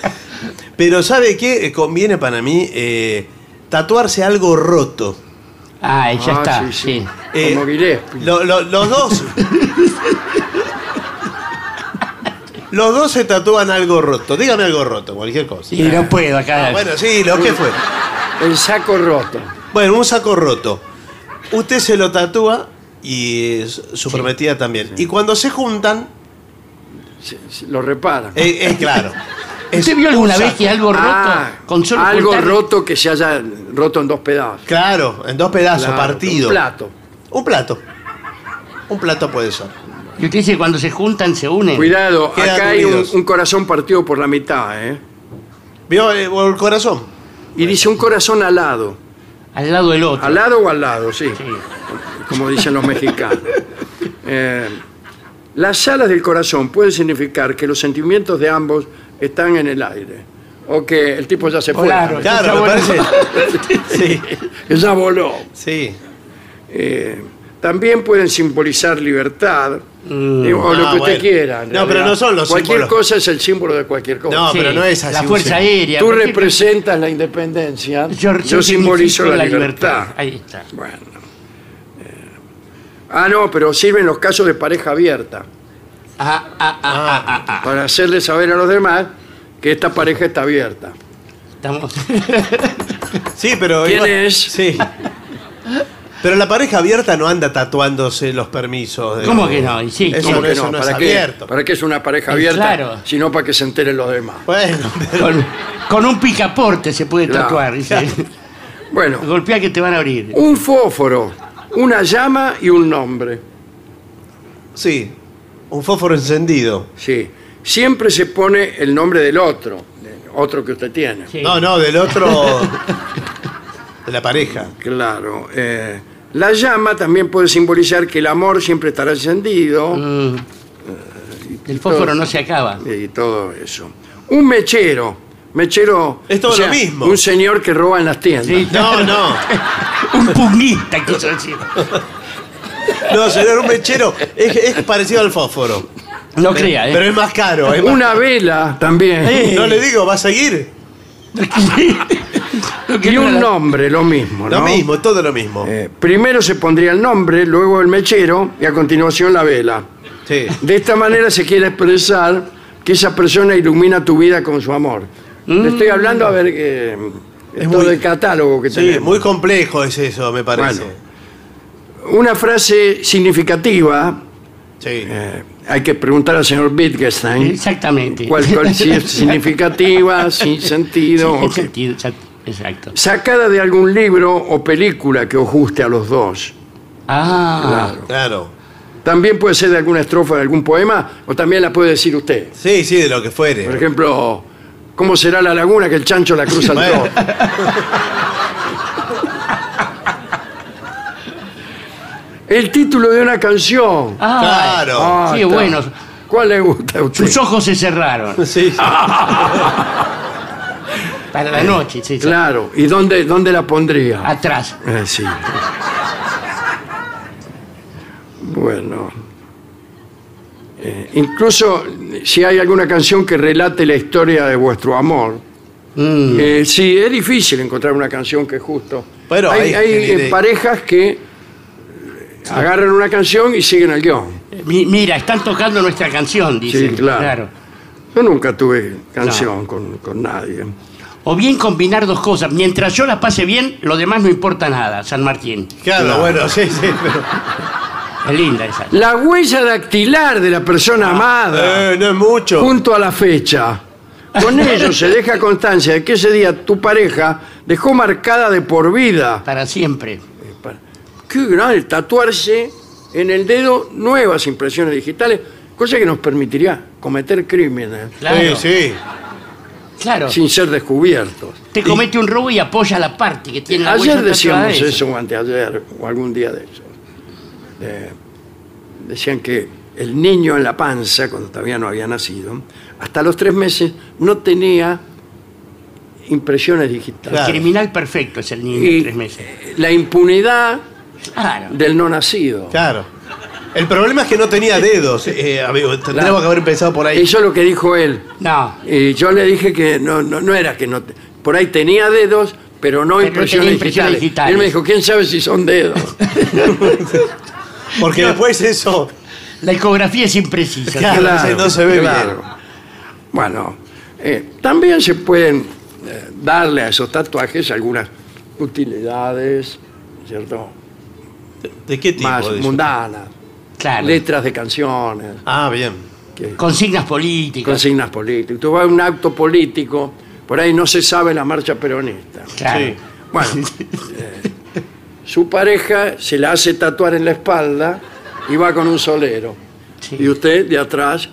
[SPEAKER 2] Pero ¿sabe qué? Eh, Conviene para mí eh, tatuarse algo roto.
[SPEAKER 3] Ah, ya
[SPEAKER 1] Ah,
[SPEAKER 3] está.
[SPEAKER 1] sí, sí.
[SPEAKER 3] sí.
[SPEAKER 2] Eh,
[SPEAKER 1] Como Gillespie.
[SPEAKER 2] Lo- lo- los dos. los dos se tatúan algo roto. Dígame algo roto, cualquier cosa.
[SPEAKER 3] Y no puedo acá.
[SPEAKER 2] Ah, bueno, sí, lo que fue.
[SPEAKER 1] El saco roto.
[SPEAKER 2] Bueno, un saco roto. Usted se lo tatúa y eh, su prometida también. Y cuando se juntan,
[SPEAKER 1] Se- se- Lo reparan.
[SPEAKER 2] eh, es claro. Es
[SPEAKER 3] ¿Usted vio alguna
[SPEAKER 2] un
[SPEAKER 3] vez
[SPEAKER 2] saco.
[SPEAKER 3] que algo roto?
[SPEAKER 1] Ah,
[SPEAKER 3] con solo
[SPEAKER 1] algo
[SPEAKER 3] cortar-
[SPEAKER 1] roto que se haya roto en dos pedazos.
[SPEAKER 2] Claro, en dos pedazos,
[SPEAKER 1] Claro,
[SPEAKER 2] partido.
[SPEAKER 1] Un plato.
[SPEAKER 2] Un plato. Un plato puede ser.
[SPEAKER 3] Y usted dice que cuando se juntan se unen.
[SPEAKER 1] Cuidado,
[SPEAKER 2] Quedan
[SPEAKER 1] acá hay un,
[SPEAKER 2] unidos.
[SPEAKER 1] un corazón partido por la mitad, ¿eh?
[SPEAKER 2] ¿Vio eh, o el corazón?
[SPEAKER 1] Y dice un corazón alado.
[SPEAKER 3] Al lado del otro.
[SPEAKER 1] Alado o al lado, sí.
[SPEAKER 3] Sí.
[SPEAKER 1] Como dicen los mexicanos. Eh, las alas del corazón pueden significar que los sentimientos de ambos están en el aire. O que el tipo ya se fue.
[SPEAKER 3] Claro,
[SPEAKER 1] ya,
[SPEAKER 3] Está
[SPEAKER 2] Claro, me
[SPEAKER 3] bueno.
[SPEAKER 2] parece. Sí,
[SPEAKER 1] ya voló.
[SPEAKER 2] sí.
[SPEAKER 1] Eh, también pueden simbolizar libertad. eh, o lo
[SPEAKER 2] Ah,
[SPEAKER 1] que usted
[SPEAKER 2] bueno.
[SPEAKER 1] quiera. en
[SPEAKER 2] No, pero
[SPEAKER 1] realidad.
[SPEAKER 2] no son los
[SPEAKER 1] Cualquier
[SPEAKER 2] símbolos.
[SPEAKER 1] cosa es el símbolo de cualquier cosa.
[SPEAKER 2] No,
[SPEAKER 3] Sí,
[SPEAKER 2] pero no es así.
[SPEAKER 3] La
[SPEAKER 2] un
[SPEAKER 3] fuerza
[SPEAKER 2] sí.
[SPEAKER 3] aérea.
[SPEAKER 1] Tú
[SPEAKER 3] cualquier-
[SPEAKER 1] representas la independencia. Yo, simbolizo
[SPEAKER 3] significo
[SPEAKER 1] la, libertad.
[SPEAKER 3] Ahí está.
[SPEAKER 1] Bueno. Eh, Ah, no, pero sirven los casos de pareja abierta.
[SPEAKER 3] Ah, ah, ah, ah, ah, ah.
[SPEAKER 1] Para hacerle saber a los demás que esta pareja está abierta.
[SPEAKER 3] Estamos...
[SPEAKER 2] Sí, pero.
[SPEAKER 1] ¿Quién
[SPEAKER 2] igual-
[SPEAKER 1] es?
[SPEAKER 2] Sí. Pero la pareja abierta no anda tatuándose los permisos. de-
[SPEAKER 3] ¿Cómo que no? Y sí,
[SPEAKER 2] eso,
[SPEAKER 3] ¿cómo
[SPEAKER 2] no,
[SPEAKER 1] ¿Cómo que
[SPEAKER 2] eso no es
[SPEAKER 1] ¿Para, qué?
[SPEAKER 2] abierto.
[SPEAKER 1] ¿Para qué es una pareja
[SPEAKER 3] Eh,
[SPEAKER 1] abierta?
[SPEAKER 3] claro.
[SPEAKER 1] Sino para que se enteren los demás.
[SPEAKER 2] Bueno, pero-
[SPEAKER 3] con, con un picaporte se puede
[SPEAKER 1] Claro.
[SPEAKER 3] tatuar. Dice.
[SPEAKER 1] Bueno,
[SPEAKER 3] Golpea que te van a abrir.
[SPEAKER 1] un fósforo, una llama y un nombre.
[SPEAKER 2] sí. Un fósforo encendido.
[SPEAKER 1] Sí. Siempre se pone el nombre del otro, del otro que usted tiene.
[SPEAKER 3] Sí.
[SPEAKER 2] No, no, del otro. de la pareja.
[SPEAKER 1] Claro. eh, la llama también puede simbolizar que el amor siempre estará encendido.
[SPEAKER 3] Mm. El fósforo no se acaba.
[SPEAKER 1] y todo eso. Un mechero. Mechero.
[SPEAKER 2] Es todo lo mismo.
[SPEAKER 1] Un señor que roba en las tiendas.
[SPEAKER 3] Sí.
[SPEAKER 2] No, no.
[SPEAKER 3] Un pugnista, quiso decir.
[SPEAKER 2] No, señor, un mechero es, es parecido al fósforo.
[SPEAKER 3] No crea, ¿eh?
[SPEAKER 2] Pero es más caro. es más-
[SPEAKER 1] Una vela también.
[SPEAKER 3] Eh.
[SPEAKER 2] No le digo, ¿va a seguir?
[SPEAKER 1] Y un nombre, lo mismo,
[SPEAKER 2] Lo
[SPEAKER 1] ¿no?
[SPEAKER 2] mismo, todo lo mismo.
[SPEAKER 1] Eh, primero se pondría el nombre, luego el mechero y a continuación la vela.
[SPEAKER 2] Sí.
[SPEAKER 1] De esta manera se quiere expresar que esa persona ilumina tu vida con su amor. Le estoy hablando a ver que
[SPEAKER 2] Mm. Es
[SPEAKER 1] es todo
[SPEAKER 2] muy-
[SPEAKER 1] el catálogo que
[SPEAKER 2] Sí,
[SPEAKER 1] tenemos.
[SPEAKER 2] muy complejo es eso, me parece.
[SPEAKER 1] Bueno. Una frase significativa,
[SPEAKER 2] Sí.
[SPEAKER 1] eh, hay que preguntar al señor Wittgenstein.
[SPEAKER 3] Exactamente.
[SPEAKER 1] cual, cual si es significativa, sin sentido. o que-
[SPEAKER 3] Sentido, exacto, Exacto.
[SPEAKER 1] Sacada de algún libro o película que os guste a los dos.
[SPEAKER 3] Ah,
[SPEAKER 1] Claro.
[SPEAKER 2] Claro.
[SPEAKER 1] También puede ser de alguna estrofa de algún poema o también la puede decir usted.
[SPEAKER 2] Sí, sí, de lo que fuere.
[SPEAKER 1] Por ejemplo, ¿cómo será la laguna que el chancho la cruza al
[SPEAKER 2] Bueno.
[SPEAKER 1] toro? El título de una canción.
[SPEAKER 3] ah,
[SPEAKER 2] Claro.
[SPEAKER 1] Ah,
[SPEAKER 3] sí,
[SPEAKER 1] está.
[SPEAKER 3] bueno.
[SPEAKER 1] ¿Cuál le gusta a usted?
[SPEAKER 3] Sus ojos se cerraron
[SPEAKER 2] Sí, sí.
[SPEAKER 1] Ah,
[SPEAKER 3] para la noche. sí, sí.
[SPEAKER 1] Claro. ¿Y dónde, dónde la pondría?
[SPEAKER 3] Atrás.
[SPEAKER 1] Eh, sí. Bueno. Eh, incluso si hay alguna canción que relate la historia de vuestro amor.
[SPEAKER 3] Mm.
[SPEAKER 1] Eh, sí, es difícil encontrar una canción que justo.
[SPEAKER 2] Pero
[SPEAKER 1] hay
[SPEAKER 2] hay-
[SPEAKER 1] hay, eh,
[SPEAKER 2] de-
[SPEAKER 1] parejas que agarran una canción y siguen el guión.
[SPEAKER 3] Mi- mira, están tocando nuestra canción, dice.
[SPEAKER 1] Sí, claro. Yo nunca tuve canción con, con nadie.
[SPEAKER 3] O bien combinar dos cosas. Mientras yo las pase bien, lo demás no importa nada, San Martín.
[SPEAKER 2] Claro, bueno, sí, sí. pero-
[SPEAKER 3] Es linda esa.
[SPEAKER 1] La huella dactilar de la persona amada.
[SPEAKER 2] Eh, no es mucho.
[SPEAKER 1] junto a la fecha. Con ello se deja constancia de que ese día tu pareja dejó marcada de por vida.
[SPEAKER 3] Para siempre.
[SPEAKER 1] Qué grande, tatuarse en el dedo nuevas impresiones digitales, cosa que nos permitiría cometer crímenes
[SPEAKER 3] Claro.
[SPEAKER 2] Sí, sí.
[SPEAKER 3] Claro.
[SPEAKER 1] sin ser descubiertos.
[SPEAKER 3] Te comete un robo y apoya la parte que tiene la
[SPEAKER 1] Ayer
[SPEAKER 3] huella tatuada
[SPEAKER 1] decíamos
[SPEAKER 3] de
[SPEAKER 1] eso, o anteayer, o algún día de eso. decían que el niño en la panza, cuando todavía no había nacido, hasta los tres meses no tenía impresiones digitales.
[SPEAKER 3] El criminal perfecto es el niño de
[SPEAKER 1] Y
[SPEAKER 3] tres meses.
[SPEAKER 1] la impunidad
[SPEAKER 3] Claro.
[SPEAKER 1] del no nacido.
[SPEAKER 2] Claro. El problema es que no tenía dedos, eh, amigo. Tendríamos
[SPEAKER 1] Claro.
[SPEAKER 2] que haber empezado por ahí.
[SPEAKER 1] Eso es lo que dijo él.
[SPEAKER 3] No.
[SPEAKER 1] Y yo le dije que no, no, no era que no. te- Por ahí tenía dedos, pero no
[SPEAKER 3] Pero
[SPEAKER 1] impresiones,
[SPEAKER 3] tenía impresiones
[SPEAKER 1] digitales.
[SPEAKER 3] digitales.
[SPEAKER 1] Él me dijo, ¿quién sabe si son dedos?
[SPEAKER 2] Porque después eso.
[SPEAKER 3] La ecografía es imprecisa.
[SPEAKER 2] Claro, no se ve bien.
[SPEAKER 1] Bueno, eh, también se pueden eh, darle a esos tatuajes algunas utilidades, ¿cierto?
[SPEAKER 2] ¿De qué tipo?
[SPEAKER 1] Más
[SPEAKER 2] de eso?
[SPEAKER 1] mundanas.
[SPEAKER 3] Claro.
[SPEAKER 1] Letras de canciones,
[SPEAKER 2] Ah, bien.
[SPEAKER 1] que-
[SPEAKER 3] Consignas políticas.
[SPEAKER 1] consignas políticas. Tú vas a un acto político, por ahí no se sabe la marcha peronista.
[SPEAKER 3] Claro.
[SPEAKER 2] Sí.
[SPEAKER 1] Bueno, eh, su pareja se la hace tatuar en la espalda y va con un solero.
[SPEAKER 3] Sí.
[SPEAKER 1] Y usted de atrás,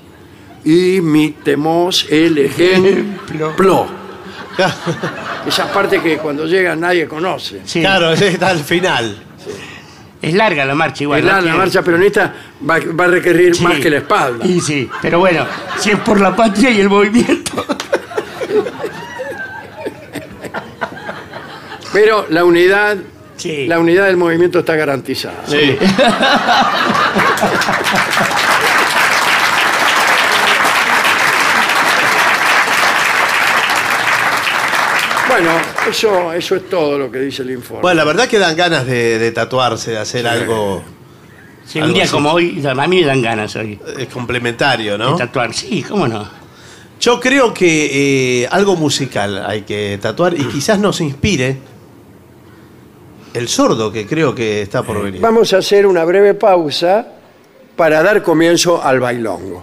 [SPEAKER 1] imitemos el ejemplo. Esa parte que cuando llega nadie conoce.
[SPEAKER 3] Sí.
[SPEAKER 2] Claro, ese está al final.
[SPEAKER 3] Es larga la marcha igual.
[SPEAKER 1] Es la,
[SPEAKER 3] ¿no?
[SPEAKER 1] la
[SPEAKER 3] Tiene-
[SPEAKER 1] marcha peronista va, va a requerir
[SPEAKER 3] Sí.
[SPEAKER 1] más que la espalda.
[SPEAKER 3] Y sí, pero bueno, si es por la patria y el movimiento.
[SPEAKER 1] Pero la unidad,
[SPEAKER 3] Sí.
[SPEAKER 1] la unidad del movimiento está garantizada.
[SPEAKER 2] Sí.
[SPEAKER 1] Bueno, eso, eso es todo lo que dice el informe.
[SPEAKER 2] Bueno, la verdad que dan ganas de, de tatuarse, de hacer algo
[SPEAKER 3] Sí, un
[SPEAKER 2] Algo
[SPEAKER 3] día
[SPEAKER 2] así.
[SPEAKER 3] como hoy, a mí me dan ganas hoy
[SPEAKER 2] eh, complementario,
[SPEAKER 3] de
[SPEAKER 2] ¿no?
[SPEAKER 3] tatuar. Sí, cómo no.
[SPEAKER 2] Yo creo que eh, algo musical hay que tatuar y quizás nos inspire el sordo que creo que está por venir.
[SPEAKER 1] Vamos a hacer una breve pausa para dar comienzo al bailongo.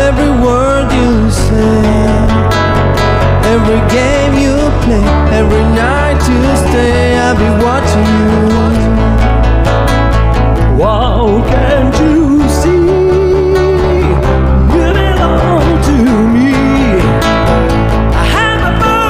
[SPEAKER 8] every word you say, every game you play, every night you stay, I'll be watching you.
[SPEAKER 6] Wow, can't you see? You belong to me. I have a mirror.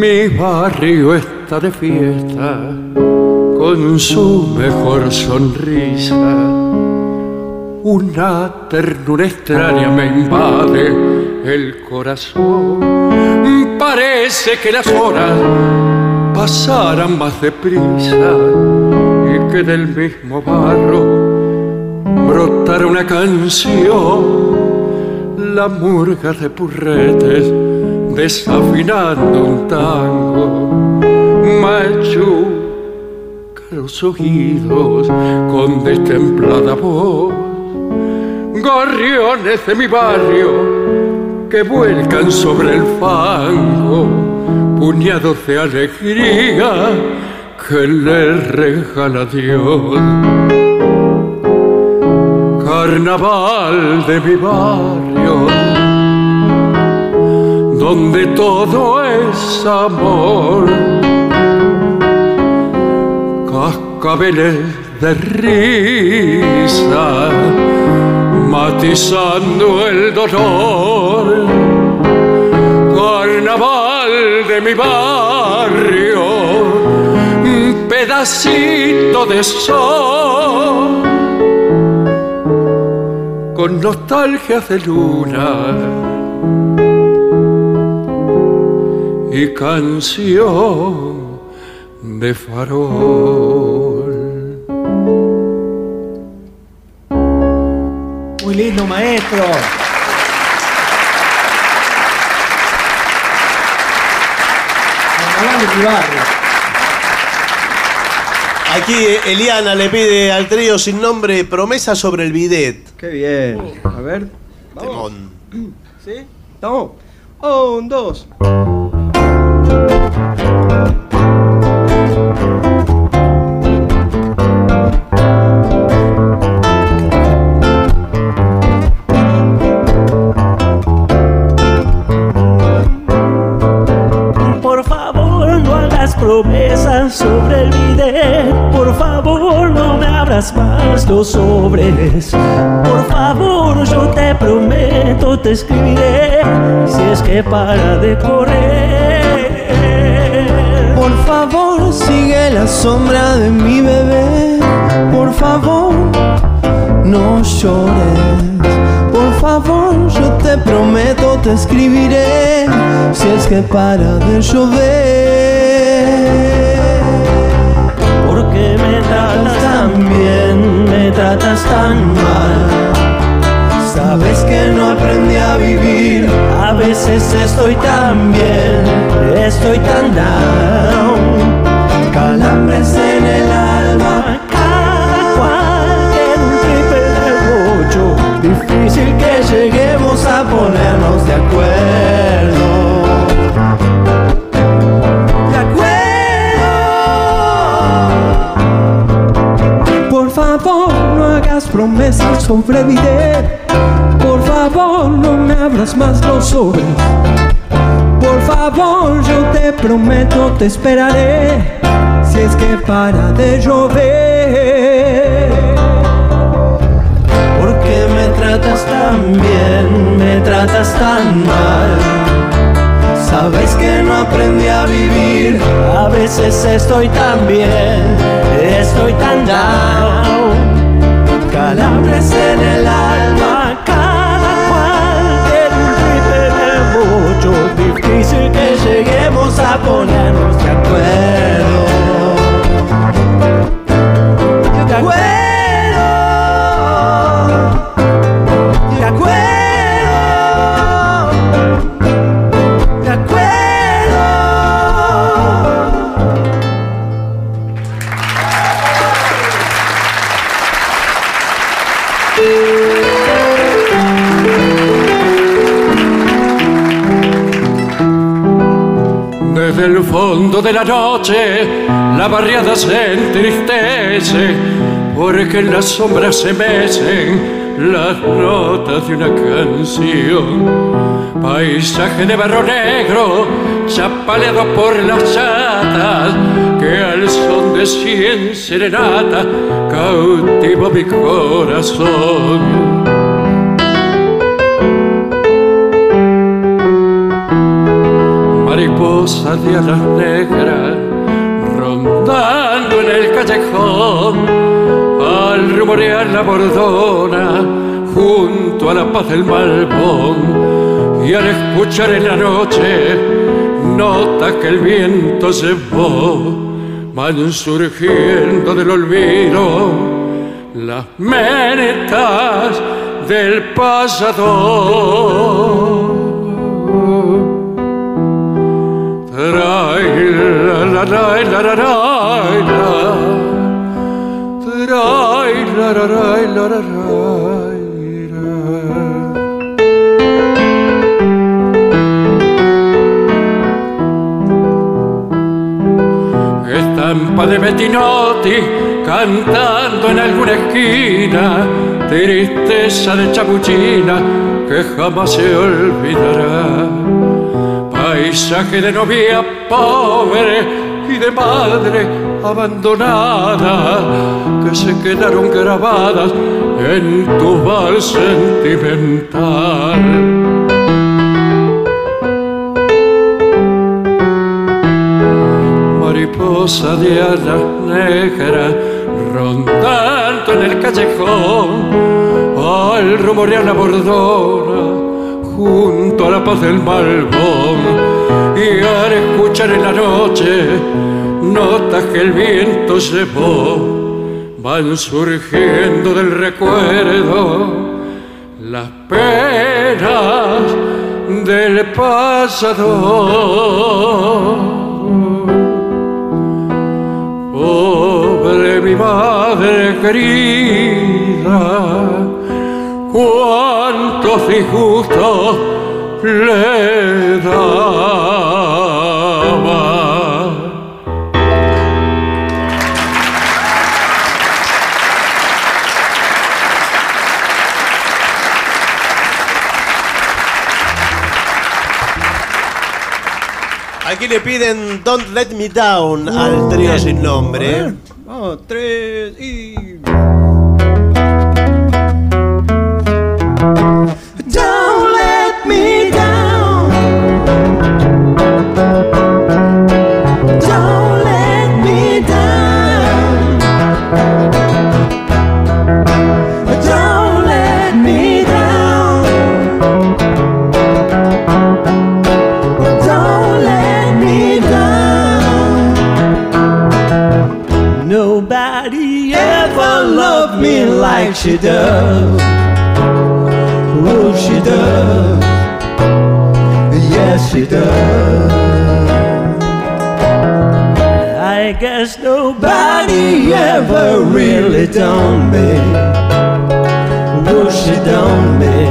[SPEAKER 1] Mi barrio está de fiesta con su mejor sonrisa. Una ternura extraña me invade el corazón. Parece que las horas pasaran más deprisa y que del mismo barro brotara una canción. La murga de purretes desafinando un tango. Machuca los oídos con destemplada voz. Gorriones de mi barrio que vuelcan sobre el fango. Puñados de alegría que le regala Dios. Carnaval de mi barrio, donde todo es amor. Cascabeles de risa, matizando el dolor. Carnaval de mi barrio, un pedacito de sol con nostalgias de luna y canción de farol.
[SPEAKER 9] Muy lindo, maestro.
[SPEAKER 2] Carnaval de mi barrio. Aquí eh, Eliana le pide al trío sin nombre promesa sobre el bidet.
[SPEAKER 10] Qué bien. A ver. Vamos.
[SPEAKER 2] Temón.
[SPEAKER 10] ¿Sí? Vamos. Un, dos.
[SPEAKER 6] Por favor, no hagas promesas sobre el bidet. Por favor, no me abras más los sobres. Por favor, yo te prometo, te escribiré si es que para de correr.
[SPEAKER 11] Por favor, sigue la sombra de mi bebé. Por favor, no llores. Por favor, yo te prometo, te escribiré. Si es que para de llover.
[SPEAKER 6] Porque me tratas tan bien, me tratas tan mal.
[SPEAKER 11] Sabes que no aprendí a vivir.
[SPEAKER 6] A veces estoy tan bien, estoy tan down. Calambres en el alma, cada cual tiene un triple de ocho. Difícil que lleguemos a ponernos de acuerdo.
[SPEAKER 11] De acuerdo. Por favor, no hagas promesas sobre mi dedo. Por favor, no me abras más los ojos. Por favor, yo te prometo, te esperaré. Si es que para de llover.
[SPEAKER 6] Porque me tratas tan bien, me tratas tan mal. Sabes que no aprendí a vivir. A veces estoy tan bien, estoy tan down. Calambres en el alma, cada cual tiene un ritmo de mucho. Difícil que lleguemos a ponernos de acuerdo.
[SPEAKER 11] De acuerdo. De acuerdo. De acuerdo.
[SPEAKER 1] Desde el fondo de la noche la barriada se entristece porque en las sombras se mecen las notas de una canción. Paisaje de barro negro chapaleado por las chatas que al son de cien serenatas cautivó mi corazón. mariposas cosa de alas negras rondando en el callejón al rumorear la bordona junto a la paz del malvón y al escuchar en la noche nota que el viento llevó van surgiendo del olvido las metas del pasado Trai, la, la, la, la, la, la, la. Trai, la, la, la, la, la, la. Estampa de Bettinotti cantando en alguna esquina, tristeza de chapuchina que jamás se olvidará. Paisaje de novia pobre y de madre abandonada que se quedaron grabadas en tu bar sentimental. mariposa de alas negras rondando en el callejón al rumorear la bordona junto a la paz del malvón y al escuchar en la noche notas que el viento llevó van surgiendo del recuerdo las penas del pasado Pobre mi madre querida, cuántos disgustos le daba.
[SPEAKER 2] Aquí le piden Don't Let Me Down al trío sin nombre.
[SPEAKER 12] Vamos, tres y.
[SPEAKER 6] Don't let me down. Don't let me down. Don't let me down. Don't let me down. Nobody ever loved me like she does. Oh, she does. Yes, she does. I guess nobody ever really done me. Oh, she done me.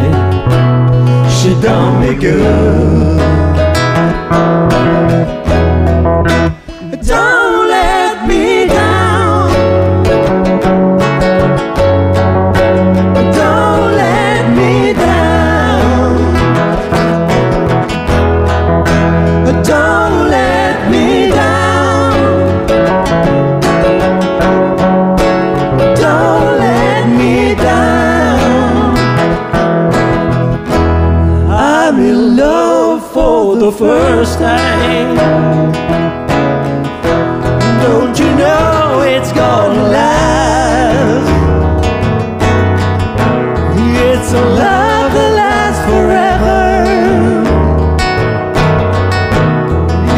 [SPEAKER 6] She done me good. Don't let me down. Don't let me down. Don't let me down. Don't let me down. I'm in love for the first time. Don't you know it's gonna last? It's a love that lasts forever.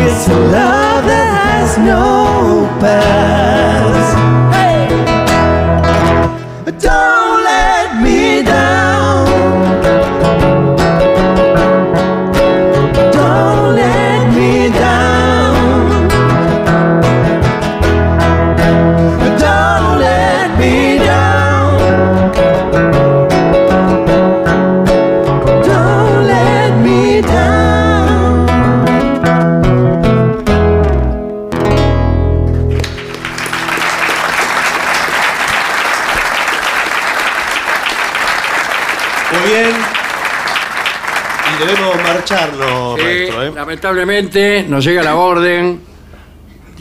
[SPEAKER 6] It's a love that has no past. Hey! Don't let me down. Don't let me down. Don't let me down. Don't let me down.
[SPEAKER 2] Muy bien. Y debemos marcharnos,
[SPEAKER 1] Sí,
[SPEAKER 2] maestro, ¿eh?
[SPEAKER 1] Lamentablemente nos llega la orden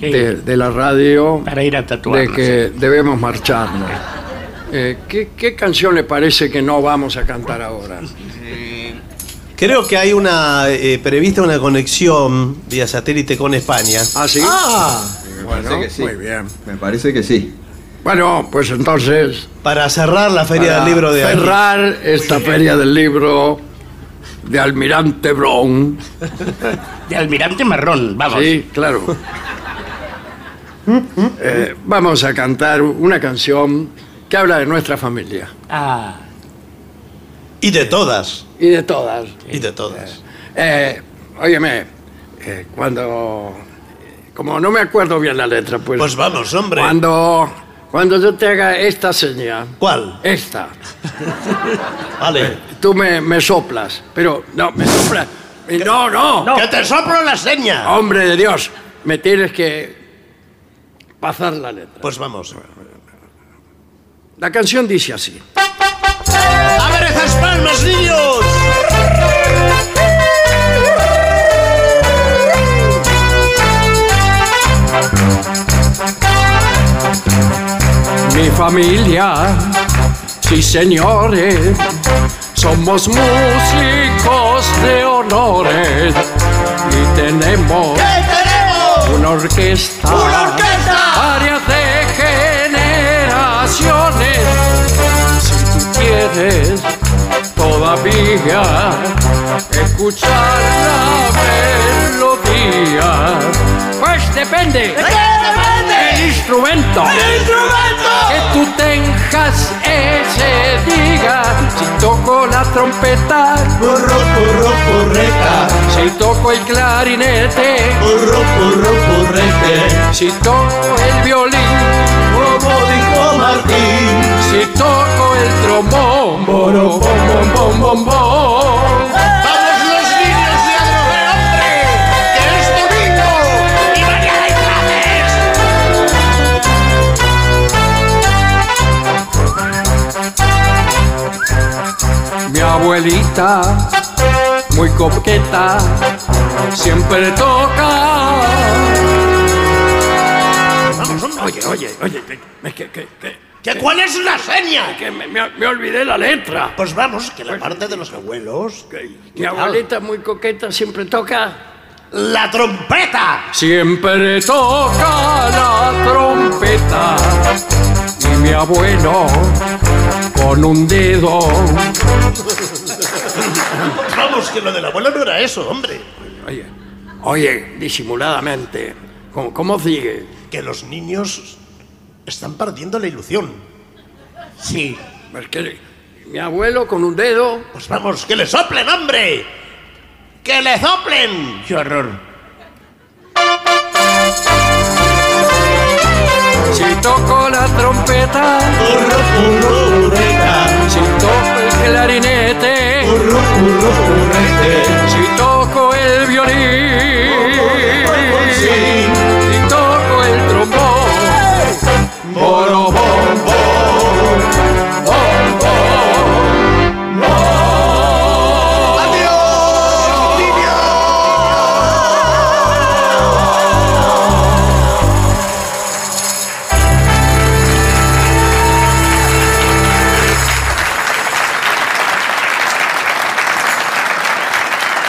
[SPEAKER 1] de, de la radio para ir a de
[SPEAKER 3] tatuarnos,
[SPEAKER 1] que debemos marcharnos. Eh, ¿qué, qué canción le parece que no vamos a cantar ahora?
[SPEAKER 2] Creo que hay una eh, prevista una conexión vía satélite con España.
[SPEAKER 1] Ah, sí.
[SPEAKER 2] Bueno,
[SPEAKER 1] muy bien.
[SPEAKER 2] Me parece que sí.
[SPEAKER 1] Bueno, pues entonces.
[SPEAKER 2] Para cerrar la Feria
[SPEAKER 1] para
[SPEAKER 2] del Libro de aquí.
[SPEAKER 1] Cerrar esta Feria del Libro de Almirante Brown.
[SPEAKER 3] De Almirante Marrón, vamos.
[SPEAKER 1] Sí, claro. Eh, vamos a cantar una canción que habla de nuestra familia.
[SPEAKER 3] Ah.
[SPEAKER 2] Y de todas.
[SPEAKER 1] Y de todas.
[SPEAKER 2] Y de todas.
[SPEAKER 1] Eh, óyeme, eh, cuando... Como no me acuerdo bien la letra, pues...
[SPEAKER 2] Pues vamos, hombre.
[SPEAKER 1] Cuando, cuando yo te haga esta señal...
[SPEAKER 2] ¿Cuál?
[SPEAKER 1] Esta.
[SPEAKER 13] Eh,
[SPEAKER 2] Vale.
[SPEAKER 1] Tú me, me soplas, pero... No, me soplas. Eh, No, no.
[SPEAKER 2] ¡Que te soplo la seña!
[SPEAKER 13] Oh.
[SPEAKER 1] Hombre de Dios, me tienes que pasar la letra.
[SPEAKER 2] Pues vamos.
[SPEAKER 1] La canción dice así.
[SPEAKER 2] ¡A ver esas palmas, niños!
[SPEAKER 13] Mi familia, sí señores, somos músicos de honores y tenemos una orquesta, varias de generaciones. Si tú quieres todavía escuchar la melodía, pues depende. El instrumento. Que tú tengas ese diga. Si toco la trompeta. Burro, burro, burreta. Si toco el clarinete. Burro, burro, burrete. Si toco el violín. Como dijo Martín. Si toco el trombón. Boro, bom, bom, bom, bom, bom.
[SPEAKER 2] ¡Vamos los niños de Adrogué, hombre! ¡Que es domingo! ¡Y mañana hay
[SPEAKER 13] Mi abuelita, muy coqueta, siempre toca. Oye, oye, oye, que, que- que- que-
[SPEAKER 2] ¿Que cuál es la seña?
[SPEAKER 13] que me, me- me olvidé la letra.
[SPEAKER 2] Pues vamos, que la parte de los abuelos.
[SPEAKER 13] Ah.
[SPEAKER 1] Mi abuelita muy coqueta siempre toca.
[SPEAKER 2] ¡La trompeta!
[SPEAKER 13] Siempre toca la trompeta. Y mi abuelo, con un dedo,
[SPEAKER 2] Pues vamos, que lo del abuelo no era eso, hombre.
[SPEAKER 1] Oye, oye, disimuladamente. ¿Cómo, cómo sigue?
[SPEAKER 2] Que los niños están perdiendo la ilusión.
[SPEAKER 3] Sí.
[SPEAKER 1] Es que mi abuelo con un dedo.
[SPEAKER 2] Pues vamos, que le soplen, hombre. ¡Que le soplen!
[SPEAKER 3] Qué horror.
[SPEAKER 13] si toco la trompeta, si toco el clarinete, si toco el violín, si toco el trombón, boro, bom, bom, bom, bom, bom.